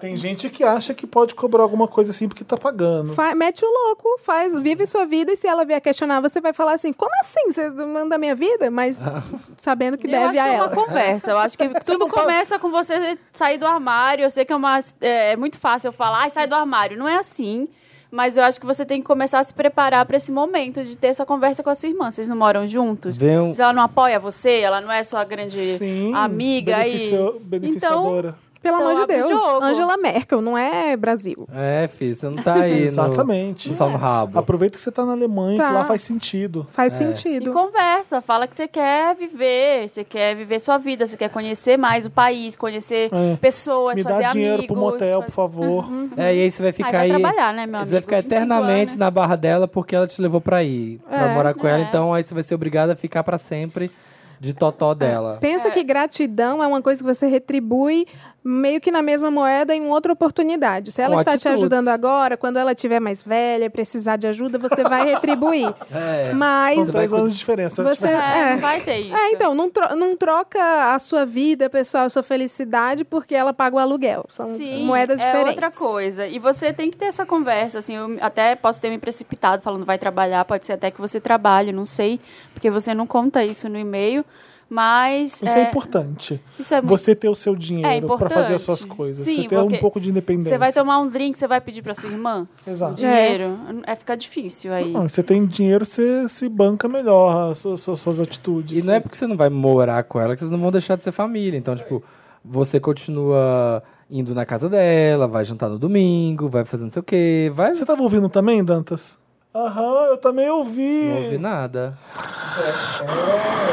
Speaker 1: Tem gente que acha que pode cobrar alguma coisa assim porque tá pagando.
Speaker 4: Fa- mete o louco, faz, vive sua vida e se ela vier questionar, você vai falar assim: como assim? Você manda a minha vida? Mas
Speaker 3: Ah.
Speaker 4: sabendo que
Speaker 2: eu
Speaker 4: deve
Speaker 2: acho
Speaker 4: a
Speaker 2: que é
Speaker 4: ela.
Speaker 2: uma conversa. Eu acho que tudo começa com você sair do armário. Eu sei que é, uma, é, é muito fácil eu falar, ai, sai do armário. Não é assim. Mas eu acho que você tem que começar a se preparar para esse momento de ter essa conversa com a sua irmã. Vocês não moram juntos?
Speaker 3: Vê um-
Speaker 2: Se ela não apoia você, ela não é sua grande
Speaker 1: Sim,
Speaker 2: amiga
Speaker 1: beneficio-
Speaker 2: aí.
Speaker 1: beneficiadora.
Speaker 4: Pelo
Speaker 2: Então,
Speaker 4: amor de
Speaker 2: abre o
Speaker 4: Deus.
Speaker 2: jogo.
Speaker 4: Angela Merkel, não é Brasil.
Speaker 3: É, filho, você não tá aí. no-
Speaker 1: Exatamente.
Speaker 3: No, só no rabo.
Speaker 1: Aproveita que você tá na Alemanha,
Speaker 4: Tá.
Speaker 1: que lá faz sentido.
Speaker 3: É.
Speaker 4: Faz
Speaker 2: E
Speaker 4: sentido.
Speaker 2: conversa, fala que você quer viver, você quer viver sua vida, você quer conhecer mais o país, conhecer
Speaker 1: É.
Speaker 2: pessoas,
Speaker 1: Me
Speaker 2: fazer
Speaker 1: dá dinheiro pro
Speaker 2: amigos.
Speaker 1: motel,
Speaker 2: faz- Uhum.
Speaker 1: por favor.
Speaker 3: É, e aí você vai
Speaker 2: Aí
Speaker 3: ficar
Speaker 2: vai
Speaker 3: aí.
Speaker 2: trabalhar, né, meu amigo?
Speaker 3: Você vai ficar
Speaker 2: 25
Speaker 3: eternamente
Speaker 2: anos.
Speaker 3: na barra dela porque ela te levou pra aí. Pra
Speaker 4: É.
Speaker 3: morar com ela,
Speaker 2: É.
Speaker 3: então aí você vai ser obrigado a ficar pra sempre de totó dela.
Speaker 4: Pensa que gratidão é uma coisa que você retribui meio que na mesma moeda em outra oportunidade. Se ela
Speaker 3: Com
Speaker 4: está te
Speaker 3: atitudes.
Speaker 4: ajudando agora, quando ela tiver mais velha, e precisar de ajuda, você vai retribuir.
Speaker 3: É.
Speaker 1: São
Speaker 4: Mas
Speaker 1: três anos de diferença.
Speaker 4: você
Speaker 2: É,
Speaker 4: é.
Speaker 2: não vai ter isso.
Speaker 4: É, então, não, tro- não troca a sua vida pessoal, a sua felicidade, porque ela paga o aluguel. São
Speaker 2: Sim,
Speaker 4: moedas
Speaker 2: é
Speaker 4: diferentes.
Speaker 2: outra coisa. E você tem que ter essa conversa, assim, eu até posso ter me precipitado falando vai trabalhar, pode ser até que você trabalhe, não sei, porque você não conta isso no e-mail, mas
Speaker 1: Isso é,
Speaker 2: é,
Speaker 1: importante.
Speaker 2: isso é muito
Speaker 1: Você ter o seu dinheiro pra
Speaker 2: importante.
Speaker 1: fazer as suas coisas.
Speaker 2: Sim,
Speaker 1: você ter um
Speaker 2: porque
Speaker 1: pouco de independência.
Speaker 2: Você vai tomar um drink, você vai pedir pra sua irmã
Speaker 1: Exato.
Speaker 2: dinheiro. É ficar difícil aí.
Speaker 1: Tá. Não, você tem dinheiro, você se banca melhor as suas, suas- suas atitudes.
Speaker 3: E não é porque você não vai morar com ela que vocês não vão deixar de ser família. Então, tipo, você continua indo na casa dela, vai jantar no domingo, vai fazer não sei o quê, vai.
Speaker 1: Você tava ouvindo também, Dantas? Aham, eu também ouvi.
Speaker 3: Não ouvi nada.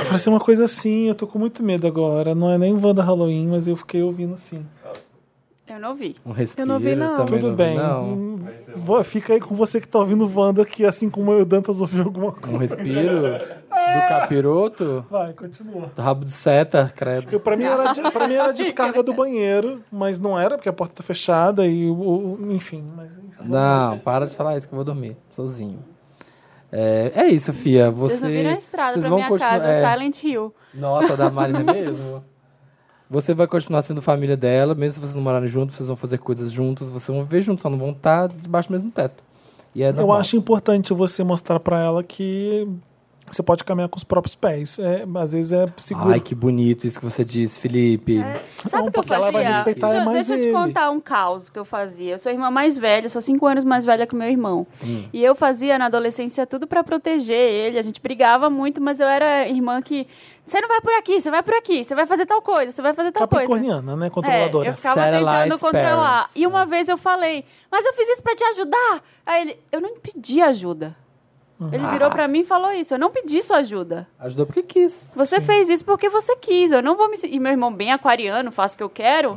Speaker 1: Parece ser uma coisa assim, eu tô com muito medo agora. Não é nem Wanda Halloween, mas eu fiquei ouvindo sim.
Speaker 2: Eu não vi.
Speaker 3: Um respiro.
Speaker 4: não ouvi, não.
Speaker 3: Também
Speaker 1: Tudo
Speaker 3: não
Speaker 1: bem.
Speaker 3: Ouvi, não.
Speaker 1: Hum, vou- fica aí com você que tá ouvindo Wanda, que assim como eu e o Dantas ouviu alguma coisa.
Speaker 3: Um respiro do capiroto,
Speaker 1: Vai, continua.
Speaker 3: do rabo de seta, credo.
Speaker 1: Eu, pra, mim era, de- pra mim era a descarga do banheiro, mas não era, porque a porta tá fechada e o. o- Enfim, mas
Speaker 2: Tá
Speaker 1: enfim.
Speaker 3: Não, para de falar isso que eu vou dormir sozinho. É, é isso, Fia. Você,
Speaker 2: Vocês não viram a estrada
Speaker 3: vocês
Speaker 2: pra
Speaker 3: vão
Speaker 2: minha
Speaker 3: continuar-
Speaker 2: casa,
Speaker 3: é.
Speaker 2: Silent Hill.
Speaker 3: Nossa, da Marina mesmo. Você vai continuar sendo família dela, mesmo se vocês não morarem juntos, vocês vão fazer coisas juntos, vocês vão viver juntos, só não vão estar debaixo do mesmo teto. E é
Speaker 1: Eu
Speaker 3: normal.
Speaker 1: acho importante você mostrar pra ela que você pode caminhar com os próprios pés. É, às vezes é seguro.
Speaker 3: Ai, que bonito isso que você disse, Felipe.
Speaker 2: É. Sabe o que eu
Speaker 1: porque ela
Speaker 2: fazia?
Speaker 1: vai respeitar
Speaker 2: deixa,
Speaker 1: mais
Speaker 2: deixa eu te
Speaker 1: ele.
Speaker 2: contar um caos que eu fazia. Eu sou a irmã mais velha, sou cinco anos mais velha que meu irmão.
Speaker 1: Hum.
Speaker 2: E eu fazia na adolescência tudo pra proteger ele. A gente brigava muito, mas eu era a irmã que. Você não vai por aqui, você vai por aqui, você vai fazer tal coisa, você vai fazer tal coisa.
Speaker 1: Capricorniana, né?
Speaker 2: É,
Speaker 1: Controladora.
Speaker 2: eu ficava
Speaker 3: Satellite
Speaker 2: tentando controlar.
Speaker 3: parents.
Speaker 2: E uma vez eu falei, mas eu fiz isso pra te ajudar. Aí ele, eu não pedi ajuda. Ele
Speaker 1: Ah.
Speaker 2: virou pra mim e falou isso. Eu não pedi sua ajuda.
Speaker 3: Ajudou porque quis.
Speaker 2: Você fez isso porque você quis. Eu não vou me. se- E meu irmão, bem aquariano, faço o que eu quero.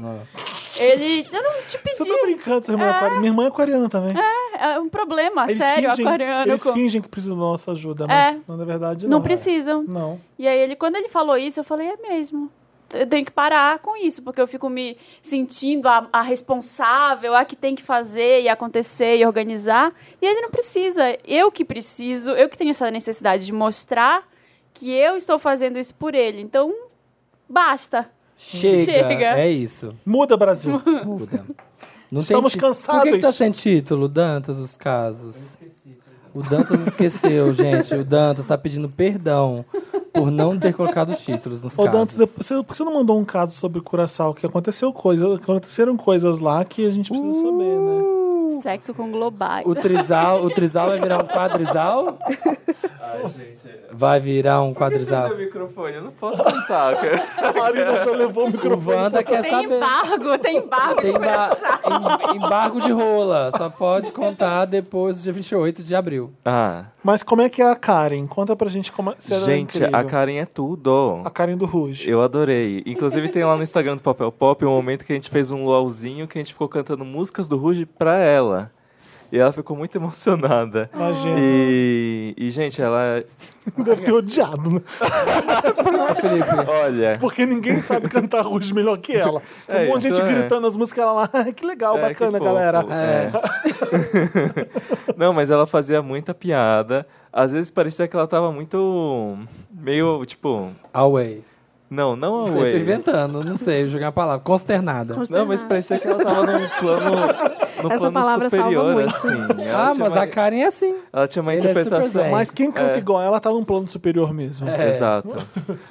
Speaker 2: Ele. Eu não te pedi.
Speaker 1: Você tá brincando, seu irmão é aquariano. Minha irmã é aquariana também.
Speaker 2: É um problema,
Speaker 1: Eles
Speaker 2: sério,
Speaker 1: fingem,
Speaker 2: aquariano.
Speaker 1: Eles
Speaker 2: com-
Speaker 1: fingem que precisam da nossa ajuda, mas
Speaker 2: É.
Speaker 1: não, na verdade não.
Speaker 2: Não precisam.
Speaker 1: Não.
Speaker 2: E aí ele, quando ele falou isso, eu falei, é mesmo. Eu tenho que parar com isso, porque eu fico me sentindo a, a responsável, a que tem que fazer e acontecer e organizar. E ele não precisa. Eu que preciso, eu que tenho essa necessidade de mostrar que eu estou fazendo isso por ele. Então, basta.
Speaker 3: Chega.
Speaker 2: Chega.
Speaker 3: É isso.
Speaker 1: Muda, Brasil.
Speaker 3: Muda. Não
Speaker 1: Estamos
Speaker 3: ti-
Speaker 1: cansados.
Speaker 3: Por que, que tá sem título, Dantas, os casos? O Dantas esqueceu, gente. O Dantas tá pedindo perdão por não ter colocado os títulos nos
Speaker 1: Ô,
Speaker 3: casos.
Speaker 1: Dantas, depois- você- por que você não mandou um caso sobre Curaçao? Que aconteceu coisa, aconteceram coisas lá que a gente precisa saber,
Speaker 2: Uh.
Speaker 1: né?
Speaker 2: Sexo com globais.
Speaker 3: O trisal, o trisal vai virar um quadrisal?
Speaker 7: Ai, gente. é-
Speaker 3: Vai virar um
Speaker 7: Por que você me deu
Speaker 3: quadrisal.
Speaker 7: o microfone? Eu não posso contar, cara.
Speaker 1: A Marina já levou o
Speaker 3: O
Speaker 1: microfone.
Speaker 3: Wanda quer
Speaker 2: Tem
Speaker 3: saber.
Speaker 2: embargo, tem embargo
Speaker 3: Tem
Speaker 2: de
Speaker 3: ba-
Speaker 2: coração.
Speaker 3: em- embargo de rola. Só pode contar depois do dia 28 de abril.
Speaker 7: Ah,
Speaker 1: Mas como é que é a Karen? Conta pra gente como é. se ela é
Speaker 7: gente,
Speaker 1: incrível.
Speaker 7: a Karen é tudo.
Speaker 1: A Karen do Ruge.
Speaker 7: Eu adorei. Inclusive tem lá no Instagram do Papel Pop um momento que a gente fez um luauzinho que a gente ficou cantando músicas do Ruge pra ela. E ela ficou muito emocionada.
Speaker 1: Imagina.
Speaker 7: E, e, gente, ela. é,
Speaker 1: Deve ter odiado, né?
Speaker 7: Olha.
Speaker 1: Porque ninguém sabe cantar Ruge melhor que ela. Tem
Speaker 7: É,
Speaker 1: um monte de
Speaker 7: isso
Speaker 1: gente
Speaker 7: é.
Speaker 1: gritando as músicas ela lá. "Ah, que legal,
Speaker 7: É, que
Speaker 1: bacana,
Speaker 7: fofo,
Speaker 1: galera.
Speaker 7: é.
Speaker 3: É.
Speaker 7: Não, mas ela fazia muita piada. Às vezes parecia que ela tava muito. meio, tipo.
Speaker 3: Away.
Speaker 7: Não, não a
Speaker 3: Eu tô
Speaker 7: Way.
Speaker 3: inventando, não sei, joguei uma palavra. Consternada.
Speaker 7: Não, mas parecia que ela tava num plano, num
Speaker 4: Essa
Speaker 7: plano
Speaker 4: palavra salva
Speaker 7: superior,
Speaker 4: muito.
Speaker 7: assim. Ela
Speaker 3: Ah,
Speaker 7: tinha
Speaker 3: mas
Speaker 7: uma,
Speaker 3: a Karen é assim.
Speaker 7: Ela tinha uma
Speaker 3: Ele é super
Speaker 7: interpretação.
Speaker 3: zen.
Speaker 1: Mas quem canta
Speaker 7: É.
Speaker 1: igual ela tá num plano superior mesmo.
Speaker 3: É.
Speaker 7: Exato.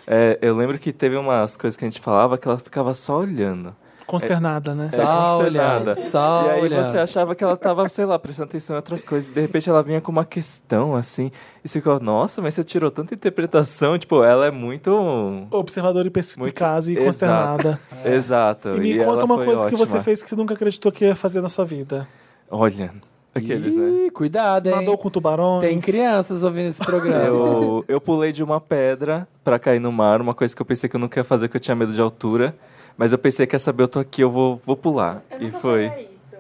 Speaker 7: É, eu lembro que teve umas coisas que a gente falava que ela ficava só olhando.
Speaker 1: Consternada, né?
Speaker 7: É,
Speaker 3: Só
Speaker 7: consternada.
Speaker 3: olhando, só
Speaker 7: e aí
Speaker 3: olhando.
Speaker 7: você achava que ela tava, sei lá, prestando atenção em outras coisas. De repente ela vinha com uma questão, assim, e você ficava, nossa, mas você tirou tanta interpretação. Tipo, ela é muito...
Speaker 1: Observadora e perspicaz e consternada.
Speaker 7: Exato. Exato.
Speaker 1: É. E me
Speaker 7: ela
Speaker 1: conta uma
Speaker 7: foi
Speaker 1: coisa que
Speaker 7: ótima.
Speaker 1: você fez que você nunca acreditou que ia fazer na sua vida.
Speaker 7: Olha, aqueles, né?
Speaker 3: Ih, cuidado, hein?
Speaker 1: Nadou com tubarões.
Speaker 3: Tem crianças ouvindo esse programa.
Speaker 7: Eu, eu pulei de uma pedra pra cair no mar, uma coisa que eu pensei que eu não queria fazer, que eu tinha medo de altura. Mas eu pensei, quer saber, eu tô aqui, eu vou, vou pular. e foi.
Speaker 2: isso.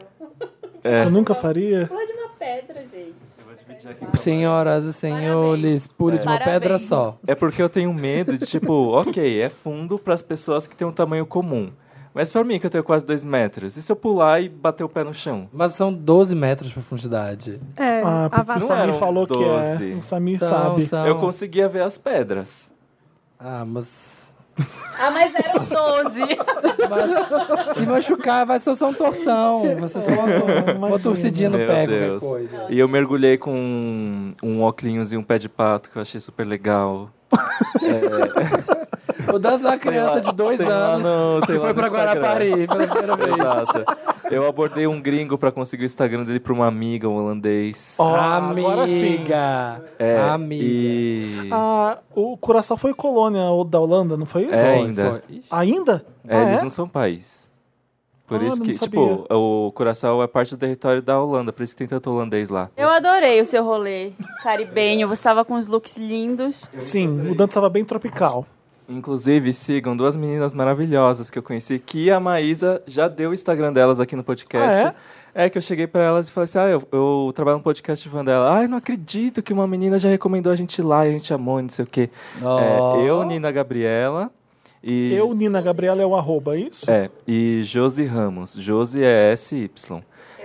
Speaker 1: Você nunca faria?
Speaker 2: Pula de uma pedra, gente.
Speaker 3: Senhoras e senhores, pule de uma
Speaker 2: Parabéns.
Speaker 3: pedra só.
Speaker 7: É porque eu tenho medo de, tipo, ok, é fundo pras pessoas que têm um tamanho comum. Mas pra mim, que eu tenho quase dois metros, e se eu pular e bater o pé no chão?
Speaker 3: Mas são 12 metros de profundidade.
Speaker 4: É,
Speaker 1: Ah, porque o
Speaker 4: avassa-
Speaker 7: Não
Speaker 1: Samir
Speaker 7: eram
Speaker 1: falou que é.
Speaker 7: 12.
Speaker 1: O Samir
Speaker 3: São-
Speaker 1: sabe.
Speaker 3: são-
Speaker 7: Eu conseguia ver as pedras.
Speaker 3: Ah, mas...
Speaker 2: Ah, mas eram 12.
Speaker 3: mas se machucar, vai ser só um torção. Vai ser só uma, uma
Speaker 1: Imagina.
Speaker 3: torcidinha no
Speaker 7: Meu
Speaker 3: pé, qualquer
Speaker 7: Deus.
Speaker 3: coisa.
Speaker 7: E eu mergulhei com um, um óculos e um pé de pato, que eu achei super legal.
Speaker 3: O Danza é uma criança
Speaker 7: lá-
Speaker 3: de dois
Speaker 7: tem lá
Speaker 3: anos
Speaker 7: no- tem
Speaker 3: que
Speaker 7: lá
Speaker 3: foi
Speaker 7: no
Speaker 3: pra
Speaker 7: Instagram.
Speaker 3: Guarapari pela primeira vez.
Speaker 7: Exato. Eu abordei um gringo pra conseguir o Instagram dele pra uma amiga, um holandês.
Speaker 1: Ó, agora sim.
Speaker 3: Amiga!
Speaker 7: É,
Speaker 3: Amiga!
Speaker 7: E...
Speaker 1: Ah, o Curaçao foi colônia da Holanda, não foi isso?
Speaker 7: É,
Speaker 3: Foi,
Speaker 7: ainda.
Speaker 3: foi. Ixi.
Speaker 1: Ainda?
Speaker 7: É,
Speaker 1: Ah,
Speaker 7: eles
Speaker 1: é?
Speaker 7: não são país. Por
Speaker 1: Ah,
Speaker 7: isso
Speaker 1: não
Speaker 7: que,
Speaker 1: sabia.
Speaker 7: tipo, o Curaçao é parte do território da Holanda, por isso que tem tanto holandês lá.
Speaker 2: Eu adorei o seu rolê caribenho. Você tava com os looks lindos.
Speaker 1: Sim, o Dante tava bem tropical.
Speaker 7: Inclusive, sigam duas meninas maravilhosas que eu conheci, que a Maísa já deu o Instagram delas aqui no
Speaker 1: Ah,
Speaker 7: podcast. é? que eu cheguei pra elas e falei assim: ah, eu, eu trabalho no podcast de Vandela. Ai, não acredito que uma menina já recomendou a gente lá e a gente amou, e não sei o quê.
Speaker 3: Ó.
Speaker 7: É, eu, Nina Gabriela e.
Speaker 1: Eu, Nina Gabriela, é o arroba, é isso?
Speaker 7: É, e Josi Ramos. Josi é S-Y.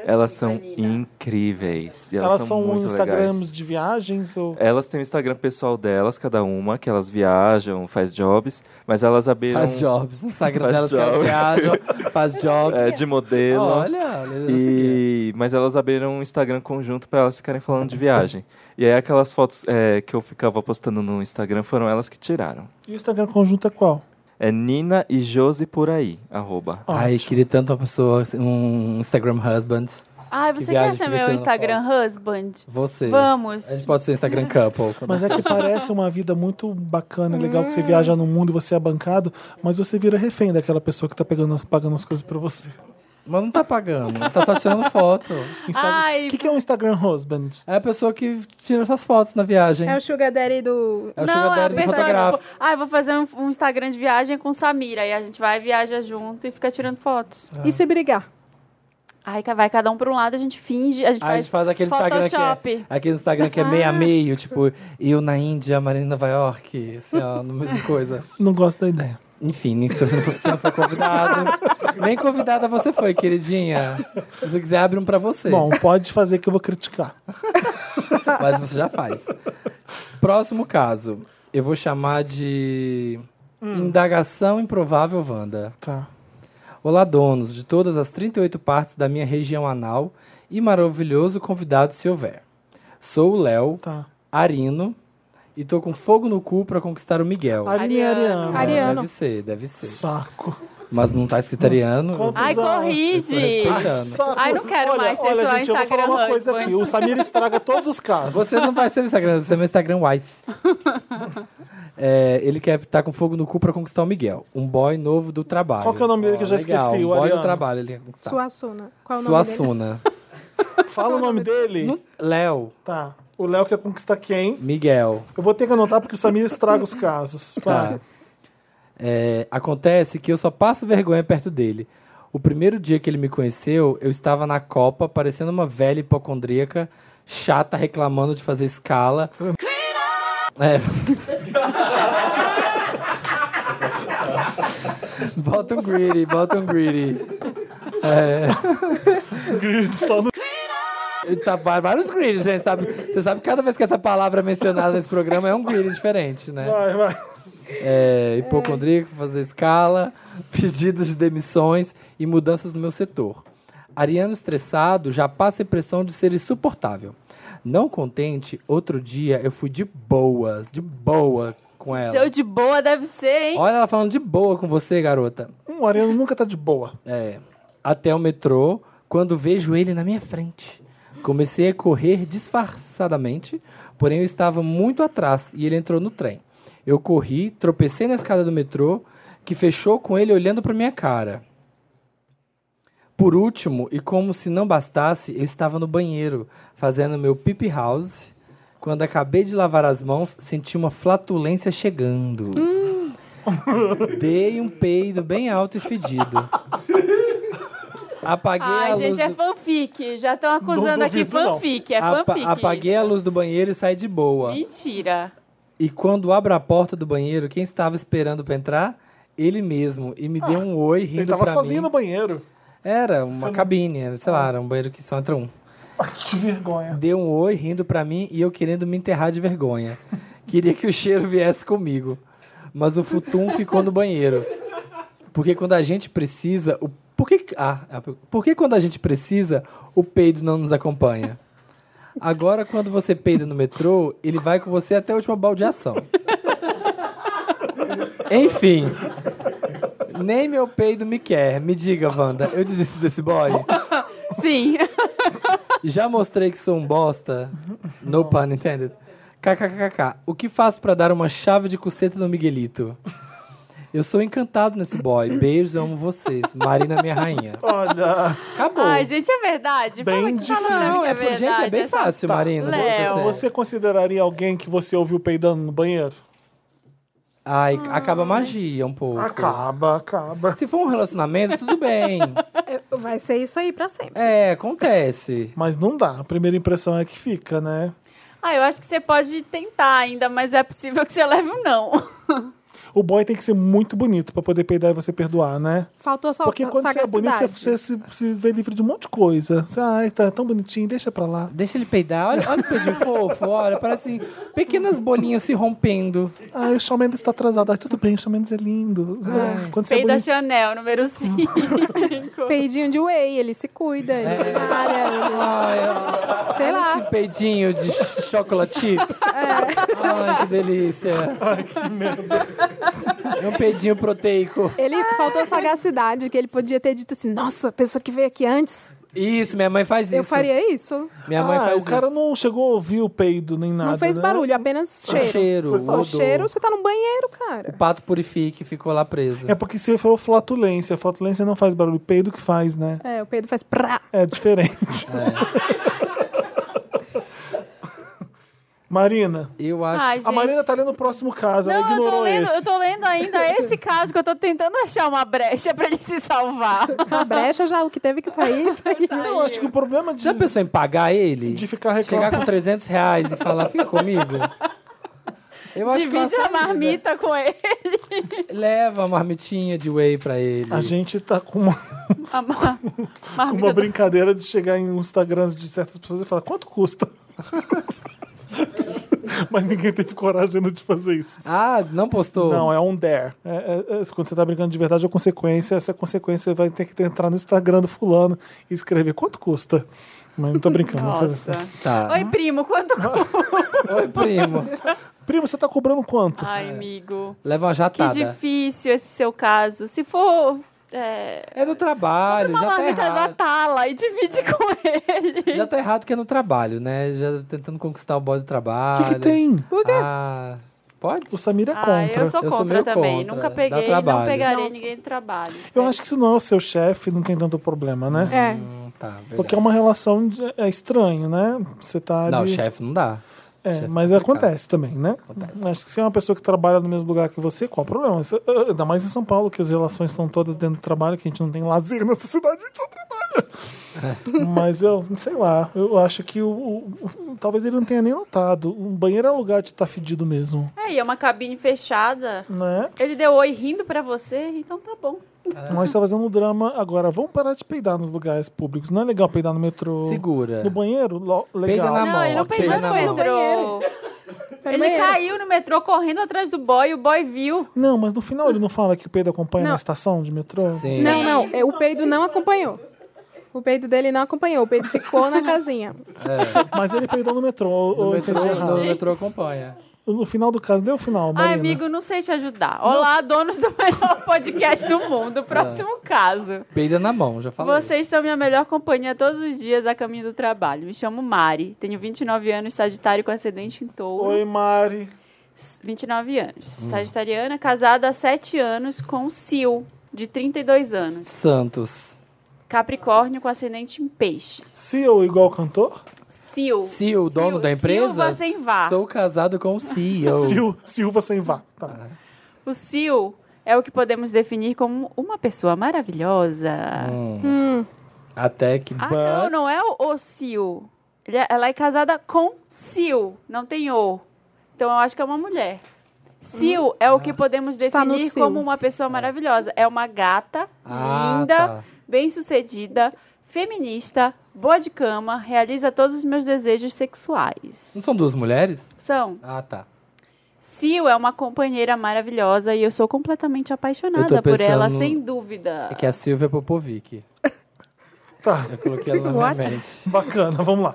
Speaker 7: Elas são incríveis. e Elas,
Speaker 1: Elas são
Speaker 7: muito
Speaker 1: Instagrams
Speaker 7: legais.
Speaker 1: de viagens ou.
Speaker 7: Elas têm o Instagram pessoal delas, cada uma, que elas viajam, faz jobs, mas elas abriram...
Speaker 3: Faz jobs. No Instagram
Speaker 7: um
Speaker 3: delas
Speaker 7: Faz
Speaker 3: que elas
Speaker 7: jobs.
Speaker 3: viajam, faz jobs.
Speaker 7: É, de modelo.
Speaker 3: Olha, olha, eu segui.
Speaker 7: E... Mas elas abriram um Instagram conjunto pra elas ficarem falando de viagem. E aí aquelas fotos é, que eu ficava postando no Instagram foram elas que tiraram.
Speaker 1: E o Instagram conjunto é qual?
Speaker 7: É Nina e Josi por aí, arroba.
Speaker 3: Ai, queria tanto uma pessoa, um Instagram husband.
Speaker 2: Ai, você
Speaker 3: viagem
Speaker 2: quer ser
Speaker 3: que
Speaker 2: meu
Speaker 3: você não
Speaker 2: Instagram husband?
Speaker 3: Você.
Speaker 2: Vamos.
Speaker 3: A gente pode ser Instagram couple. né?
Speaker 1: Mas é que parece uma vida muito bacana, legal, que você viaja no mundo e você é bancado, mas você vira refém daquela pessoa que tá pegando, pagando as coisas pra você.
Speaker 3: Mas não tá pagando, tá só tirando foto.
Speaker 2: Ai,
Speaker 1: O que, que é um Instagram husband?
Speaker 3: É a pessoa que tira essas fotos na viagem.
Speaker 4: é o Sugar Daddy do.
Speaker 3: É o
Speaker 2: não, é a
Speaker 3: sugar daddy
Speaker 2: pessoa,
Speaker 3: fotográfico.
Speaker 2: tipo, ai, vou fazer um, um Instagram de viagem com Samira. E a gente vai, viaja junto e fica tirando fotos.
Speaker 1: Ah.
Speaker 4: E se brigar?
Speaker 2: Ai, ca- vai cada um pra um lado, a gente finge, a gente
Speaker 3: Aí a
Speaker 2: faz.
Speaker 3: gente faz aquele Instagram que é,
Speaker 2: Photoshop.
Speaker 3: aquele Instagram que é meio a meio, tipo, eu na Índia, Marina em Nova York, assim, ó, no mesma coisa.
Speaker 1: Não gosto da ideia.
Speaker 3: Enfim, você não foi, você não foi convidado. Nem convidada você foi, queridinha. Se você quiser, abre um pra você.
Speaker 1: Bom, pode fazer que eu vou criticar.
Speaker 3: Mas você já faz. Próximo caso. Eu vou chamar de Indagação Improvável Wanda.
Speaker 1: Tá.
Speaker 3: Olá, donos de todas as 38 partes da minha região anal e maravilhoso convidado se houver. Sou o Léo,
Speaker 1: Tá.
Speaker 3: Arino, e tô com fogo no cu pra conquistar o Miguel.
Speaker 1: Arine e Ariana.
Speaker 4: Ari- Ariano.
Speaker 3: Deve ser, deve ser.
Speaker 1: Saco.
Speaker 3: Mas não tá escrito Ariano. eu-
Speaker 2: Ai,
Speaker 1: Confusão.
Speaker 3: eu tô
Speaker 2: corrige!
Speaker 3: respeitando.
Speaker 1: Saco.
Speaker 2: Ai, não quero
Speaker 1: olha,
Speaker 2: mais ser
Speaker 1: olha,
Speaker 2: só
Speaker 1: gente, eu vou falar
Speaker 2: Instagram
Speaker 1: uma coisa
Speaker 2: husband.
Speaker 1: aqui. O Samir estraga todos os casos.
Speaker 3: Você não vai ser meu Instagram, você é meu Instagram wife. É, ele quer estar com fogo no cu pra conquistar o Miguel, um boy novo do trabalho.
Speaker 1: Qual que é o nome dele que eu já
Speaker 3: Ó, legal,
Speaker 1: esqueci,
Speaker 3: Um
Speaker 1: o
Speaker 3: boy
Speaker 1: Ariano.
Speaker 3: do trabalho, ele quer
Speaker 1: Tá.
Speaker 3: conquistar.
Speaker 4: Suassuna. Qual é o nome dele?
Speaker 3: Suassuna.
Speaker 1: Fala o nome dele.
Speaker 3: Não- Léo,
Speaker 1: Tá. O Léo quer conquistar quem?
Speaker 3: Miguel.
Speaker 1: Eu vou ter que anotar porque o Samir estraga os casos. Vai.
Speaker 3: Tá. É, acontece que eu só passo vergonha perto dele. O primeiro dia que ele me conheceu, eu estava na Copa, parecendo uma velha hipocondríaca, chata, reclamando de fazer escala. É. bota um greedy, bota um greedy.
Speaker 1: Só no...
Speaker 3: E Tá, va- vários greedy, gente. Sabe? Você sabe que cada vez que essa palavra é mencionada nesse programa é um greedy diferente, né?
Speaker 1: Vai, vai.
Speaker 3: é, hipocondríaco, fazer escala, pedidos de demissões e mudanças no meu setor. Ariano estressado já passa a impressão de ser insuportável. Não contente, outro dia eu fui de boas, de boa com ela.
Speaker 2: Seu de boa deve ser, hein?
Speaker 3: Olha ela falando de boa com você, garota.
Speaker 1: Um ariano nunca tá de boa.
Speaker 3: É, até o metrô, quando vejo ele na minha frente. Comecei a correr disfarçadamente, porém eu estava muito atrás e ele entrou no trem. Eu corri, tropecei na escada do metrô, que fechou com ele olhando para minha cara. Por último, e como se não bastasse, eu estava no banheiro, fazendo meu pipi house. Quando acabei de lavar as mãos, senti uma flatulência chegando. Dei um peido bem alto e fedido. Apaguei a
Speaker 2: Ai,
Speaker 3: luz
Speaker 2: gente, é
Speaker 3: do-
Speaker 2: fanfic. Já estão acusando
Speaker 1: Não
Speaker 2: aqui
Speaker 1: duvido, não.
Speaker 2: fanfic. É
Speaker 3: Apa-
Speaker 2: fanfic.
Speaker 3: Apaguei a luz do banheiro e saí de boa.
Speaker 2: Mentira.
Speaker 3: E quando abro a porta do banheiro, quem estava esperando pra entrar? Ele mesmo. E me deu um oi rindo
Speaker 1: Ah, Ele tava
Speaker 3: pra
Speaker 1: sozinho
Speaker 3: mim.
Speaker 1: no Ah. banheiro.
Speaker 3: Era uma cabine, era, sei lá, era um banheiro que só entra um.
Speaker 1: Ah, Que vergonha.
Speaker 3: Deu um oi rindo pra mim e eu querendo me enterrar de vergonha. Queria que o cheiro viesse comigo. Mas o futum ficou no banheiro. Porque quando a gente precisa, o por que ah, é, por que quando a gente precisa, o peido não nos acompanha? Agora quando você peida no metrô, ele vai com você até a última baldeação. Enfim, nem meu peido me quer. Me diga, Wanda, eu desisto desse boy?
Speaker 2: Sim.
Speaker 3: Já mostrei que sou um bosta. No pun intended. KKKK. O que faço pra dar uma chave de cuceta no Miguelito? Eu sou encantado nesse boy. Beijos, eu amo vocês. Marina, minha rainha.
Speaker 1: Olha,
Speaker 3: Acabou.
Speaker 2: Ai, gente, é verdade.
Speaker 1: Bem
Speaker 2: Fala-
Speaker 1: difícil.
Speaker 2: fala que
Speaker 3: não, é, por- gente, é
Speaker 2: verdade,
Speaker 3: bem
Speaker 2: só-
Speaker 3: fácil,
Speaker 1: Tá.
Speaker 3: Marina. vou dizer
Speaker 2: Léo.
Speaker 3: sério.
Speaker 1: você consideraria alguém que você ouviu peidando no banheiro?
Speaker 3: Ai,
Speaker 2: Ah.
Speaker 3: acaba a magia um pouco.
Speaker 1: Acaba, acaba.
Speaker 3: Se for um relacionamento, tudo bem.
Speaker 4: É, Vai ser isso aí pra sempre.
Speaker 3: É, acontece.
Speaker 1: Mas não dá. A primeira impressão é que fica, né?
Speaker 2: Ah, eu acho que você pode tentar ainda, mas é possível que você leve um não.
Speaker 1: O boy tem que ser muito bonito pra poder peidar e você perdoar, né?
Speaker 4: Faltou só
Speaker 1: Porque quando você é
Speaker 4: sagacidade.
Speaker 1: bonito, você, você se, se vê livre de um monte de coisa. Você, ai, tá tão bonitinho, deixa pra lá.
Speaker 3: Deixa ele peidar. Olha, olha o peidinho fofo. Olha, parece pequenas bolinhas se rompendo.
Speaker 1: Ai, o Shawn Mendes tá atrasado. Ai, tudo bem, o Shawn Mendes é lindo.
Speaker 3: Ah,
Speaker 1: Ai, Quando você é
Speaker 2: Feio da
Speaker 1: bonito,
Speaker 2: Chanel, número 5.
Speaker 4: Peidinho de whey, ele se cuida, ele
Speaker 1: É.
Speaker 4: malha, ele-
Speaker 3: Ai, olha.
Speaker 1: Ah,
Speaker 4: sei lá.
Speaker 3: Esse peidinho de chocolate chips. Ai, que delícia. Ai, que merda. É um peidinho proteico.
Speaker 4: Ele faltou sagacidade, que ele podia ter dito assim, nossa, a pessoa que veio aqui antes,
Speaker 3: Isso, minha mãe faz isso.
Speaker 4: eu faria isso.
Speaker 3: Minha mãe
Speaker 1: ah,
Speaker 3: faz
Speaker 1: o cara
Speaker 3: isso.
Speaker 1: não chegou a ouvir o peido nem nada.
Speaker 4: não fez
Speaker 1: né?
Speaker 4: barulho, apenas
Speaker 3: O
Speaker 4: cheiro.
Speaker 3: cheiro,
Speaker 4: Foi
Speaker 3: o
Speaker 4: só o
Speaker 3: odor.
Speaker 4: cheiro, você tá no banheiro, cara.
Speaker 3: O pato purifique ficou lá preso.
Speaker 1: É porque você falou flatulência. Flatulência não faz barulho, peido que faz, né?
Speaker 4: É, o Pedro faz prá.
Speaker 1: É diferente. Marina.
Speaker 3: Eu acho.
Speaker 2: Ai, gente.
Speaker 1: A Marina tá lendo o próximo caso, ela
Speaker 2: Não, eu tô,
Speaker 1: ignorou
Speaker 2: lendo,
Speaker 1: esse.
Speaker 2: eu tô lendo ainda esse caso que eu tô tentando achar uma brecha pra ele se salvar.
Speaker 4: A brecha já, o que teve que sair, saiu.
Speaker 1: Não, acho que o problema de,
Speaker 3: Já pensou em pagar ele?
Speaker 1: de ficar
Speaker 3: Chegar
Speaker 1: reclamando.
Speaker 3: com 300 reais e falar, fica comigo? Eu acho que é
Speaker 2: Divide
Speaker 3: uma
Speaker 2: a
Speaker 3: saída.
Speaker 2: marmita com ele.
Speaker 3: Leva a marmitinha de whey pra ele.
Speaker 1: A gente tá com uma,
Speaker 2: A mar- marmita
Speaker 1: uma brincadeira de chegar em Instagrams de certas pessoas e falar quanto custa? Mas ninguém teve coragem ainda de fazer isso.
Speaker 3: Ah, não postou?
Speaker 1: Não, é on there. É, é- é- quando você tá brincando de verdade, é consequência. Essa consequência vai ter que entrar no Instagram do fulano e escrever quanto custa. Mas não tô brincando. não vou fazer
Speaker 2: Nossa.
Speaker 1: isso.
Speaker 3: Tá.
Speaker 2: Oi, primo, quanto custa?
Speaker 3: Oi, primo.
Speaker 1: Primo, você tá cobrando quanto?
Speaker 2: Ai, amigo.
Speaker 3: Leva uma
Speaker 2: Que
Speaker 3: jatada.
Speaker 2: difícil esse seu caso. Se for. É,
Speaker 3: É no trabalho,
Speaker 2: uma
Speaker 3: já tá
Speaker 2: marmita da
Speaker 3: errado.
Speaker 2: tala e divide com ele.
Speaker 3: Já tá errado que é no trabalho, né? Já tentando conquistar o boy do
Speaker 1: O
Speaker 3: trabalho.
Speaker 1: que, que tem?
Speaker 3: Ah, pode?
Speaker 1: O Samir é
Speaker 2: Ah,
Speaker 1: contra.
Speaker 2: eu sou
Speaker 3: Eu sou
Speaker 2: contra
Speaker 3: meio
Speaker 2: também.
Speaker 3: contra.
Speaker 2: Nunca
Speaker 3: Dá
Speaker 2: peguei, não
Speaker 3: trabalho.
Speaker 2: pegarei
Speaker 4: Nossa.
Speaker 2: ninguém no trabalho.
Speaker 1: Eu acho que se não é o seu chefe, não tem tanto problema, né?
Speaker 4: É,
Speaker 3: Hum, tá, verdade.
Speaker 1: Porque é uma relação de- é estranho, né? Você tá
Speaker 3: Não,
Speaker 1: ali,
Speaker 3: chefe não dá.
Speaker 1: é,
Speaker 3: chefe
Speaker 1: mas
Speaker 3: é complicado.
Speaker 1: acontece também, né? Acho que se é uma pessoa que trabalha no mesmo lugar que você, qual o problema? Isso- ah, Ainda mais em São Paulo, que as relações estão todas dentro do trabalho, que a gente não tem lazer nessa cidade, a gente só trabalha.
Speaker 3: É.
Speaker 1: Mas eu, sei lá, eu acho que o, o- o- talvez ele não tenha nem notado. O banheiro é um lugar de estar fedido mesmo,
Speaker 2: É, e é uma cabine fechada.
Speaker 1: né?
Speaker 2: Ele deu oi rindo pra você, então tá bom.
Speaker 3: É.
Speaker 1: Nós tá fazendo um drama agora. Vamos parar de peidar nos lugares públicos. Não é legal peidar no metrô.
Speaker 3: Segura.
Speaker 1: No banheiro? Lo-
Speaker 3: Peida
Speaker 1: Legal.
Speaker 3: na
Speaker 2: não,
Speaker 3: mão,
Speaker 2: ele não
Speaker 3: ok,
Speaker 2: peidou
Speaker 3: na
Speaker 2: no
Speaker 3: mão.
Speaker 2: metrô.
Speaker 4: Era
Speaker 2: Ele
Speaker 4: banheiro.
Speaker 2: caiu no metrô correndo atrás do boy, o boy viu.
Speaker 1: Não, mas no final ele não fala que o Pedro acompanha
Speaker 4: Não.
Speaker 1: na estação de metrô?
Speaker 3: Sim.
Speaker 4: Não, não. é, O peido não acompanhou. O peido dele não acompanhou. O peido ficou na casinha.
Speaker 1: Mas ele peidou no metrô, ou
Speaker 3: No
Speaker 1: ou
Speaker 3: metrô,
Speaker 1: entendi errado.
Speaker 3: no metrô acompanha.
Speaker 1: No final do caso, deu o final,
Speaker 2: Ai,
Speaker 1: Marina.
Speaker 2: amigo, não sei te ajudar. Olá, donos do melhor podcast do mundo. Próximo caso.
Speaker 3: Peida na mão, já falei.
Speaker 2: Vocês são minha melhor companhia todos os dias a caminho do trabalho. Me chamo Mari, tenho 29 anos, sagitário com ascendente em touro.
Speaker 1: Oi, Mari.
Speaker 2: S- 29 anos.
Speaker 3: Hum.
Speaker 2: Sagitariana, casada há 7 anos com Sil, de 32 anos.
Speaker 3: Santos.
Speaker 2: Capricórnio com ascendente em peixes.
Speaker 1: Seal igual cantor?
Speaker 2: Sil.
Speaker 3: Sil, o dono da empresa?
Speaker 2: Silva sem vá.
Speaker 3: Sou casado com o CEO.
Speaker 1: Sil, Silva sem vá. Tá.
Speaker 2: O Sil é o que podemos definir como uma pessoa
Speaker 3: Hum.
Speaker 2: maravilhosa.
Speaker 3: Até que...
Speaker 2: Ah, não,
Speaker 3: But-
Speaker 2: não é o, o Sil. Ele é- ela é casada com Sil, não tem O. Então eu acho que é uma mulher. Sil
Speaker 3: Hum.
Speaker 2: é o que podemos
Speaker 4: Está no
Speaker 2: definir
Speaker 4: Sil.
Speaker 2: como uma pessoa maravilhosa. É uma gata,
Speaker 3: Ah,
Speaker 2: linda,
Speaker 3: tá.
Speaker 2: bem-sucedida, feminista, boa de cama, realiza todos os meus desejos sexuais.
Speaker 3: Não são duas mulheres?
Speaker 2: São.
Speaker 3: Ah, tá.
Speaker 2: Sil é uma companheira maravilhosa e eu sou completamente apaixonada
Speaker 3: Eu tô
Speaker 2: por ela,
Speaker 3: pensando-
Speaker 2: sem dúvida.
Speaker 3: É que a Silvia Popovic.
Speaker 1: Tá.
Speaker 3: Eu coloquei ela na minha mente.
Speaker 1: Bacana, vamos lá.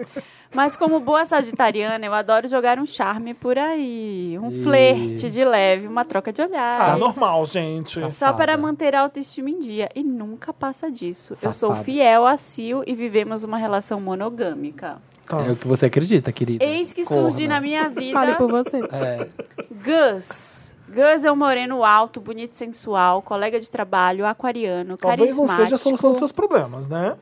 Speaker 2: Mas como boa sagitariana, eu adoro jogar um charme por aí. Um
Speaker 3: Ih.
Speaker 2: flerte de leve, uma troca de
Speaker 1: Ah,
Speaker 2: olhares.
Speaker 1: normal, gente.
Speaker 2: Só
Speaker 3: Safada.
Speaker 2: para manter a autoestima em dia. E nunca passa disso. Eu sou
Speaker 3: Safada.
Speaker 2: fiel a Sil e vivemos uma relação monogâmica.
Speaker 1: Tá.
Speaker 3: É o que você acredita, querida.
Speaker 2: Eis que surge
Speaker 3: Corna.
Speaker 2: na minha vida
Speaker 4: Fale por você.
Speaker 3: É,
Speaker 2: Gus. Gus é um moreno alto, bonito, sensual, colega de trabalho, aquariano,
Speaker 1: Talvez não
Speaker 2: carismático.
Speaker 1: seja a solução dos seus problemas, né?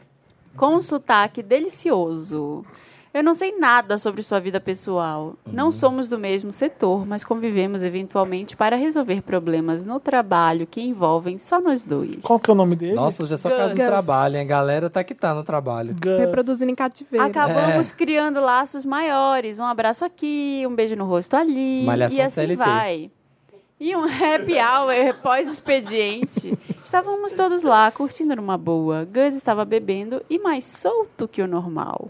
Speaker 2: com um sotaque delicioso. Eu não sei nada sobre sua vida pessoal. Não somos do mesmo setor, mas convivemos eventualmente para resolver problemas no trabalho que envolvem só nós dois.
Speaker 1: Qual que é o nome dele?
Speaker 3: Nossa, hoje é só caso do
Speaker 4: Gus.
Speaker 3: trabalho, hein? A galera tá que tá no trabalho.
Speaker 1: Gus.
Speaker 4: Reproduzindo em cativeiro.
Speaker 3: É.
Speaker 2: Acabamos criando laços maiores. Um abraço aqui, um beijo no rosto ali.
Speaker 3: Malhação
Speaker 2: e assim
Speaker 3: CLT.
Speaker 2: vai. E um happy hour pós-expediente. Estávamos todos lá, curtindo numa boa. Gus estava bebendo e mais solto que o normal.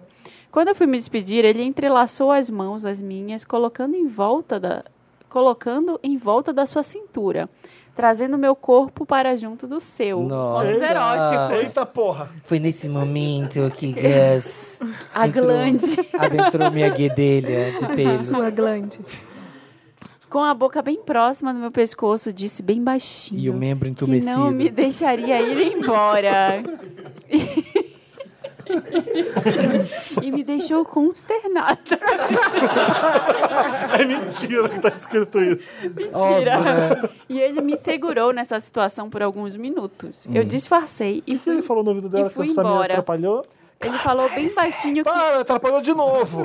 Speaker 2: Quando eu fui me despedir, ele entrelaçou as mãos as minhas, colocando em volta da, colocando em volta da sua cintura, trazendo meu corpo para junto do seu.
Speaker 3: Nossa.
Speaker 2: Pontos
Speaker 3: Ah.
Speaker 2: eróticos.
Speaker 1: Eita porra.
Speaker 3: Foi nesse momento que Gus
Speaker 2: A
Speaker 3: Entrou.
Speaker 2: glande.
Speaker 3: adentrou minha guedelha de peso.
Speaker 4: Sua glande.
Speaker 2: Com a boca bem próxima do meu pescoço, disse bem baixinho.
Speaker 3: E o membro
Speaker 2: que
Speaker 3: entumecido.
Speaker 2: não me deixaria ir embora. e me deixou consternada.
Speaker 1: É mentira que tá escrito isso.
Speaker 2: Mentira. E ele me segurou nessa situação por alguns minutos. Eu disfarcei e
Speaker 1: O que ele
Speaker 2: fui.
Speaker 1: falou no ouvido dela
Speaker 2: E
Speaker 1: que
Speaker 2: fui
Speaker 1: essa menina
Speaker 2: embora.
Speaker 1: atrapalhou?
Speaker 2: Ele falou bem baixinho que
Speaker 1: Para, atrapalhou de novo.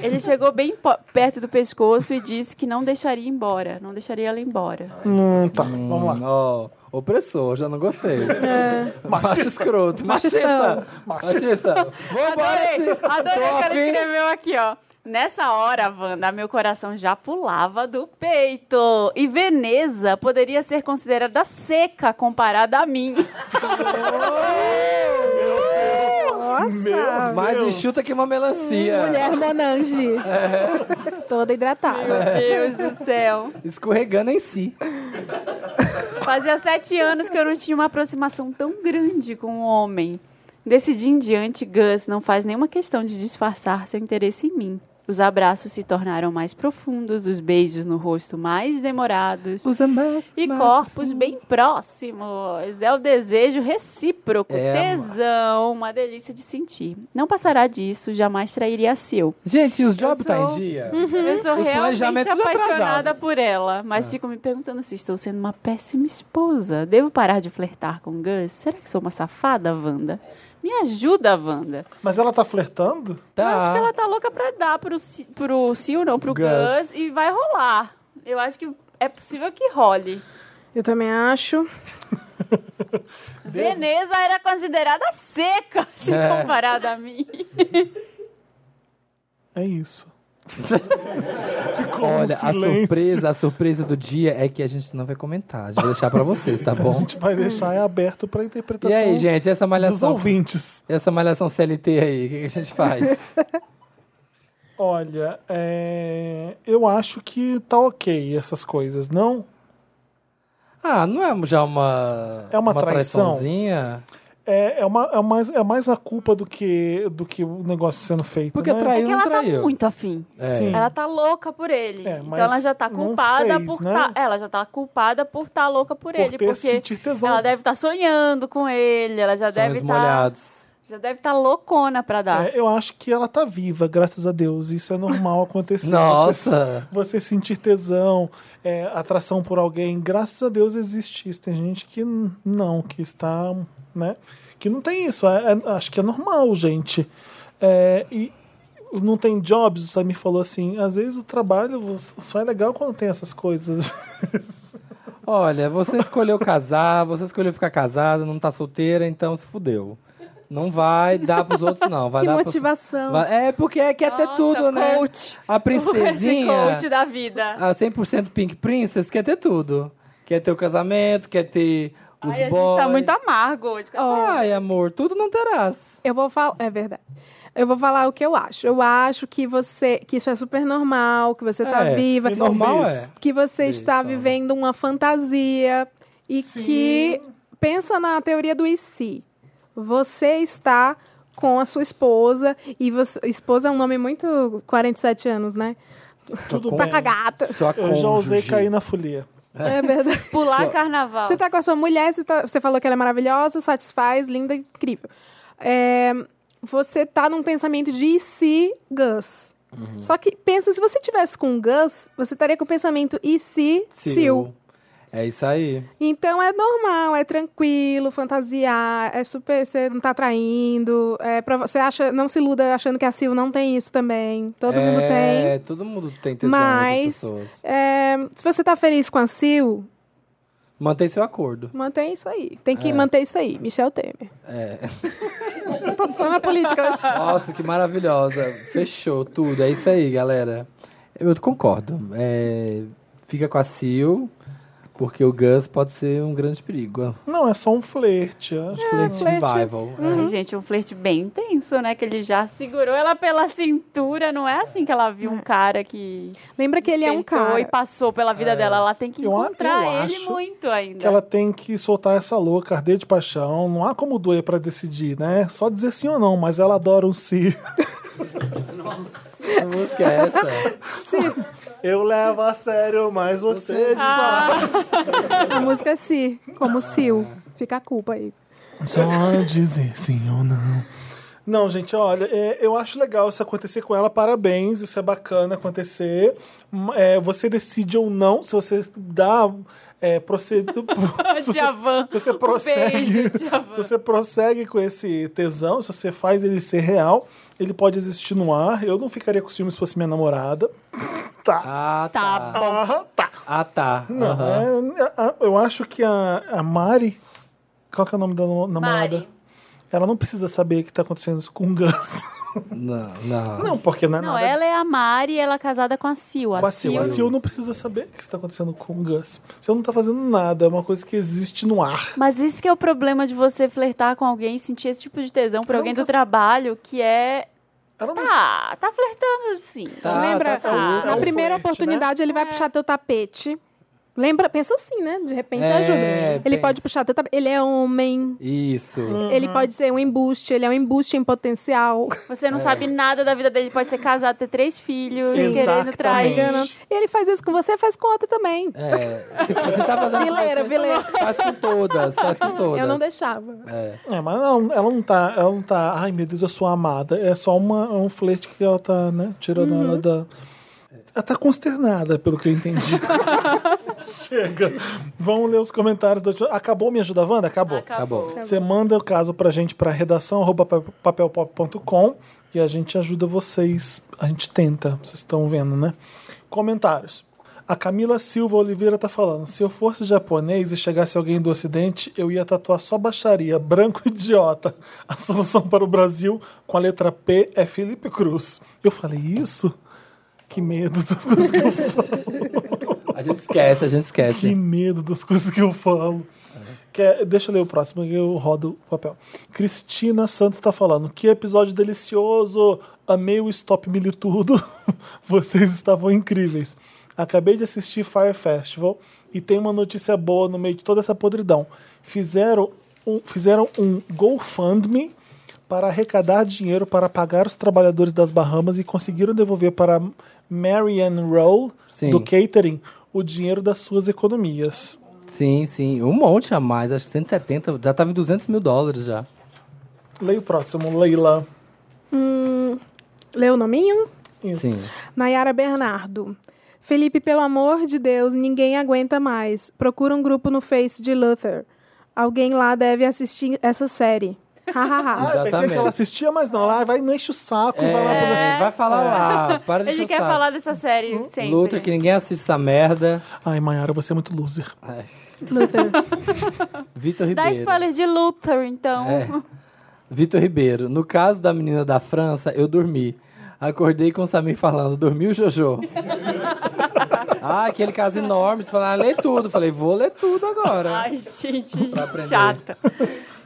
Speaker 2: ele chegou bem po- perto do pescoço e disse que não deixaria ir embora, não deixaria ela ir embora.
Speaker 1: hum, tá, vamos lá.
Speaker 3: Ó, opressor, já não gostei.
Speaker 2: É.
Speaker 3: Macho
Speaker 1: Machista.
Speaker 3: escroto, machista. Machista.
Speaker 2: Adorei,
Speaker 3: Vambora.
Speaker 2: adorei
Speaker 3: Tô
Speaker 2: o que ela
Speaker 3: afim.
Speaker 2: escreveu aqui, ó. Nessa hora, Wanda, meu coração já pulava do peito. E Veneza poderia ser considerada seca comparada a mim.
Speaker 4: Nossa.
Speaker 3: Mais enxuta que é uma melancia.
Speaker 4: Mulher Monange. Toda hidratada.
Speaker 2: Meu Deus do céu.
Speaker 3: Escorregando em si.
Speaker 2: Fazia sete anos que eu não tinha uma aproximação tão grande com um homem. Decidi em diante, Gus não faz nenhuma questão de disfarçar seu interesse em mim. Os abraços se tornaram mais profundos, os beijos no rosto mais demorados.
Speaker 3: Usa mais.
Speaker 2: E corpos bem próximos. É o desejo recíproco,
Speaker 3: É,
Speaker 2: tesão, uma delícia de sentir. Não passará disso, jamais trairia seu.
Speaker 3: Gente, e os jobs
Speaker 2: Eu
Speaker 3: tá em
Speaker 2: sou- Hum,
Speaker 3: dia?
Speaker 2: Eu sou
Speaker 3: Os
Speaker 2: realmente
Speaker 3: planejamentos
Speaker 2: apaixonada
Speaker 3: atrasados. É.
Speaker 2: por ela, mas fico me perguntando se estou sendo uma péssima esposa. Devo parar de flertar com Gus? Será que sou uma safada, Wanda? Me ajuda, Wanda.
Speaker 1: Mas ela tá flertando?
Speaker 3: Tá.
Speaker 2: Eu acho que ela tá louca pra dar pro, Si- pro Sil, não, pro
Speaker 3: Gus.
Speaker 2: Gus. e vai rolar. Eu acho que é possível que role.
Speaker 4: Eu também acho.
Speaker 2: Veneza era considerada seca, se
Speaker 3: É.
Speaker 2: comparada a mim.
Speaker 1: É isso. Ficou um
Speaker 3: Olha, a
Speaker 1: silêncio.
Speaker 3: surpresa, a surpresa do dia é que a gente não vai comentar. A gente vai deixar pra vocês, tá
Speaker 1: A
Speaker 3: bom?
Speaker 1: gente vai deixar aberto pra
Speaker 3: E
Speaker 1: interpretação
Speaker 3: aí, gente, essa
Speaker 1: dos
Speaker 3: malhação.
Speaker 1: ouvintes.
Speaker 3: Essa malhação CLT aí, o que, que a gente faz?
Speaker 1: Olha, é, eu acho que tá ok essas coisas, não?
Speaker 3: Ah, não é já uma.
Speaker 1: É uma traição?
Speaker 3: traiçãozinha?
Speaker 1: É, é, uma, é, mais, é mais a culpa do que, do que o negócio sendo feito.
Speaker 3: Porque
Speaker 1: né? É.
Speaker 3: traiu,
Speaker 2: É que
Speaker 3: não
Speaker 2: ela tá
Speaker 3: traiu. É.
Speaker 2: muito afim.
Speaker 1: Sim.
Speaker 2: Ela tá louca por ele.
Speaker 1: É,
Speaker 2: então
Speaker 1: mas
Speaker 2: ela já tá
Speaker 1: não
Speaker 2: culpada
Speaker 1: fez,
Speaker 2: por
Speaker 1: né?
Speaker 2: tá, ela já tá culpada por estar tá louca por,
Speaker 1: Por
Speaker 2: ele,
Speaker 1: ter
Speaker 2: porque
Speaker 1: sentir tesão.
Speaker 2: ela deve estar sonhando com ele, ela já deve tá.
Speaker 3: Sonhos
Speaker 2: estar
Speaker 3: molhados.
Speaker 2: já deve estar loucona pra dar.
Speaker 1: É, eu acho que ela tá viva, graças a Deus. Isso é normal acontecer.
Speaker 3: Nossa!
Speaker 1: Você, você sentir tesão, é, atração por alguém, graças a Deus existe isso. Tem gente que n- não, que está, né? Que não tem isso. É- é- acho que é normal, gente. É, e não tem jobs, o Samir falou assim, às vezes o trabalho só é legal quando tem essas coisas.
Speaker 3: Olha, você escolheu casar, você escolheu ficar casada, não tá solteira, então se fudeu. Não vai dar pros outros, não. Vai
Speaker 4: Que
Speaker 3: dar pros-
Speaker 4: motivação.
Speaker 3: Vai- É, porque quer ter
Speaker 2: Nossa,
Speaker 3: tudo, né?
Speaker 2: coach.
Speaker 3: A
Speaker 2: Esse
Speaker 3: princesinha.
Speaker 2: coach da vida.
Speaker 3: A 100% Pink Princess quer ter tudo. Quer ter o casamento, quer ter os
Speaker 2: Ai, a
Speaker 3: boys.
Speaker 2: gente tá muito amargo hoje.
Speaker 3: Ai, amor, tudo não terás.
Speaker 4: Eu vou falar, é verdade. Eu vou falar o que eu acho. Eu acho que você, que isso é super normal, que você tá
Speaker 3: É,
Speaker 4: viva,
Speaker 3: e normal é.
Speaker 4: que você está
Speaker 3: Então.
Speaker 4: vivendo uma fantasia e que pensa na teoria do e se. Você está com a sua esposa e você, esposa é um nome muito 47 anos, né?
Speaker 1: Tudo
Speaker 3: com-
Speaker 1: bem.
Speaker 4: Pra gata.
Speaker 3: Sua
Speaker 1: Eu já usei
Speaker 3: cônjuge.
Speaker 1: cair na folia.
Speaker 4: É verdade.
Speaker 2: Pular carnaval.
Speaker 4: Você tá com a sua mulher, você, tá- você falou que ela é maravilhosa, satisfaz, linda, incrível. É, você tá num pensamento de e se Gus. Só que pensa, se você tivesse com Gus, você estaria com o pensamento e se
Speaker 3: Sil.
Speaker 4: Sil.
Speaker 3: É isso aí.
Speaker 4: Então é normal, é tranquilo, fantasiar, é super, você não tá traindo, é pra- você acha, não se iluda achando que a Sil não tem isso também. Todo
Speaker 3: é,
Speaker 4: mundo tem.
Speaker 3: Todo mundo tem tesão Mas...
Speaker 4: Mas-
Speaker 3: pessoas.
Speaker 4: É, se você tá feliz com a Sil,
Speaker 3: Mantém seu acordo.
Speaker 4: mantém isso aí. Tem que manter isso aí. Michel Temer.
Speaker 3: É.
Speaker 4: Eu tô só na política hoje.
Speaker 3: Nossa, que maravilhosa. Fechou tudo. É isso aí, galera. Eu concordo. É, Fica com a Sil, porque o Gus pode ser um grande perigo.
Speaker 1: Não, é só um flerte. acho.
Speaker 3: Flint
Speaker 4: flerte.
Speaker 3: Revival. é.
Speaker 4: Uhum.
Speaker 2: Ai, gente, um flerte bem intenso, né? Que ele já segurou ela pela cintura. Não é assim que ela viu um cara que.
Speaker 4: Lembra que ele é um
Speaker 2: despertou
Speaker 4: cara.
Speaker 2: E passou pela vida dela. Ela tem que
Speaker 1: É. Eu a-
Speaker 2: encontrar
Speaker 1: eu
Speaker 2: ele
Speaker 1: acho
Speaker 2: muito ainda.
Speaker 1: que ela tem que soltar essa louca, arder de paixão. Não há como doer pra decidir, né? Só dizer sim ou não, mas ela adora um si.
Speaker 3: Que música é essa?
Speaker 1: Eu levo a sério, mas você desfaz.
Speaker 4: A música é Si, como
Speaker 3: Ah.
Speaker 4: Sil. Fica a culpa aí.
Speaker 1: Só dizer sim ou não. Não, gente, olha, é, eu acho legal isso acontecer com ela, parabéns, isso é bacana acontecer. Hum, é, você decide ou não, se você dá. É, procedo, se você-
Speaker 2: Djavan.
Speaker 1: se você
Speaker 2: Um
Speaker 1: prossegue,
Speaker 2: beijo, Djavan.
Speaker 1: se você prossegue com esse tesão, se você faz ele ser real, ele pode existir no ar. Eu não ficaria com ciúme se fosse minha namorada. Tá.
Speaker 3: Ah, tá.
Speaker 1: Ah, tá.
Speaker 3: Ah, tá.
Speaker 1: Não,
Speaker 3: Aham.
Speaker 1: é- é- a- eu acho que a, a Mari. Qual que é o nome da no- namorada?
Speaker 2: Mari.
Speaker 1: Ela não precisa saber o que tá acontecendo isso com o Gus.
Speaker 3: Não, não.
Speaker 1: Não, porque não é
Speaker 2: Não,
Speaker 1: nada.
Speaker 2: ela é a Mari e ela é casada com a Sil. A,
Speaker 1: Com a Sil, a Sil não precisa saber o que está acontecendo com o Gus. Você não tá fazendo nada, é uma coisa que existe no ar.
Speaker 2: Mas isso que é o problema de você flertar com alguém, sentir esse tipo de tesão por
Speaker 1: Ela
Speaker 2: alguém
Speaker 1: não
Speaker 2: do trabalho, que é.
Speaker 1: Ela não
Speaker 2: Tá, tá flertando sim.
Speaker 3: Tá,
Speaker 4: Lembra?
Speaker 3: tá solto.
Speaker 1: É
Speaker 4: Na
Speaker 1: o
Speaker 4: primeira
Speaker 1: flerte,
Speaker 4: oportunidade, ele vai puxar teu tapete. Lembra? Pensa assim, né? De repente
Speaker 3: É,
Speaker 4: ajuda. Ele
Speaker 3: pensa. Uhum.
Speaker 4: pode puxar teu tapete. Ele é homem.
Speaker 3: Isso.
Speaker 4: Ele pode ser um embuste. Ele é um embuste em potencial.
Speaker 2: Você
Speaker 1: É.
Speaker 2: não sabe nada da vida dele. Pode ser casado, ter três filhos, querendo
Speaker 1: Exatamente.
Speaker 2: trair.
Speaker 4: E ele faz isso com você, faz com outra também.
Speaker 3: É. Se você tá fazendo.
Speaker 4: Vileira,
Speaker 3: você-
Speaker 4: vileira.
Speaker 3: Faz com todas, faz com todas.
Speaker 4: Eu não deixava.
Speaker 1: É, mas ela, não- ela não tá, ela não tá, ai meu Deus, eu sou amada. É só uma, é um flerte que ela tá, né, tirando ela da. Ela tá consternada, pelo que eu entendi. Chega. Vamos ler os comentários. Da... última- Acabou Me Ajuda Wanda? Acabou.
Speaker 3: Acabou.
Speaker 1: Você manda o caso pra gente pra redação arroba pa- papelpop.com e a gente ajuda vocês. A gente tenta, vocês estão vendo, né? Comentários. A Camila Silva Oliveira tá falando: se eu fosse japonês e chegasse alguém do ocidente, eu ia tatuar só baixaria, branco idiota. A solução para o Brasil com a letra P é Felipe Cruz. Eu falei isso? Que medo das coisas que eu falo.
Speaker 3: A gente esquece, a gente
Speaker 1: Que
Speaker 3: esquece.
Speaker 1: medo das coisas que eu falo. Quer- deixa eu ler o próximo que eu rodo o papel. Cristina Santos tá falando. Que episódio delicioso! Amei o Stop Militudo. Vocês estavam incríveis. Acabei de assistir Fire Festival e tem uma notícia boa no meio de toda essa podridão. Fizeram um, fizeram um GoFundMe para arrecadar dinheiro para pagar os trabalhadores das Bahamas e conseguiram devolver para Marianne Roll,
Speaker 3: Sim.
Speaker 1: do catering, o dinheiro das suas economias.
Speaker 3: Sim, sim. Um monte a mais. Acho que 170. Já tava em 200 mil dólares já.
Speaker 1: Leia o próximo, Leila.
Speaker 4: Lê o nominho?
Speaker 1: Isso.
Speaker 3: Sim.
Speaker 4: Nayara Bernardo. Felipe, pelo amor de Deus, ninguém aguenta mais. Procura um grupo no Face de Luther. Alguém lá deve assistir essa série.
Speaker 1: Ah,
Speaker 4: Hahaha.
Speaker 1: eu pensei que
Speaker 3: Exatamente.
Speaker 1: ela assistia, mas não. Lá vai, não enche o saco, vai lá pra...
Speaker 3: É, vai falar lá. Para de
Speaker 2: Ele
Speaker 3: encher o
Speaker 2: quer
Speaker 3: saco.
Speaker 2: falar dessa série sempre. né?
Speaker 3: Luta que ninguém assiste essa merda.
Speaker 1: Ai, Mayara, você é muito loser.
Speaker 3: Ai,
Speaker 4: Luther.
Speaker 3: Vitor Ribeiro.
Speaker 2: Dá spoiler de Luther, então.
Speaker 3: É. Vitor Ribeiro. No caso da menina da França, eu dormi. Acordei com o Samir falando, dormiu, Jojo? ah, aquele caso enorme. Você falou, ah, lê tudo. Falei, vou ler tudo agora.
Speaker 2: Ai, gente,
Speaker 3: aprender.
Speaker 2: chata.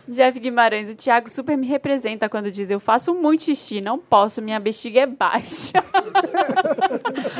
Speaker 2: Jeff Guimarães, o Thiago super me representa quando diz eu faço muito xixi, não posso, minha bexiga é baixa.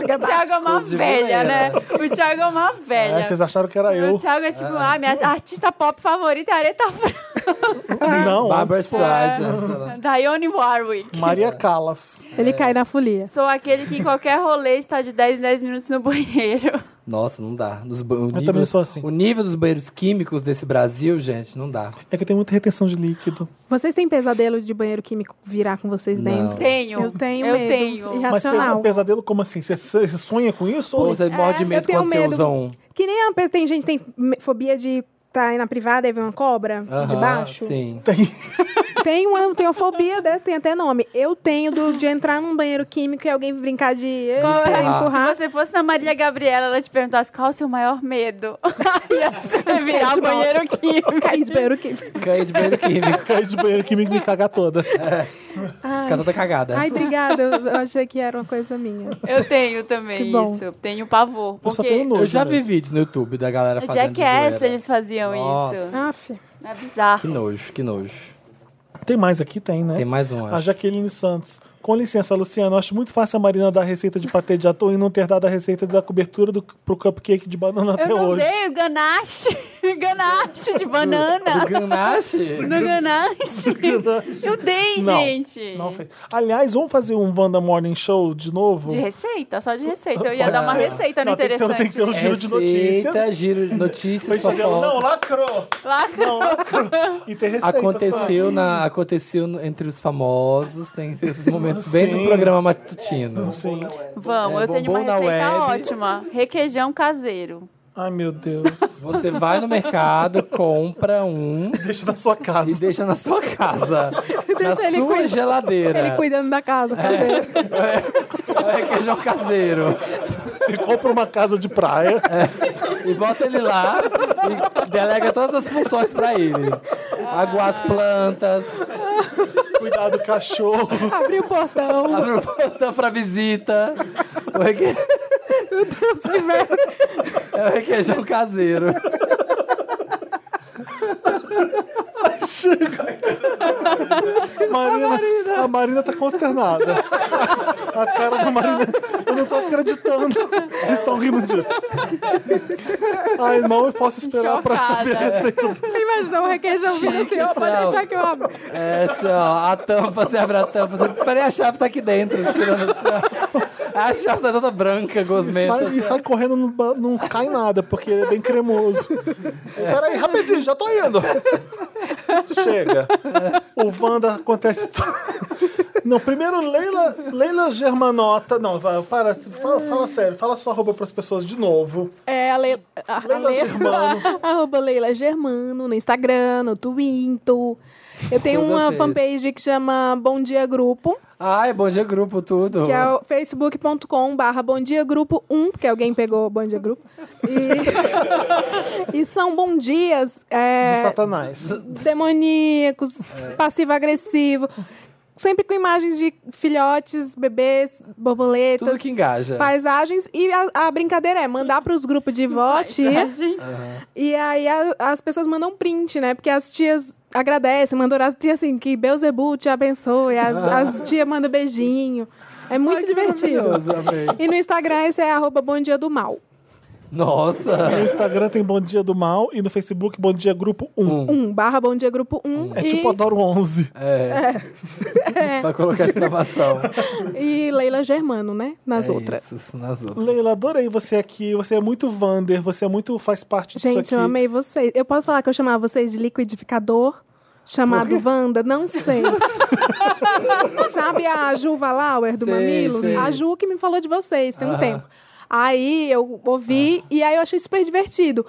Speaker 2: o Thiago é uma
Speaker 3: de
Speaker 2: velha, né?
Speaker 3: mulher.
Speaker 2: O Thiago é
Speaker 3: Ah,
Speaker 2: uma velha.
Speaker 1: É, vocês acharam que era eu.
Speaker 2: O Thiago é tipo, ah, minha artista pop favorita é a Aretha Franklin,
Speaker 1: Não,
Speaker 3: Barbara
Speaker 1: antes foi
Speaker 4: É.
Speaker 3: Streisand. sei lá.
Speaker 2: Dionne Warwick.
Speaker 1: Maria Callas.
Speaker 3: É.
Speaker 4: Ele cai na folia.
Speaker 2: Sou aquele que em qualquer rolê está de 10 em 10 minutos no banheiro.
Speaker 3: Nossa, não dá. Nos ba- o nível,
Speaker 1: também sou assim.
Speaker 3: O nível dos banheiros químicos desse Brasil, gente, não dá.
Speaker 1: É que eu tenho muita retenção de líquido.
Speaker 4: Vocês têm pesadelo de banheiro químico virar com vocês
Speaker 3: Não.
Speaker 4: dentro?
Speaker 2: Tenho.
Speaker 4: Eu tenho
Speaker 2: Eu
Speaker 4: medo.
Speaker 2: tenho.
Speaker 4: Tá
Speaker 1: Mas pesa-
Speaker 4: Irracional.
Speaker 1: pesadelo como assim? Você- Você você sonha com isso?
Speaker 3: Ou
Speaker 1: Ou...
Speaker 3: você morde
Speaker 4: é, eu
Speaker 3: medo
Speaker 4: tenho
Speaker 3: quando você
Speaker 4: medo.
Speaker 3: usa um.
Speaker 4: Que nem a pe- tem gente que tem me- fobia de estar aí na privada e ver uma cobra
Speaker 3: Aham,
Speaker 4: de baixo.
Speaker 3: Sim.
Speaker 4: Tem uma, tem uma fobia dessa, tem até nome. Eu tenho do- de entrar num banheiro químico e alguém brincar de eh,
Speaker 3: empurrar.
Speaker 1: Tipo,
Speaker 4: empurrar.
Speaker 2: Se você fosse na Maria Gabriela, ela te perguntasse qual o seu maior medo. Ia ser virar
Speaker 4: de volta.
Speaker 2: banheiro químico.
Speaker 4: Cair de banheiro químico.
Speaker 3: Caí de banheiro químico.
Speaker 1: Cair de banheiro que me, me cagar toda.
Speaker 3: Fica toda cagada.
Speaker 4: Ai, obrigada. Eu eu achei que era uma coisa minha.
Speaker 2: Eu tenho também
Speaker 4: Que bom.
Speaker 2: isso. Eu tenho pavor.
Speaker 1: Eu só
Speaker 2: Porque
Speaker 1: tenho nojo.
Speaker 3: eu já vi
Speaker 1: mesmo.
Speaker 3: vídeos no YouTube da galera
Speaker 4: É
Speaker 2: no
Speaker 3: fazendo de
Speaker 2: Jackass
Speaker 3: zoeira.
Speaker 2: eles faziam
Speaker 3: Nossa.
Speaker 2: isso.
Speaker 4: Aff.
Speaker 2: É
Speaker 3: Que
Speaker 2: bizarro.
Speaker 3: nojo, que nojo.
Speaker 1: Tem mais aqui? Tem, né?
Speaker 3: Tem mais um,
Speaker 1: A
Speaker 3: acho.
Speaker 1: Jaqueline Santos. Com licença, Luciano, eu acho muito fácil a Marina dar a receita de patê de atum e não ter dado a receita da cobertura do, pro cupcake de banana
Speaker 2: Eu
Speaker 1: até
Speaker 2: não
Speaker 1: hoje.
Speaker 2: dei o ganache. Ganache de banana.
Speaker 3: Do ganache?
Speaker 2: No ganache. Eu dei,
Speaker 1: Não,
Speaker 2: gente.
Speaker 1: Não fez. Aliás, vamos fazer um Wanda Morning Show de novo?
Speaker 2: De receita, só de receita. Eu ia dar uma
Speaker 1: Pode ser.
Speaker 2: receita no
Speaker 1: Não, tem que ter-
Speaker 2: interessante.
Speaker 1: tem que ter um giro de
Speaker 3: Receita,
Speaker 1: notícias.
Speaker 3: giro de notícias,
Speaker 1: Mas fazer um,
Speaker 3: fofoca.
Speaker 1: não, é lacrou!
Speaker 2: Lacrou.
Speaker 1: Não, lacrou! E ter receitas também.
Speaker 3: Aconteceu, na, aconteceu no- entre os famosos, tem esses momentos bem
Speaker 1: Sim.
Speaker 3: do programa matutino.
Speaker 1: Sim.
Speaker 2: Vamos,
Speaker 3: É,
Speaker 2: eu tenho uma
Speaker 3: bombom na
Speaker 2: receita
Speaker 3: web.
Speaker 2: ótima. Requeijão caseiro.
Speaker 1: Ai, meu Deus.
Speaker 3: Você vai no mercado, compra um
Speaker 1: Deixa na sua casa.
Speaker 3: e deixa na sua casa.
Speaker 4: Deixa
Speaker 3: na
Speaker 4: ele
Speaker 3: sua
Speaker 4: cuidar.
Speaker 3: geladeira.
Speaker 4: Ele cuidando da casa, cadê?
Speaker 3: É requeijão caseiro.
Speaker 1: Você compra uma casa de praia.
Speaker 3: E bota ele lá e delega todas as funções pra ele. Aguar as plantas,
Speaker 1: Cuidar do cachorro.
Speaker 4: Abriu o
Speaker 1: Ah.
Speaker 4: portão.
Speaker 3: abre o portão pra visita. O reque- É o requeijão caseiro.
Speaker 1: Marina, a Marina tá consternada. A cara da Marina. Eu não tô acreditando. Vocês estão rindo disso. Ai, mal eu posso esperar pra
Speaker 2: Chocada.
Speaker 1: saber a receita.
Speaker 4: Você imaginou o requeijão vindo assim, ó, pode
Speaker 3: céu.
Speaker 4: deixar que eu abro.
Speaker 3: É, só, a tampa, você abre a tampa. Você... Peraí, a chave tá aqui dentro. Tirando... A chave tá toda branca,
Speaker 1: E
Speaker 3: gosmenta.
Speaker 1: sai, e sai correndo, não, ba- não cai nada, porque ele é bem cremoso. Peraí, rapidinho, já tô indo. Chega. O Wanda acontece. to- Não, primeiro Leila, Leila Germanota. Não, vai, para, fala, fala sério, fala sua arroba pras pessoas de novo.
Speaker 4: É, a Leila. A, a
Speaker 1: Leila
Speaker 4: Leila-
Speaker 1: Germano.
Speaker 4: Arroba Leila Germano no Instagram, no Twinto. Eu tenho
Speaker 3: Todas
Speaker 4: uma
Speaker 3: elas.
Speaker 4: fanpage que chama Bom Dia Grupo,
Speaker 3: Ai, bom dia, grupo, tudo.
Speaker 4: que é o facebook.com barra Bom Dia Grupo 1, porque alguém pegou Bom Dia Grupo. E, e são bom dias
Speaker 1: de
Speaker 4: é,
Speaker 1: Satanás. É.
Speaker 4: demoníacos, passivo-agressivo. sempre com imagens de filhotes, bebês, borboletas,
Speaker 3: Tudo que engaja.
Speaker 4: paisagens. E a, a brincadeira é mandar para os grupos de vó, tia,
Speaker 2: Paisagens.
Speaker 4: e aí a- as pessoas mandam print, né? Porque as tias agradecem, mandam as tias assim, que Beuzebu te abençoe, as, as tias mandam beijinho. É muito divertido.
Speaker 1: Maravilhoso, amei.
Speaker 4: E no Instagram esse é arroba bom dia do mal.
Speaker 1: No
Speaker 3: Nossa.
Speaker 1: Instagram tem Bom Dia do Mal e no Facebook Bom Dia Grupo 1.
Speaker 3: Um.
Speaker 4: Um, barra bom dia grupo 1. Um,
Speaker 1: É
Speaker 4: e,
Speaker 1: tipo Adoro 11.
Speaker 3: É. Pra colocar essa gravação.
Speaker 4: e Leila Germano, né? Nas
Speaker 3: É
Speaker 4: outras.
Speaker 3: isso, nas outras.
Speaker 1: Leila, adorei você aqui. Você é muito Vander, você é muito faz parte
Speaker 4: Gente,
Speaker 1: disso aqui.
Speaker 4: eu amei vocês. Eu posso falar que eu chamava vocês de liquidificador? Chamado Wanda? Não sei. Sabe a Juva Lauer do
Speaker 3: Sei,
Speaker 4: Mamilos?
Speaker 3: sei. Ah.
Speaker 4: A Ju que me falou de vocês tem um
Speaker 3: Aham.
Speaker 4: tempo. Aí eu ouvi
Speaker 3: Ah.
Speaker 4: e aí eu achei super divertido.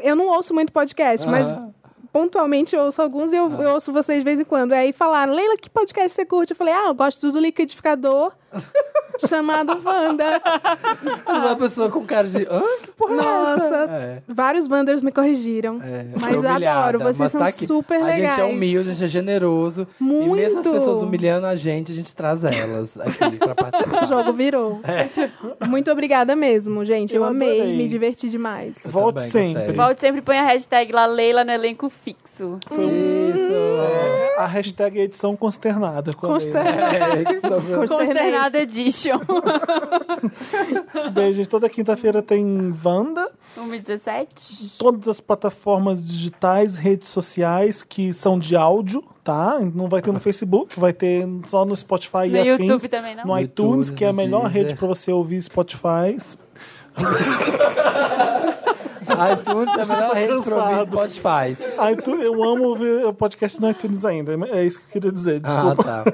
Speaker 4: Eu não ouço muito podcast, mas
Speaker 3: Aham.
Speaker 4: pontualmente eu ouço alguns e eu,
Speaker 3: Ah.
Speaker 4: eu ouço vocês de vez em quando. Aí falaram, Leila, que podcast você curte? Eu falei, ah, eu gosto do liquidificador chamado Wanda.
Speaker 3: Ah, é Uma pessoa com cara de. Hã? Que porra
Speaker 4: Nossa,
Speaker 3: é?
Speaker 4: Vários Wanders me corrigiram.
Speaker 3: É, foi
Speaker 4: mas eu
Speaker 3: humilhada,
Speaker 4: adoro, vocês
Speaker 3: mas
Speaker 4: são
Speaker 3: tá aqui.
Speaker 4: super
Speaker 3: A
Speaker 4: legais.
Speaker 3: gente é humilde, a gente é generoso. E mesmo as
Speaker 4: Muito.
Speaker 3: pessoas humilhando a gente, a gente traz elas aqui pra
Speaker 4: O
Speaker 3: participar.
Speaker 4: jogo virou.
Speaker 3: É.
Speaker 4: Muito obrigada mesmo, gente. Eu,
Speaker 1: Eu
Speaker 4: amei,
Speaker 1: adorei.
Speaker 4: me diverti demais.
Speaker 1: Volte
Speaker 3: também
Speaker 1: sempre.
Speaker 3: gostei.
Speaker 2: Volte sempre e põe a hashtag lá Leila no elenco fixo.
Speaker 3: Isso.
Speaker 1: um- A hashtag é edição consternada. com a
Speaker 4: Consta-
Speaker 3: né? É,
Speaker 2: Consternada Edition.
Speaker 1: Leila. Beijo. gente. Toda quinta-feira tem Wanda.
Speaker 2: 1,17.
Speaker 1: Todas as plataformas digitais, redes sociais que são de áudio, tá? Não vai ter no Facebook, vai ter só no Spotify
Speaker 2: No
Speaker 1: e afins.
Speaker 2: YouTube também, não?
Speaker 1: No iTunes,
Speaker 3: YouTube,
Speaker 1: que é a
Speaker 3: no
Speaker 1: melhor
Speaker 3: Deezer.
Speaker 1: rede pra você ouvir Spotify.
Speaker 3: iTunes é a melhor rede pra ouvir
Speaker 1: cansado.
Speaker 3: Spotify.
Speaker 1: iTunes, Ah, então eu amo ouvir o podcast no iTunes ainda. É isso que eu queria dizer,
Speaker 3: Ah,
Speaker 1: desculpa.
Speaker 3: tá.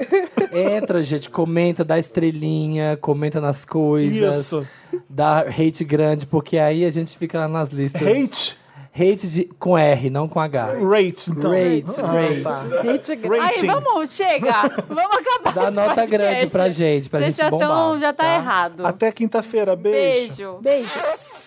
Speaker 3: Entra, gente, comenta, dá estrelinha, comenta nas coisas.
Speaker 1: Isso.
Speaker 3: Dá hate grande, porque aí a gente fica lá nas listas.
Speaker 1: Hate,
Speaker 3: Hate de, com R, não com H.
Speaker 1: rate, então.
Speaker 3: Rate, rate.
Speaker 4: Gente,
Speaker 2: Aí,
Speaker 1: Rating.
Speaker 2: vamos, chega. Vamos acabar
Speaker 3: Dá
Speaker 2: esse
Speaker 3: nota
Speaker 2: podcast.
Speaker 3: grande pra gente, pra
Speaker 2: Vocês
Speaker 3: gente
Speaker 2: já,
Speaker 3: bombar.
Speaker 2: tão, já tá, errado.
Speaker 1: Até quinta-feira. Beijo.
Speaker 2: Beijo.
Speaker 4: Beijos.